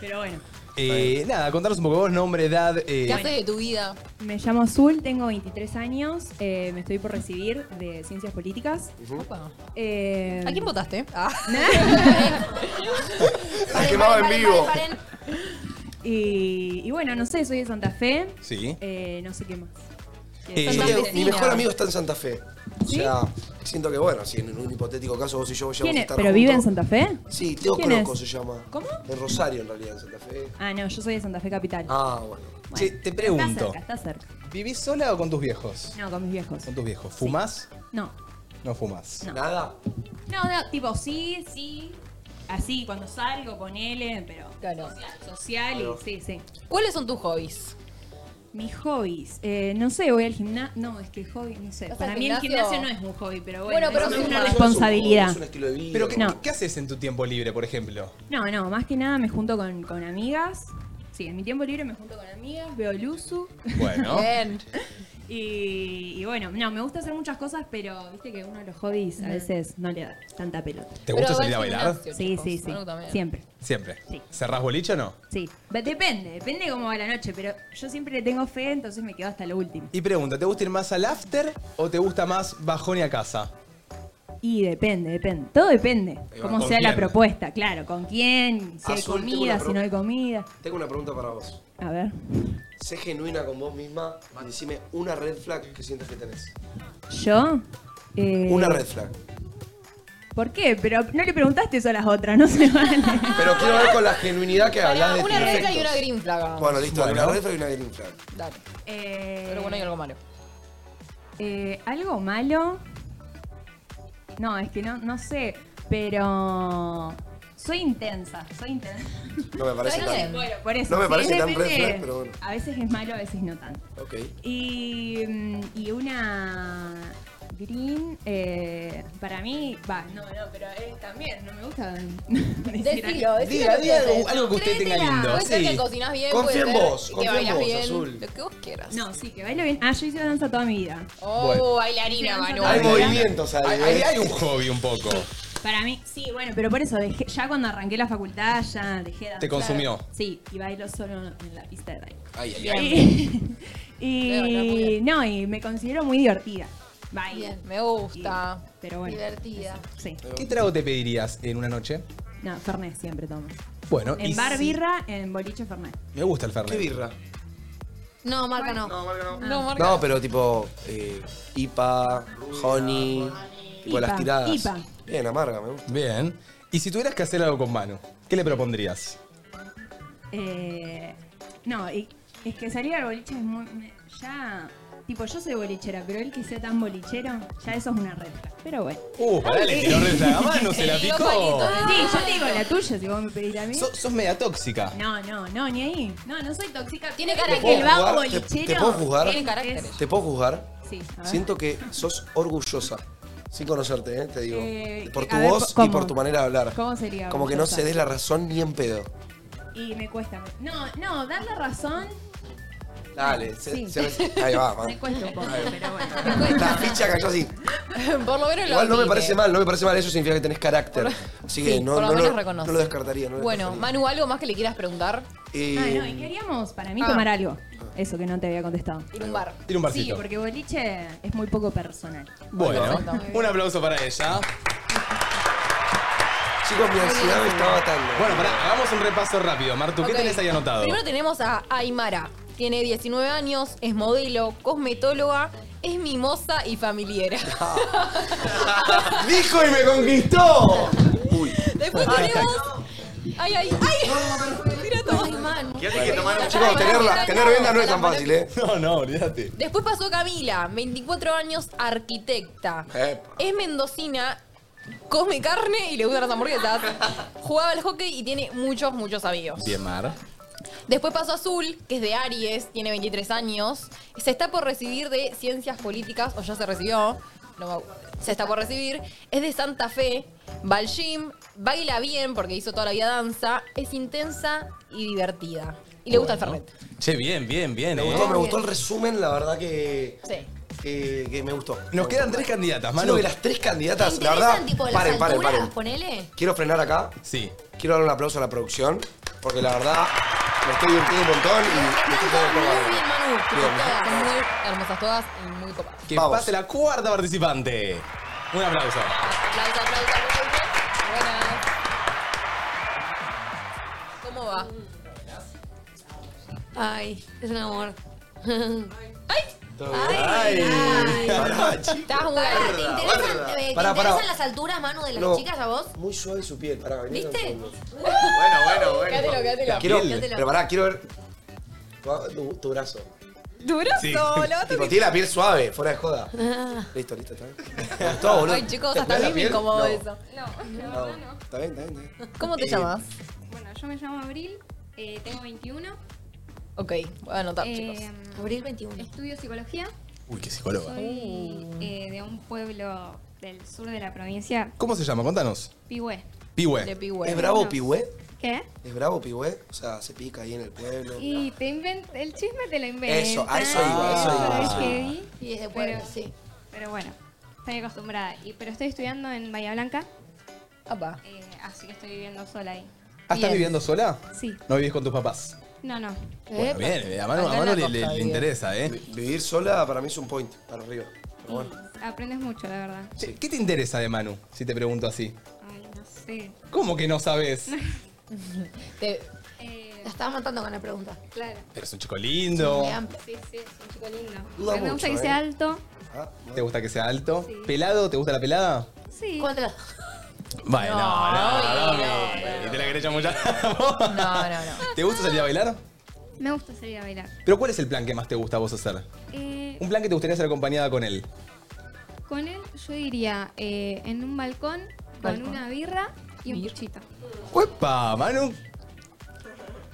Pero bueno. Eh, nada, contanos un poco vos, nombre, edad. eh, de tu vida? Me llamo Azul, tengo 23 años, eh, me estoy por recibir de Ciencias Políticas. Eh, Ah. ¿A quién votaste? La quemaba en vivo. Y, y bueno, no sé, soy de Santa Fe. Sí. Eh, no sé qué más. Eh, Santa yo tengo- Fecina. mi mejor amigo está en Santa Fe. O ¿Sí? sea, siento que bueno, si en un hipotético caso vos y yo ¿Quién llegamos a es? estar ¿Pero vive en juntos- Santa Fe? Sí, Teo ¿Quién es? Croco se llama. ¿Cómo? En Rosario, en realidad, en Santa Fe. Ah, no, yo soy de Santa Fe Capital. Ah, bueno. Che, te pregunto, Está cerca, está cerca. ¿vivís sola o con tus viejos? No, con mis viejos. Con tus viejos. ¿Fumás? No. No fumás. ¿Nada? No, no, tipo sí, sí. Así, cuando salgo, ponele, pero. Claro. Social Claro. y sí, sí. ¿Cuáles son tus hobbies? Mis hobbies. Eh, no sé, voy al gimnasio. No, es que hobby, no sé. ¿Vas Para al mí el gimnasio? gimnasio no es un hobby, pero Bueno, bueno. pero es sí una es un- responsabilidad. estilo de vida. ¿Pero qué, No. qué haces en tu tiempo libre, por ejemplo? No, no, más que nada me junto con, con amigas. Sí, en mi tiempo libre me junto con amigas, veo Luzu. Bueno. Bien. Y, y bueno, no, me gusta hacer muchas cosas, pero viste que uno de los hobbies a Ujú. veces no le da tanta pelota. ¿Te gusta Pero salir va al a bailar? gimnasio, Sí, chicos, sí, sí. algo también. Siempre, Siempre. Sí. ¿Cerrás boliche o no? sí. Be- Depende, depende cómo va la noche, pero yo siempre le tengo fe, entonces me quedo hasta lo último. Y pregunta, ¿te gusta ir más al after o te gusta más bajón y a casa? Y depende, depende. Todo depende. va. Cómo ¿Con sea la quién? propuesta, claro. Con quién, si hay Azul, tengo una comida, si pro- no hay comida. Tengo una pregunta para vos. A ver. Sé genuina con vos misma y decime una red flag que sientes que tenés. ¿Yo? Eh, Una red flag. ¿Por qué? Pero no le preguntaste eso a las otras, no se vale. Pero quiero ver con la genuinidad que hablas de Ah, una tus red flag y una defectos. green flag. Bueno, listo, Bueno. una red flag y una green flag. Dale. Eh, Pero bueno, hay algo malo. Eh, algo malo. No, es que no, no sé, pero soy intensa, soy intensa. No me parece Bueno, tan. bueno, por eso, no me sí, parece es tan red depende. flag, pero bueno. A veces es malo, a veces no tanto. Ok. Y, mm, y una green, eh, para mí, va, no, no, pero eh, también, no me gusta decir Decilo, algo. decilo Diga, diga algo, algo que usted tenga Créetela. lindo. Puede ser que Sí. cocinas bien, Confía puede en ser vos, que confía en bailas vos, bien, Azul. lo que vos quieras. No, sí, que bailo bien. Ah, yo hice danza toda mi vida. Oh, Bueno. bailarina, Manu. Hay movimientos ahí. Hay, ¿eh? hay- hay un hobby un poco. Para mí, sí, bueno, pero por eso, dejé, ya cuando arranqué la facultad, ya dejé danza. Te consumió. Sí, y bailo solo en la pista de baile. Ay, ay, Y, Claro, la y no, y me considero muy divertida. Bailo. Bien, me gusta. Pero bueno. Divertida. Sí. ¿Qué trago te pedirías en una noche? No, Fernet siempre tomo. Bueno, y En bar si- birra, en boliche Fernet. Me gusta el fernet. ¿Qué birra? No, marca no. No, marca Ah. No, marca. No, pero tipo eh, IPA, Honey, tipo las IPA, tiradas. IPA. Bien, amarga, me gusta. Bien. Y si tuvieras que hacer algo con Manu, ¿qué le propondrías? Eh, no, y- es que salir al boliche es muy. me- ya. Tipo, yo soy bolichera, pero él que sea tan bolichero, ya eso es una regla. Pero bueno. Uh, Ah, pará, le tiró red flag a Manu, se la Le dio picó. palito. Sí, yo te digo la tuya, si vos me pedís a mí. So- sos media tóxica. No, no, no, ni ahí. No, no soy tóxica. Tiene pero cara es que- el vago ¿Te, bolichero. te puedo juzgar? Tiene carácter. ¿Te puedo juzgar? Sí, a ver. Siento que sos orgullosa. Sin conocerte, ¿eh? te digo. Eh, por tu a ver, voz ¿cómo? y por tu manera de hablar. ¿Cómo sería Como que no orgullosa? cedes la razón ni en pedo. Y me cuesta. No, no, dar la razón. Dale, se- Sí. se me- ahí va, va. Me cuesta un poco, Ahí va. pero La ficha cayó así. Por lo menos lo Igual no me admite. parece mal, no me parece mal. Eso significa que tenés carácter. Así que Sí, no, por lo no menos lo, reconoce. no lo descartaría. no lo Bueno, Manu, ¿algo más que le quieras preguntar? descartaría. Ah, Eh, no, ¿y qué haríamos? Para mí Ah. tomar algo. Eso que no te había contestado. Ir a un bar. Ir a un Sí, barcito. porque boliche es muy poco personal. Bueno, Perfecto. un aplauso para ella. Chicos, mi ansiedad me está matando. Bueno, pará, hagamos un repaso rápido. Martu, ¿qué Ok. tenés ahí anotado? Primero tenemos a Aymara. Tiene 19 años, es modelo, cosmetóloga, es mimosa y familiera. ¡Dijo y me conquistó! Después tenemos. ¡Ay, ay, ay! Mira todo. Fíjate que tomar un Chicos, tenerla, tener venda no es tan fácil, ¿eh? No, no, olvídate. Después pasó Camila, 24 años, arquitecta. Eh. Es mendocina, come carne y le gustan las hamburguesas. Jugaba al hockey y tiene muchos, muchos amigos. Bien, Mar. Después pasó Azul, que es de Aries, tiene 23 años. Se está por recibir de Ciencias Políticas, o ya se recibió. no me acuerdo. se está por recibir. Es de Santa Fe, va al gym, baila bien porque hizo toda la vida danza. Es intensa y divertida. Y le gusta el fernet. Che, bien, bien, bien. Me eh. gustó, me gustó el resumen, la verdad que, Sí. que, que me gustó. Nos quedan tres candidatas, Manu. Manu. que las tres candidatas, ¿Te la verdad. interesan, tipo, las Paren, paren, alturas? paren. Ponele. Quiero frenar acá. Sí. Quiero dar un aplauso a la producción, porque la verdad me estoy divirtiendo un montón y me estoy todo Muy bien, Manu. Bien. Todas muy hermosas todas y muy copadas. Que pase la cuarta participante. Un aplauso. Aplausos, aplausos, aplausos. Buenas. ¿Cómo va? Ay, es un amor. Ay, pará, Estás muy Pará, ¿Te interesan, eh, ¿te Pará, pará. interesan las alturas, Manu, de las No. chicas a vos? Muy suave su piel, pará, vení acá un ¿Viste? segundo. Bueno, Quédatelo, quédatelo. Quiero, Quédatelo. pero pará, quiero ver tu, tu brazo. ¿Durazo? ¿Lo vas a Tipo, tiene la piel suave, fuera de joda. Ah. Listo, listo, está bien. Todo, boludo. Ay, chicos, ¿Te hasta a cuidas mí la piel? me incomodo No. eso. No, Está bien, está bien, está bien. ¿Cómo te Eh, llamas? Bueno, yo me llamo Abril, eh, tengo 21. Ok, voy a anotar, eh, chicos. Abril 21. Estudio psicología. Uy, qué psicóloga. Soy eh, de un pueblo del sur de la provincia, ¿Cómo se llama? Contanos. Pigüé. Pigüé. De Pigüé. ¿Es bravo Pigüé? ¿Qué? ¿Es bravo Pigüé? O sea, se pica ahí en el pueblo. Y te invent el chisme te lo inventan. Eso, a eso iba, a eso iba, a eso es iba. heavy, Y es de pueblo, pero- sí. Pero bueno, estoy acostumbrada. Y, pero estoy estudiando en Bahía Blanca. Eh, así que estoy viviendo sola ahí. ¿Ah, estás viviendo sola? Sí. ¿No vivís con tus papás? No, ¿Eh? no. Bueno, bien, a Manu, a Manu le, le- le interesa, ¿eh? Vivir sola para mí es un point, para arriba. Pero bueno. Aprendes mucho, la verdad. Che, ¿Qué te interesa de Manu, si te pregunto así? Ay, no sé. ¿Cómo que no sabes? Te... La estaba matando con la pregunta. Claro. Pero es un chico lindo. Sí, sí, es un chico lindo. Duda Pero me mucho, gusta que ¿eh? sea alto. ¿Te gusta que sea alto? ¿Pelado? ¿Te gusta la pelada? Sí. Bueno, no, no, no, ¿Y te la querés mucha? No, no, no. ¿Te gusta salir a bailar? Me gusta salir a bailar. ¿Pero cuál es el plan que más te gusta a vos hacer? Eh, Un plan que te gustaría hacer acompañada con él. con él yo diría eh, en un balcón con Balcón. una birra y un puchito. ¡Uepa, Manu!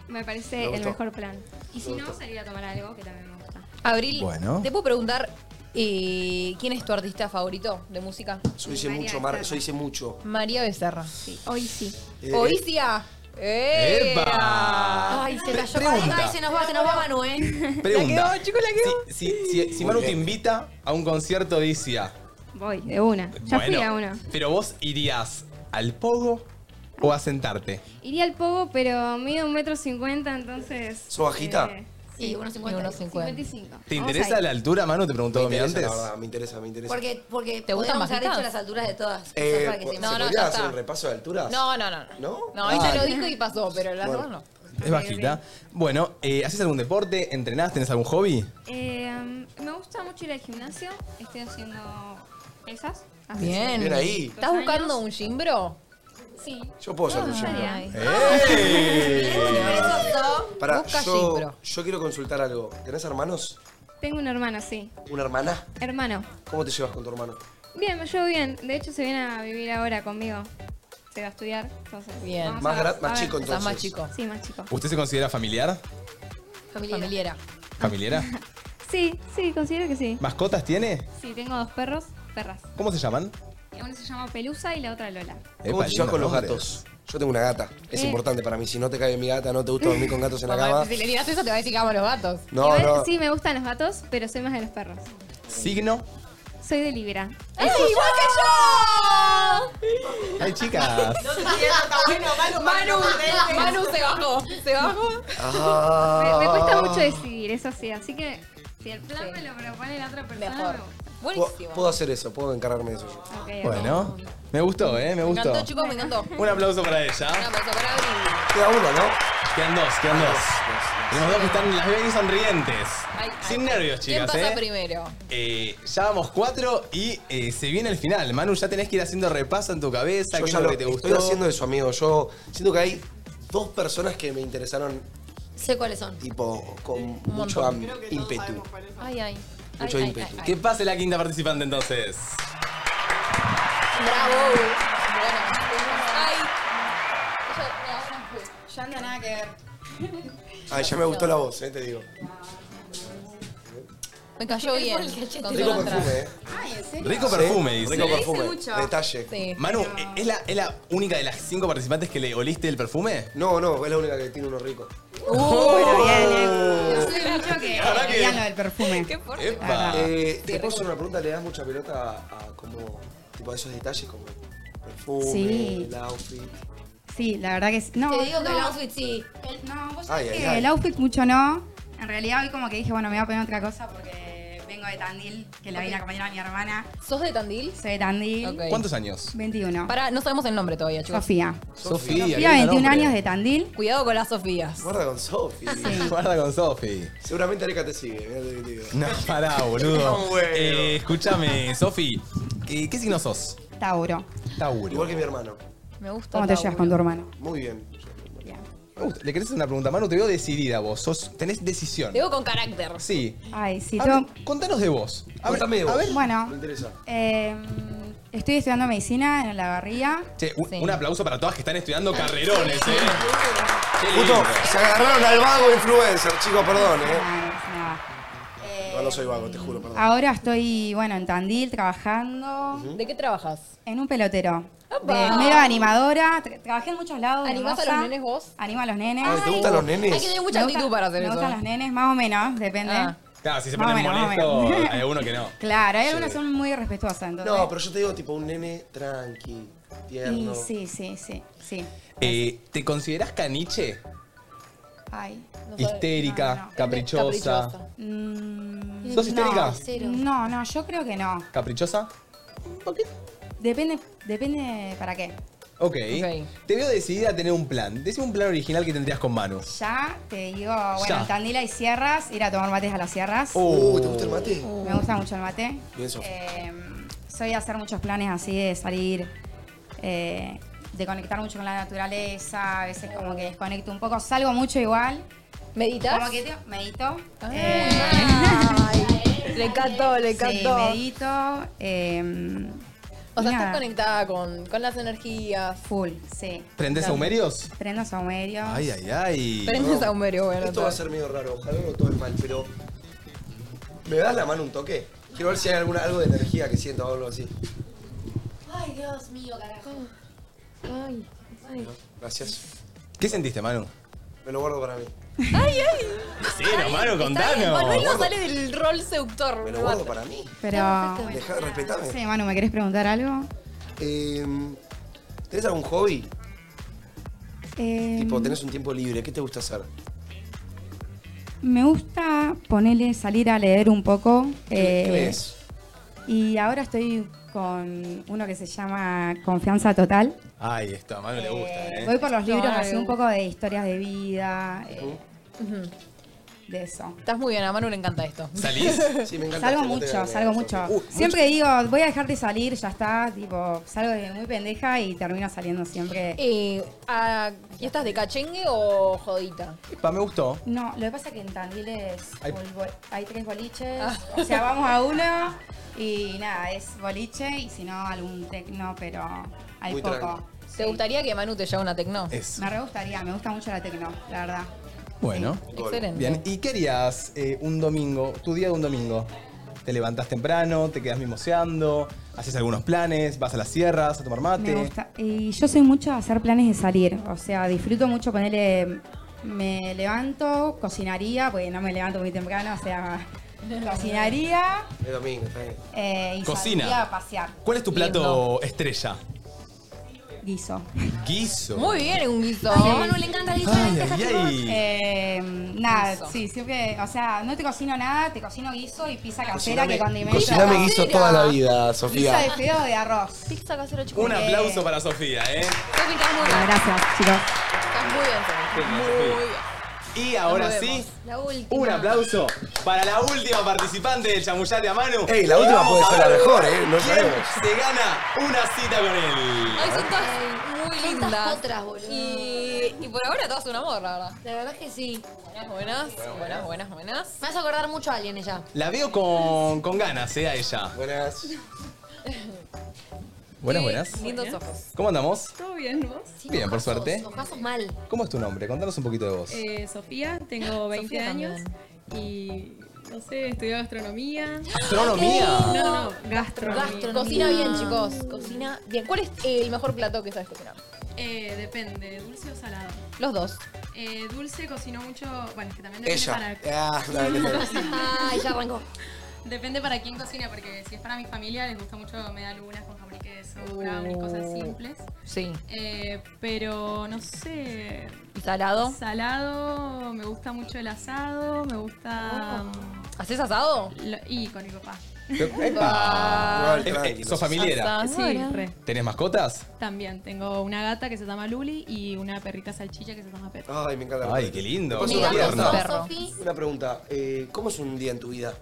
Me parece Me el gustó. mejor plan. Y si Me no, gustó. salir a tomar algo que también me gusta. Abril, Bueno. ¿te puedo preguntar eh, quién es tu artista favorito de música? Yo hice mucho, Mar, yo hice mucho. María Becerra. Hoy sí. Eh, Oisia. ¡Eh! ¡Epa! Ay, se cayó. Ay, Pregunta. ay, se nos va, se nos va Manu, ¿eh? Pregunta. quedó, chicos, la quedó. Si, si- si Manu te invita a un concierto de ICIA, Voy, de una. Ya fui a Bueno, una. pero vos irías al pogo o a sentarte. Iría al pogo, pero mido un metro cincuenta, entonces. eh, ¿Sos bajita? Sí, unos 50. Unos 50. 55. ¿Te Vamos interesa ahí. la altura, Manu? Te preguntó Me Domi interesa, antes. la verdad, me interesa, me interesa. Porque, porque ¿Te gustan podemos haber bajitas? dicho las alturas de todas. Eh, quizás para que po- se- ¿Se No, no, podría ya hacer está. un repaso de alturas? No, no, no. ¿No? No, ella Dale. lo dijo y pasó, pero las Bueno. demás no. Es bajita. Bueno, eh, ¿haces algún deporte? ¿Entrenás? ¿Tenés algún hobby? Eh, um, me gusta mucho ir al gimnasio. Estoy haciendo pesas. hace Bien. Bien ahí. dos ¿Estás buscando años. un gimbro? Sí. Yo puedo ser ¿Eh? Ah, tu estaría. Jim. Pará, Busca yo, Jimbro. yo quiero consultar algo. ¿Tenés hermanos? Tengo un hermano, sí. ¿Una hermana? Hermano. ¿Cómo te llevas con tu hermano? Bien, me llevo bien. De hecho, se viene a vivir ahora conmigo. Se va a estudiar, entonces. Bien. vamos Más a- gra- más a ver. chico, entonces. Más chico. Sí, más chico. ¿Usted se considera familiar? Familiera. ¿Familiera? Sí, sí, considero que sí. ¿Mascotas tiene? Sí, tengo dos perros, perras. ¿Cómo se llaman? Una se llama Pelusa y la otra Lola. Epa, te llevas lindo con los nombre. gatos? Yo tengo una gata. Es Eh. importante para mí. Si no te cae mi gata, no te gusta dormir con gatos en la cama. Si le tiras eso, te va a decir que amo los gatos. No, Igual, no. Sí, me gustan los gatos, pero soy más de los perros. Signo. Soy de Libra. ¡Ay, Eso- igual que Ay, chicas. Manu, Manu, Manu, Manu se bajó. Se bajó. Ah. Me, me cuesta mucho decidir, eso sí. Así que si el plan me lo propone la otra persona, Mejor. me gusta. Puedo- Puedo hacer eso, puedo encargarme de eso yo. Ok, ok. Bueno, me gustó, ¿eh? Me Me gustó. encantó, chicos, me encantó. Un aplauso para ella. Un aplauso para Abril. Queda uno, ¿no? Quedan dos, quedan dos. Tenemos dos que están, las veo bien sonrientes. Ay, ay. Sin nervios, ¿Quién chicas, pasa ¿eh? primero? Eh, ya vamos cuatro y eh, se viene el final. Manu, ya tenés que ir haciendo repaso en tu cabeza. Yo ¿Qué es ya lo, lo que te gustó? estoy haciendo eso, amigo. Yo siento que hay dos personas que me interesaron, Sé cuáles son. tipo, con mucho am- ímpetu. Ay, ay. Mucho Ay, ay, ímpetu. ay, ay. Que pase la quinta participante entonces. Bravo. Bueno. Ay. Yo ando nada que ver. Ay, ya me gustó la voz, eh, te digo. Me cayó bien. Con Rico todo atrás. perfume, eh. Ay, ¿en serio? Rico perfume, Sí, dice. rico perfume. Se dice mucho. Detalle. Sí. Manu, ¿eh, ¿es la, ¿es la única de las cinco participantes que le oliste el perfume? Oh. No, no, es la única que tiene uno rico. Bueno, bien, mucho que La verdad que- querían lo del perfume. Qué Epa. Eh, te puedo hacer una pregunta, ¿le das mucha pelota a, a como, tipo, a esos detalles como el perfume, Sí. el outfit? Sí, la verdad que sí. No, Te digo que no. el outfit sí. El- no, vos Ay, sabés ay, que ay. el outfit mucho no. En realidad hoy como que dije, bueno, me voy a poner otra cosa porque vengo de Tandil, que la vine a acompañar a mi hermana. ¿Sos de Tandil? Soy de Tandil. Ok. ¿Cuántos años? 21. Para, no sabemos el nombre todavía, chicos. Sofía. Sofía, Sofía, 21 años de Tandil. Cuidado con las Sofías. Guarda con Sofi. Guarda con Sofi. Seguramente Areca te sigue, mirá lo que te digo. No, pará, boludo. No, bueno. Eh, escúchame, Sofi. ¿Qué, qué signo sos? Tauro. Tauro. Igual que mi hermano. Me gusta. ¿Cómo te llevas con tu hermano? Muy bien. Me gusta. ¿Le querés hacer una pregunta, Manu? Te veo decidida vos. Sos, tenés decisión. Te veo con carácter. Sí. Ay, sí, A yo... ver, contanos de vos. A ver, Contame de vos. A ver. Bueno, Me interesa. eh, estoy estudiando medicina en la barría. Che, un, un aplauso para todas que están estudiando carrerones, ¿eh? Qué lindo. Justo, se agarraron al vago influencer, chicos, perdón, eh. Nada. No, no soy vago, te juro, perdón. Ahora estoy, bueno, en Tandil trabajando. ¿De qué trabajas? En un pelotero. ¡Apa! De medio animadora. Tra- trabajé en muchos lados. ¿Animás a los nenes vos? Animo a los nenes. Ay, ¿te gustan los nenes? Hay que tener mucha Me gusta- actitud para hacer me eso. Ah. gustan los nenes, más o menos, depende. Claro, si se Más ponen o menos, más o molestos, menos. hay uno que no. Claro, hay Sí. algunas que son muy respetuosas, entonces. No, pero yo te digo, tipo, un nene tranqui, tierno. Y sí, sí, sí, sí. Eh, ¿Te considerás caniche? Ay. Histérica, caprichosa. Mm, ¿Sos histérica? No, no, no, yo creo que no. ¿Caprichosa? Depende, depende para qué. ok. Te veo decidida a tener un plan. Decime un plan original que tendrías con Manu. Ya te digo, bueno, Ya. en Tandila y sierras, ir a tomar mates a las sierras. Uh, Oh. Uh, ¿Te gusta el mate? Me gusta mucho el mate. Bien, Sofi. Eh, soy de hacer muchos planes así, de salir, eh, de conectar mucho con la naturaleza, a veces como que desconecto un poco, salgo mucho igual. ¿Meditas? Eh, Como que te- medito. Le encantó, le encantó. Sí, medito. eh, o sea, nada, estás conectada con, con las energías. Full, sí. ¿Prendés Lo- aumerios? Prendo saumerios. Ay, ay, ay. Prendes a Humerio, bueno. Esto va a ser medio raro, ojalá no todo es mal, pero. ¿Me das la mano un toque? Quiero ver si hay alguna, algo de energía que siento o algo así. Ay, Dios mío, carajo. Ay, ay. Gracias. ¿Qué sentiste, Manu? Me lo guardo para mí. Sí, no, Manu, Ay, Manuel no contanos. sale del rol seductor. Me lo guardo para mí. Pero. Dejá de respetarme. Sí, Manu, ¿me querés preguntar algo? Eh, ¿Tenés algún hobby? Eh, Tipo, tenés un tiempo libre, ¿qué te gusta hacer? Me gusta ponerle salir a leer un poco. ¿Qué, eh, qué lees? Y ahora estoy con uno que se llama Confianza Total. Ay, esto a Manu le gusta, ¿eh? Voy por los No, libros no, así no. un poco de historias de vida, eh, de eso. Estás muy bien, a Manu le encanta esto. ¿Salís? Sí, me Uh, Salgo mucho, salgo mucho. siempre digo, voy a dejar de salir, ya está, tipo, salgo de muy pendeja y termino saliendo siempre. Eh, ah, ¿Y estás de cachengue o jodita? Pa, me gustó. No, lo que pasa es que en Tandil es Hay- full bol- hay tres boliches, Ah. o sea, vamos a uno y nada, es boliche y si no algún tecno, pero hay Muy poco. tranqui. ¿Te gustaría que Manu te lleve una tecno? Eso. Me re gustaría, me gusta mucho la tecno, la verdad. Bueno. Excelente. Bien, ¿y qué harías eh, un domingo, tu día de un domingo? te levantás temprano, te quedás mimoseando, haces algunos planes, vas a las sierras a tomar mate. Me gusta. Y yo soy mucho de hacer planes de salir. O sea, disfruto mucho ponerle. Me levanto, cocinaría, porque no me levanto muy temprano, o sea, cocinaría Es domingo, está bien. eh, y Cocina. saldría a pasear. ¿Cuál es tu plato estrella? Guiso. Guiso. Muy bien, un guiso. Ay, a Manu le encanta el guiso de Ay, lentejas ay, y arroz. ay. Eh, nada, sí, siempre, o sea, no te cocino nada, te cocino guiso y pizza casera Cociname- que condimento. Cociname guiso toda la vida, Pizza de Sofía. feo de arroz. Pizza casera Un aplauso para Sofía, ¿eh? gracias, chicos. Estás muy bien, Sofía. Genial, Sofía. Y ahora Nos sí, vemos. La última. un aplauso para la última participante del chamullate a Manu. Ey, la última Vamos puede a ser la ver mejor, ¿eh? No quién sabemos. Se gana una cita con él. Ay, son todas muy Son lindas. todas potras, boludo. Y, y por ahora todas un amor, la verdad. La verdad es que sí. Buenas, buenas, buenas, buenas, buenas. Me vas a acordar mucho a alguien ella. La veo con, con ganas, ¿eh? A ella. Buenas. Buenas, buenas. Lindos ojos. ¿Cómo andamos? ¿Todo bien vos? Bien, por suerte. Pasos mal. ¿Cómo es tu nombre? Contanos un poquito de vos. Eh, Sofía, tengo 20 Sofía años y no sé, estudio gastronomía. ¿Gastronomía? No, no, no, gastronomía. Cocina bien, chicos. Cocina bien. ¿Cuál es eh, el mejor plato que sabes cocinar? Eh, depende, dulce o salado. Los dos. Eh, dulce cocinó mucho, bueno, es que también depende Ella. para Ah, dale, dale. Ay, ya arrancó. Depende para quién cocina, porque si es para mi familia les gusta mucho medialunas con jamón y queso, brownies, cosas simples. Sí. Eh, pero no sé. ¿Salado? Salado, me gusta mucho el asado, me gusta. ¿Haces asado? lo- y con mi papá. ¡Epa! Eh, eh, ¿Sos familiera? Hasta Sí, ahora. re. ¿Tenés mascotas? También tengo una gata que se llama Luli y una perrita salchicha que se llama Petra. Ay, me encanta. Ay, qué lindo. Una Mi gato pregunta. es un Una pregunta. eh, ¿Cómo es un día en tu vida?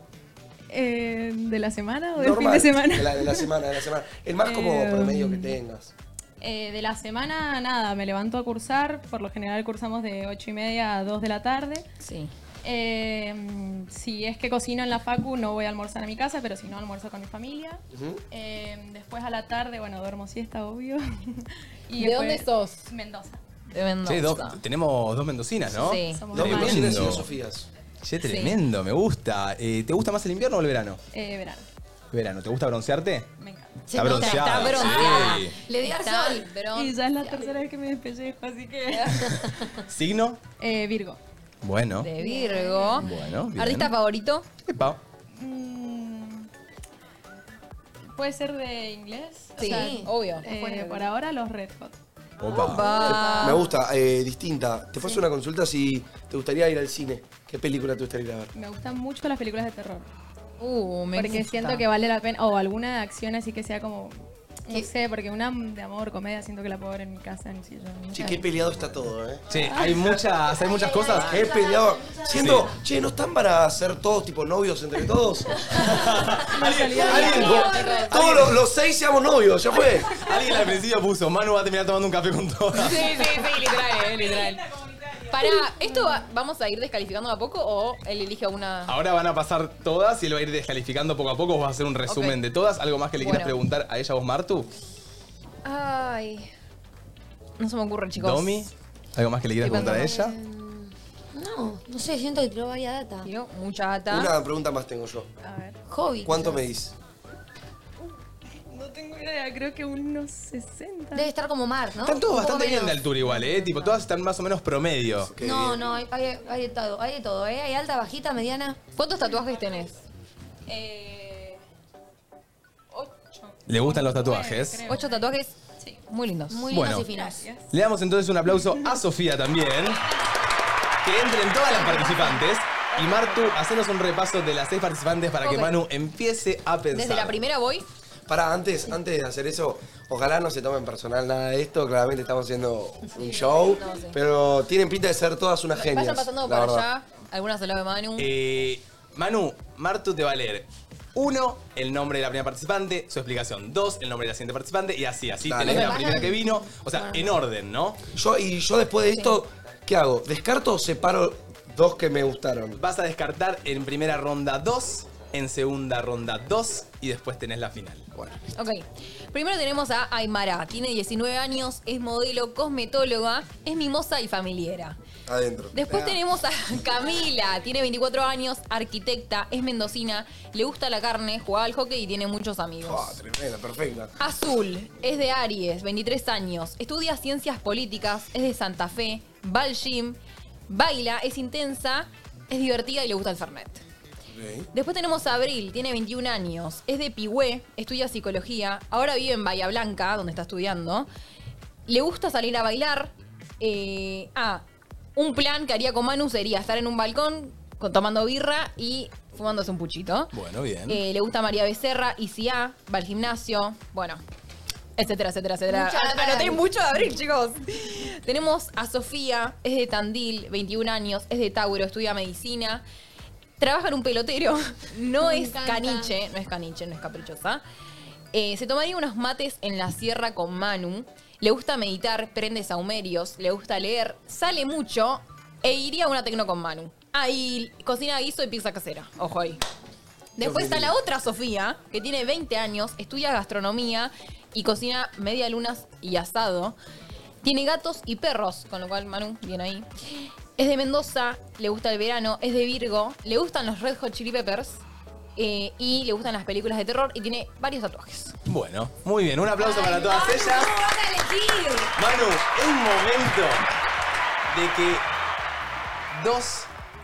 Eh, ¿De la semana o del fin Normal, de semana? De la, de la semana, de la semana. El más como Eh, promedio que tengas. Eh, de la semana, nada, me levanto a cursar. Por lo general cursamos de 8 y media a 2 de la tarde. Sí. Eh, mm, si es que cocino en la facu, no voy a almorzar a mi casa, pero si no, almuerzo con mi familia. Ujú. Eh, después a la tarde, bueno, duermo siesta, obvio. ¿De dónde sos? Mendoza. De Mendoza. Che, dos- tenemos dos mendocinas, ¿no? Sí. Somos dos mendocinas y Tremendo. dos Sofías. Che, tremendo, me gusta. Eh, ¿Te gusta más el invierno o el verano? Eh, verano. Verano, ¿te gusta broncearte? Me encanta. Está bronceada. Está bronceada. sí. Le di al Está sol. Y ya es la tercera vez que me despellejo, así que. ¿Signo? Eh, Virgo. Bueno. De Virgo. Bueno, bien. ¿Artista favorito? Epa. Mm, ¿Puede ser de inglés? Sí, obvio. eh, Bueno, por ahora los Red Hot. Opa. Me gusta, eh, distinta. Te paso una consulta si te gustaría ir al cine. ¿Qué película te gustaría ir a ver? Me gustan mucho las películas de terror. Uh, me Porque gusta. siento que vale la pena. O alguna de acción así que sea como. No sé, porque una de amor, comedia, siento que la puedo ver en mi casa, en mi sillón. Che, qué peleado está todo, ¿eh? Che, hay muchas, hay muchas cosas. Qué peleado. Siento, che, ¿no están para ser todos tipo novios entre todos? Alguien- Alguien, alguien- todos los, los seis seamos novios, ya fue. Alguien al principio puso, Manu va a terminar tomando un café con todas. Sí, sí, sí, literal, eh, literal. Pará, ¿esto va- vamos a ir descalificando a poco o él elige una? Ahora van a pasar todas y él va a ir descalificando poco a poco. Vos vas a hacer un resumen Ok. de todas. ¿Algo más que le Bueno. quieras preguntar a ella vos, Martu? Ay. No se me ocurre, chicos. ¿Domi? ¿Algo más que le quieras Estoy preguntar a ella? No, no sé, siento que tiró varias data. Tiró mucha data. Una pregunta más tengo yo. Hobby. ¿Cuánto medís? No tengo idea, creo que unos 60. Debe estar como Mar, ¿no? Están todos Un poco bastante bien de menos. altura igual, ¿eh? Tipo, todas están más o menos promedio. No, no, hay, hay- hay de todo, hay de todo, ¿eh? Hay alta, bajita, mediana. ¿Cuántos tatuajes tenés? Eh, Le gustan los tatuajes. ¿Ocho tatuajes? Sí. Muy lindos. Muy lindos Bueno. y finos. Le damos entonces un aplauso a Sofía también. Que entren todas las participantes. Y Martu, hacenos un repaso de las seis participantes para que Ok. Manu empiece a pensar. Desde la primera voy. Pará, antes, antes de hacer eso, ojalá no se tomen personal nada de esto. Claramente estamos haciendo un show, no, sí. pero tienen pinta de ser todas unas genias. Vayan pasando la para verdad. allá. Algunas al lado de Manu. Eh, Manu, Martu te va a leer. Uno, el nombre de la primera participante, su explicación. Dos, el nombre de la siguiente participante y así, así. Dale. Tenés la Vayan. primera que vino. O sea, en orden, ¿no? Yo, y yo después de esto, ¿qué hago? ¿Descarto o separo dos que me gustaron? Vas a descartar en primera ronda dos en segunda ronda dos y después tenés la final. Bueno. Ok. Primero tenemos a Aymara. Tiene 19 años, es modelo, cosmetóloga, es mimosa y familiera. Adentro. Después tenemos a Camila, tiene 24 años, arquitecta, es mendocina, le gusta la carne, juega al hockey y tiene muchos amigos. Ah, tremenda, perfecta. Azul, es de Aries, 23 años, estudia ciencias políticas, es de Santa Fe, va al gym, baila, es intensa, es divertida y le gusta el Fernet. Después tenemos a Abril, tiene 21 años, es de Pigüé, estudia psicología, ahora vive en Bahía Blanca, donde está estudiando. Le gusta salir a bailar. eh, ah, un plan que haría con Manu sería estar en un balcón con- tomando birra y fumándose un puchito. Bueno, bien. Eh, le gusta María Becerra, ICA, va al gimnasio, bueno, etcétera, etcétera, etcétera. Mucha An- data. Anoté mucho de abril, chicos. Tenemos a Sofía, es de Tandil, 21 años, es de Tauro, estudia medicina. Trabaja en un pelotero, no Me es encanta. caniche, no es caniche, no es caprichosa. Eh, se tomaría unos mates en la sierra con Manu. Le gusta meditar, prende saumerios, le gusta leer, sale mucho e iría a una tecno con Manu. Ah, y cocina guiso y pizza casera. Ojo ahí. Después está la otra Sofía, que tiene 20 años, estudia gastronomía y cocina media lunas y asado. Tiene gatos y perros, con lo cual Manu, bien ahí. Es de Mendoza, le gusta el verano, es de Virgo, le gustan los Red Hot Chili Peppers eh, y le gustan las películas de terror y tiene varios tatuajes. Bueno, muy bien. Un aplauso para todas no, ellas. Manu, es momento de que dos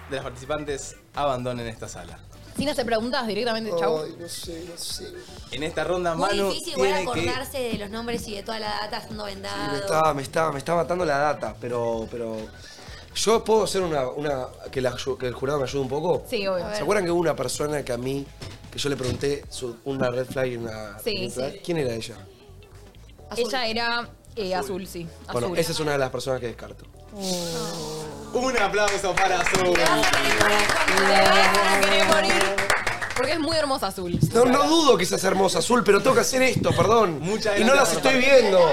de las participantes abandonen esta sala. Sin hacer preguntas directamente, chau. no sé, no sé. En esta ronda, Muy Manu difícil igual tiene que acordarse de los nombres y de toda la data estando vendado. Me está, me está, me está matando la data, pero. pero yo puedo hacer una. una que, la- que el jurado me ayude un poco. Sí, obvio. A ver. ¿Se acuerdan que hubo una persona que a mí, que yo le pregunté su- una red flag y una. Sí, green flag? sí. ¿Quién era ella? Ella era eh, azul. sí. Bueno, azul. esa es una de las personas que descarto. Un aplauso para Azul. Porque es muy hermosa azul. No, no dudo que seas hermosa, Azul, pero tengo que hacer esto, perdón. y no gracias, las estoy Rafa. viendo.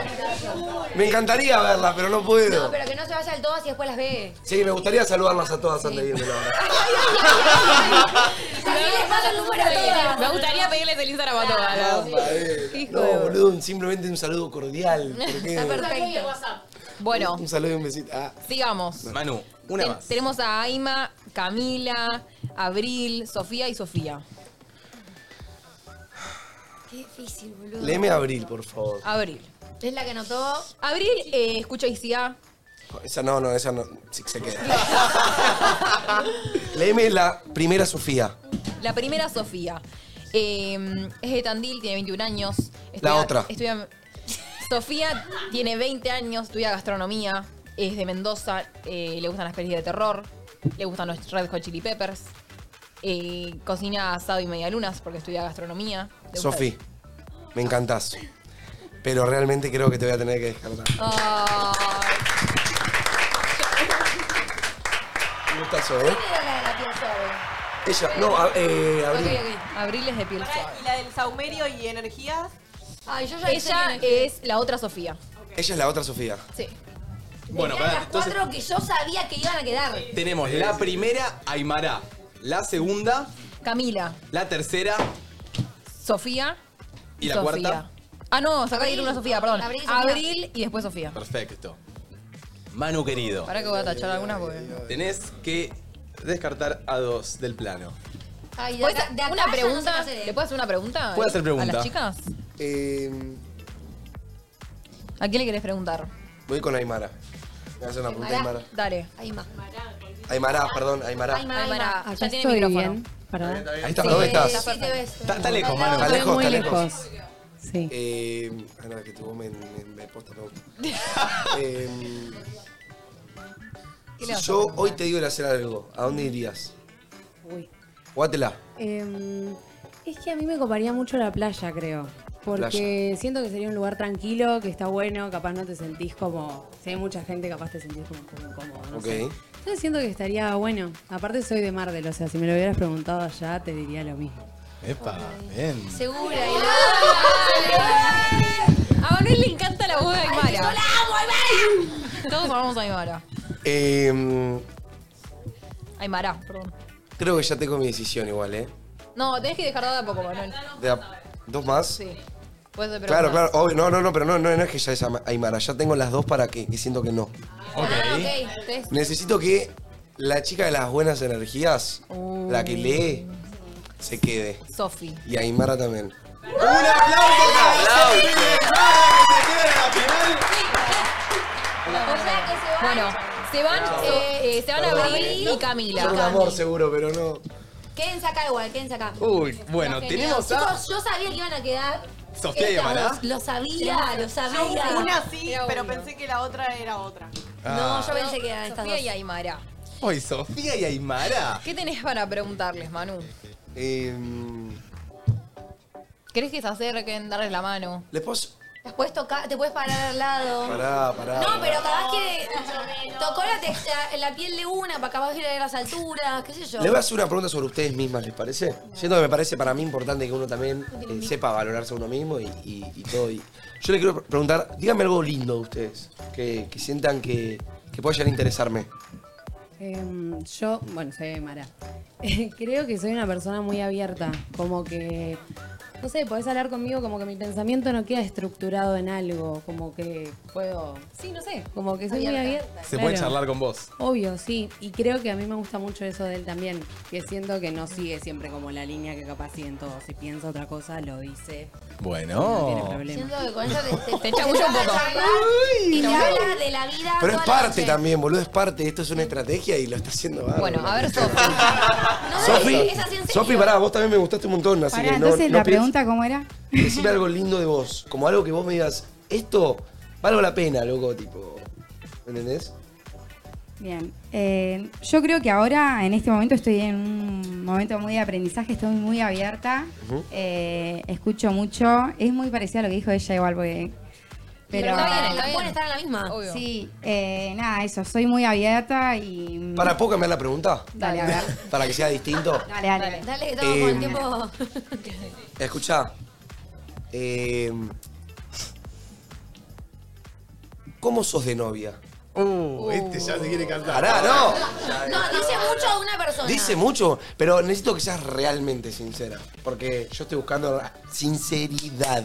Me encantaría verlas, pero no puedo. No, pero que no se vaya al todo y después las ve. Sí, me gustaría saludarlas a todas antes de irme, la verdad. Me gustaría pedirles el Instagram a todas. Mamá, eh. Hijo No, de- boludo, un- simplemente un saludo cordial. ¿por qué? Está perfecto. Bueno, Un saludo y un besito. Ah. sigamos. Manu, una Ten- más. Tenemos a Aima, Camila, Abril, Sofía y Sofía. Qué difícil, boludo. Léeme Abril, por favor. Abril. Es la que anotó. Abril eh, escucha ICA. Esa no, no, esa no. Sí, se queda. Léeme la primera Sofía. La primera, Sofía. Eh, es de Tandil, tiene 21 años. La otra. estudia- Sofía tiene 20 años, estudia gastronomía, es de Mendoza, eh, le gustan las pelis de terror, le gustan los Red Hot Chili Peppers, eh, cocina asado y medialunas porque estudia gastronomía. le gusta- Sofía, me encantás. Pero realmente creo que te voy a tener que descartar. Ah, Un gustazo, ¿eh? Ella, no, a- eh, Abril. Abril es de piel suave. ¿Y la del saumerio y energías? Ay, yo Ella es la otra Sofía. Ella es la otra Sofía. Sí. Bueno, Eran pará, las entonces cuatro que yo sabía que iban a quedar. tenemos la primera, Aymara. La segunda, Camila, la tercera Sofía. y la Sofía. cuarta. Ah, no, saca de ir una Sofía, perdón. Abril y Sofía. Abril y después Sofía. Perfecto. Manu querido, Para que voy a tachar alguna porque. tenés que descartar a dos del plano. Ay, de ¿Puedes acá- hacer de acá ya una no sé pregunta? qué hacer, eh. ¿Le puedo hacer una pregunta? Puedo hacer ¿A pregunta. las chicas? Eh, ¿A quién le querés preguntar? voy con Aymara. Me hace una pregunta Aymara. Dale. Aymara. Aymara, perdón, Aymara. Aymara, Aymara. Aymara. Acá Ya tiene estoy micrófono. bien. Ahí está, ¿dónde estás? Sí, sí te ves. Está lejos, Manu. Está lejos, Muy está lejos. lejos. Sí. Eh, ah, no, que tu voz me, me, me posta no. Eh, ¿Qué si le vas a yo hoy te digo de hacer algo, ¿a dónde irías? Uy. Jugátela. Em, es que a mí me coparía mucho la playa, creo. Porque siento que sería un lugar tranquilo, que está bueno, capaz no te sentís como. Si hay mucha gente, capaz te sentís como, como incómodo, no ok. sé. Entonces siento que estaría bueno. Aparte, soy de Mardel, o sea, si me lo hubieras preguntado allá, te diría lo mismo. Epa, bien. Segura. A Manuel le encanta la voz de Aymara. ¡Yo la amo, Aymara! Todos amamos a Aymara. Eh, Aymara, perdón. creo que ya tengo mi decisión igual, ¿eh? No, tenés que dejar de a poco, Manuel. De a- ¿Dos más? Sí. Puedes hacer Claro, preguntas. claro, obvio. No, no, no, pero no, no, no es que ya es ama- Aymara, ya tengo las dos para que, que siento que no. Ah, ok. Tres. Necesito que la chica de las buenas energías, la que lee, se quede. Sofi. Y Aymara también. Bueno, se van, eh, eh, se van a Perdón, Abril ¿no? y Camila. Son un amor seguro, pero no. Quédense acá igual, quédense acá. Uy, bueno, Genial. tenemos a Chicos, yo sabía que iban a quedar. Sofía y estas Aymara. dos. Lo sabía, lo sabía. Yo una sí, pero pensé que la otra era otra. Ah. pensé que eran estas Sofía y Aymara. Uy, Sofía y Aymara. Eh, ¿Qué tenés para preguntarles, Manu? Em, ¿Querés que se acerquen, darles la mano? ¿Les puedo...? Te puedes tocar, te puedes parar al lado. Pará, pará. No, pero pará. capaz que tocó la, texta- la piel de una para capaz ir a las alturas, qué sé yo. Le voy a hacer una pregunta sobre ustedes mismas, ¿les parece? Siento que me parece para mí importante que uno también eh, sepa valorarse a uno mismo y, y- y todo. Y yo les quiero pre- preguntar, díganme algo lindo de ustedes, que, que sientan que, que pueda llegar a interesarme. Em, yo, bueno, soy Mara. Creo que soy una persona muy abierta. Como que, no sé, podés hablar conmigo como que mi pensamiento no queda estructurado en algo. Como que puedo, sí, no sé, como que soy muy Abierta. abierta. Se puede claro. charlar con vos. Obvio, sí. Y creo que a mí me gusta mucho eso de él también. Que siento que no sigue siempre como la línea que capaz sigue en todo. Si piensa otra cosa, lo dice. No tiene Bueno. problema. Siento que con ella te, Te chamulla un van a poco. charlar Y te Uy. habla de la vida. Pero es toda la parte noche. también, boludo, es parte. Esto es una estrategia y lo está haciendo bárbaro. Bueno, a ver, Sofi. Sofi, es así en serio. Sofi, pará, vos también me gustaste un montón, así Pará, que no, entonces no la pienses- pregunta, ¿cómo era? Decime algo lindo de vos, como algo que vos me digas, esto vale la pena, loco, tipo, ¿me entendés? Bien, eh, yo creo que ahora, en este momento, estoy en un momento muy de aprendizaje, estoy muy abierta, Ujú. eh, escucho mucho, es muy parecido a lo que dijo ella igual, porque... Pero, está bien, está bien. Pueden estar en la misma. Obvio. Sí, eh, nada, eso, soy muy abierta y... ¿Para poco cambiar la pregunta? Dale, a ver. Para que sea distinto. Dale, Eh, dale. Dale, que estamos con el Em, tiempo. Escuchá. eh, ¿Cómo sos de novia? Uh, este ya se quiere cantar. Pará, no. No, dice mucho de una persona. Dice mucho, pero necesito que seas realmente sincera. Porque yo estoy buscando la sinceridad.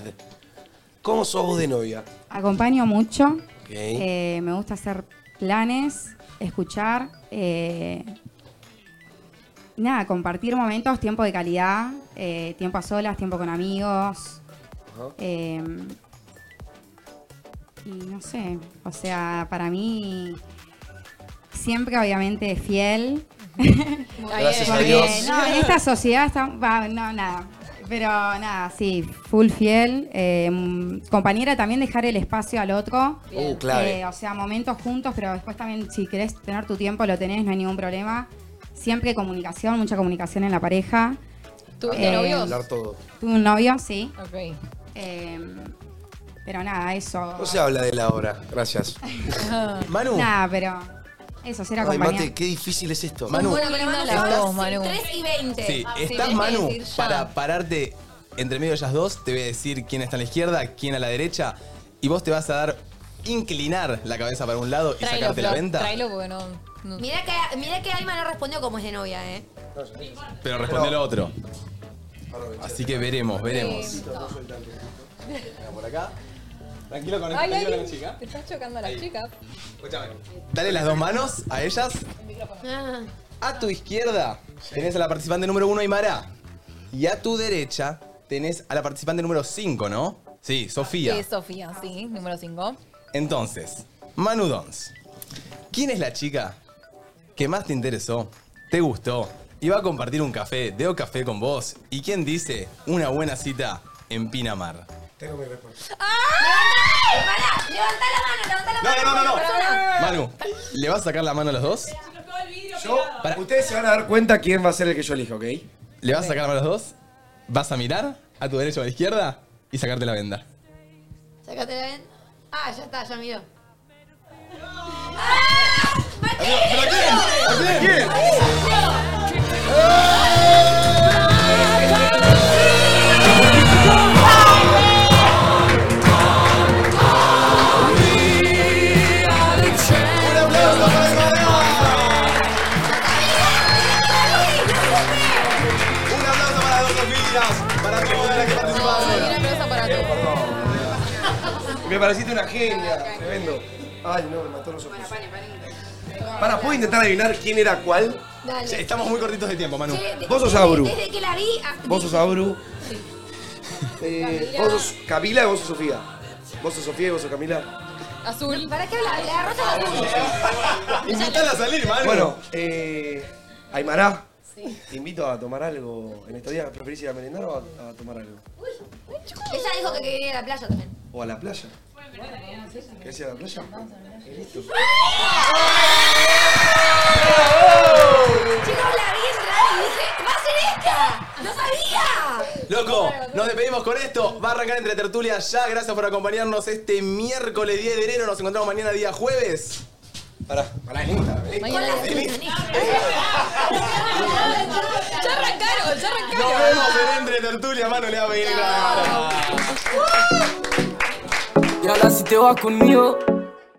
¿Cómo sos vos de novia? Acompaño mucho, Ok. eh, me gusta hacer planes, escuchar, eh, nada, compartir momentos, tiempo de calidad, eh, tiempo a solas, tiempo con amigos. Ajá. eh, y no sé, o sea, para mí siempre obviamente fiel. Gracias a Porque, Dios. no, en esta sociedad está, va, no, nada. Pero nada, sí, full fiel. eh, mm, compañera, también dejar el espacio al otro. Uh, clave. Eh, o sea, momentos juntos, pero después también, si querés tener tu tiempo, lo tenés, no hay ningún problema. Siempre comunicación, mucha comunicación en la pareja. Eh, ¿Tuviste novios? Hablar todo. Tuve un novio, sí. Ok. Eh, pero nada, eso. No se habla de la hora. Gracias. Manu. Nada, pero. Eso, será Ay, compañía. Mate, qué difícil es esto. Manu. Bueno, pero Manu, Las son dos, Manu. 3 y Eh, 20. Ah, Sí, ah, tenés estás que Manu decir ya. para pararte entre medio de ellas dos. Te voy a decir quién está a la izquierda, quién a la derecha. Y vos te vas a dar inclinar la cabeza para un lado y Tráelo, sacarte la Flor, venta. Tráelo porque no. no- Mirá que, mirá que Alma no respondió como es de novia, ¿eh? Pero responde lo otro. Así que veremos, Eh, veremos. Por acá. Tranquilo con, Ay, ay, tranquilo con ay, la chica. Te estás chocando a las chicas. Dale las dos manos a ellas. A tu izquierda tenés a la participante número uno, Aymara. Y a tu derecha tenés a la participante número 5, ¿no? Sí, Sofía. Sí, Sofía, sí, número 5. Entonces, Manu Dons, ¿quién es la chica que más te interesó, te gustó y va a compartir un café, deo café con vos? ¿Y quién dice una buena cita en Pinamar? Tengo mi respuesta. Levanta la mano, levanta la No, mano. no, no, no, no. persona. Manu, ¿le vas a sacar la mano a los dos? Yo, ustedes se van a dar cuenta quién va a ser el que yo elijo, ¿ok? ¿Le vas a sacar la mano a los dos? ¿Vas a mirar a tu derecha o a la izquierda? Y sacarte la venda. Sácate la ven. Ah, ya está, ya miró. ¡Ah! Un aplauso para Don Para toda la que participaron. Me pareciste una genia. Tremendo. Ay, no, me mató los ojos. Para, ¿puedo intentar adivinar quién era cuál? Dale. Che, estamos muy cortitos de tiempo, Manu. Che, de- Vos sos Abru. Desde que la vi. a- Vos sos Abru. Eh, Camila. vos sos Camila y vos sos Sofía. Vos sos Sofía y vos sos Camila. Azul. ¿Para qué hablar? La rosa es azul. Invítala a salir, Manu. Bueno, eh, Aymará, Sí. te invito a tomar algo en estos días. ¿Preferís ir a merendar o a, a tomar algo? Ella dijo que quería ir a la playa también. ¿O a la playa? ¿Querés ir a la playa? Listo. ¡Oh! Chicos, la vi entrar y dije, ¡va a ser esta! ¡No sabía! Loco, nos despedimos con esto. Va a arrancar entre tertulias ya. Gracias por acompañarnos este miércoles 10 de enero. Nos encontramos mañana día jueves. Pará, pará, lenta. Mañana Ya arrancaron, ya arrancaron. Nos vemos en entre tertulias, mano. Le va a venir la gana. Y ahora si te vas conmigo,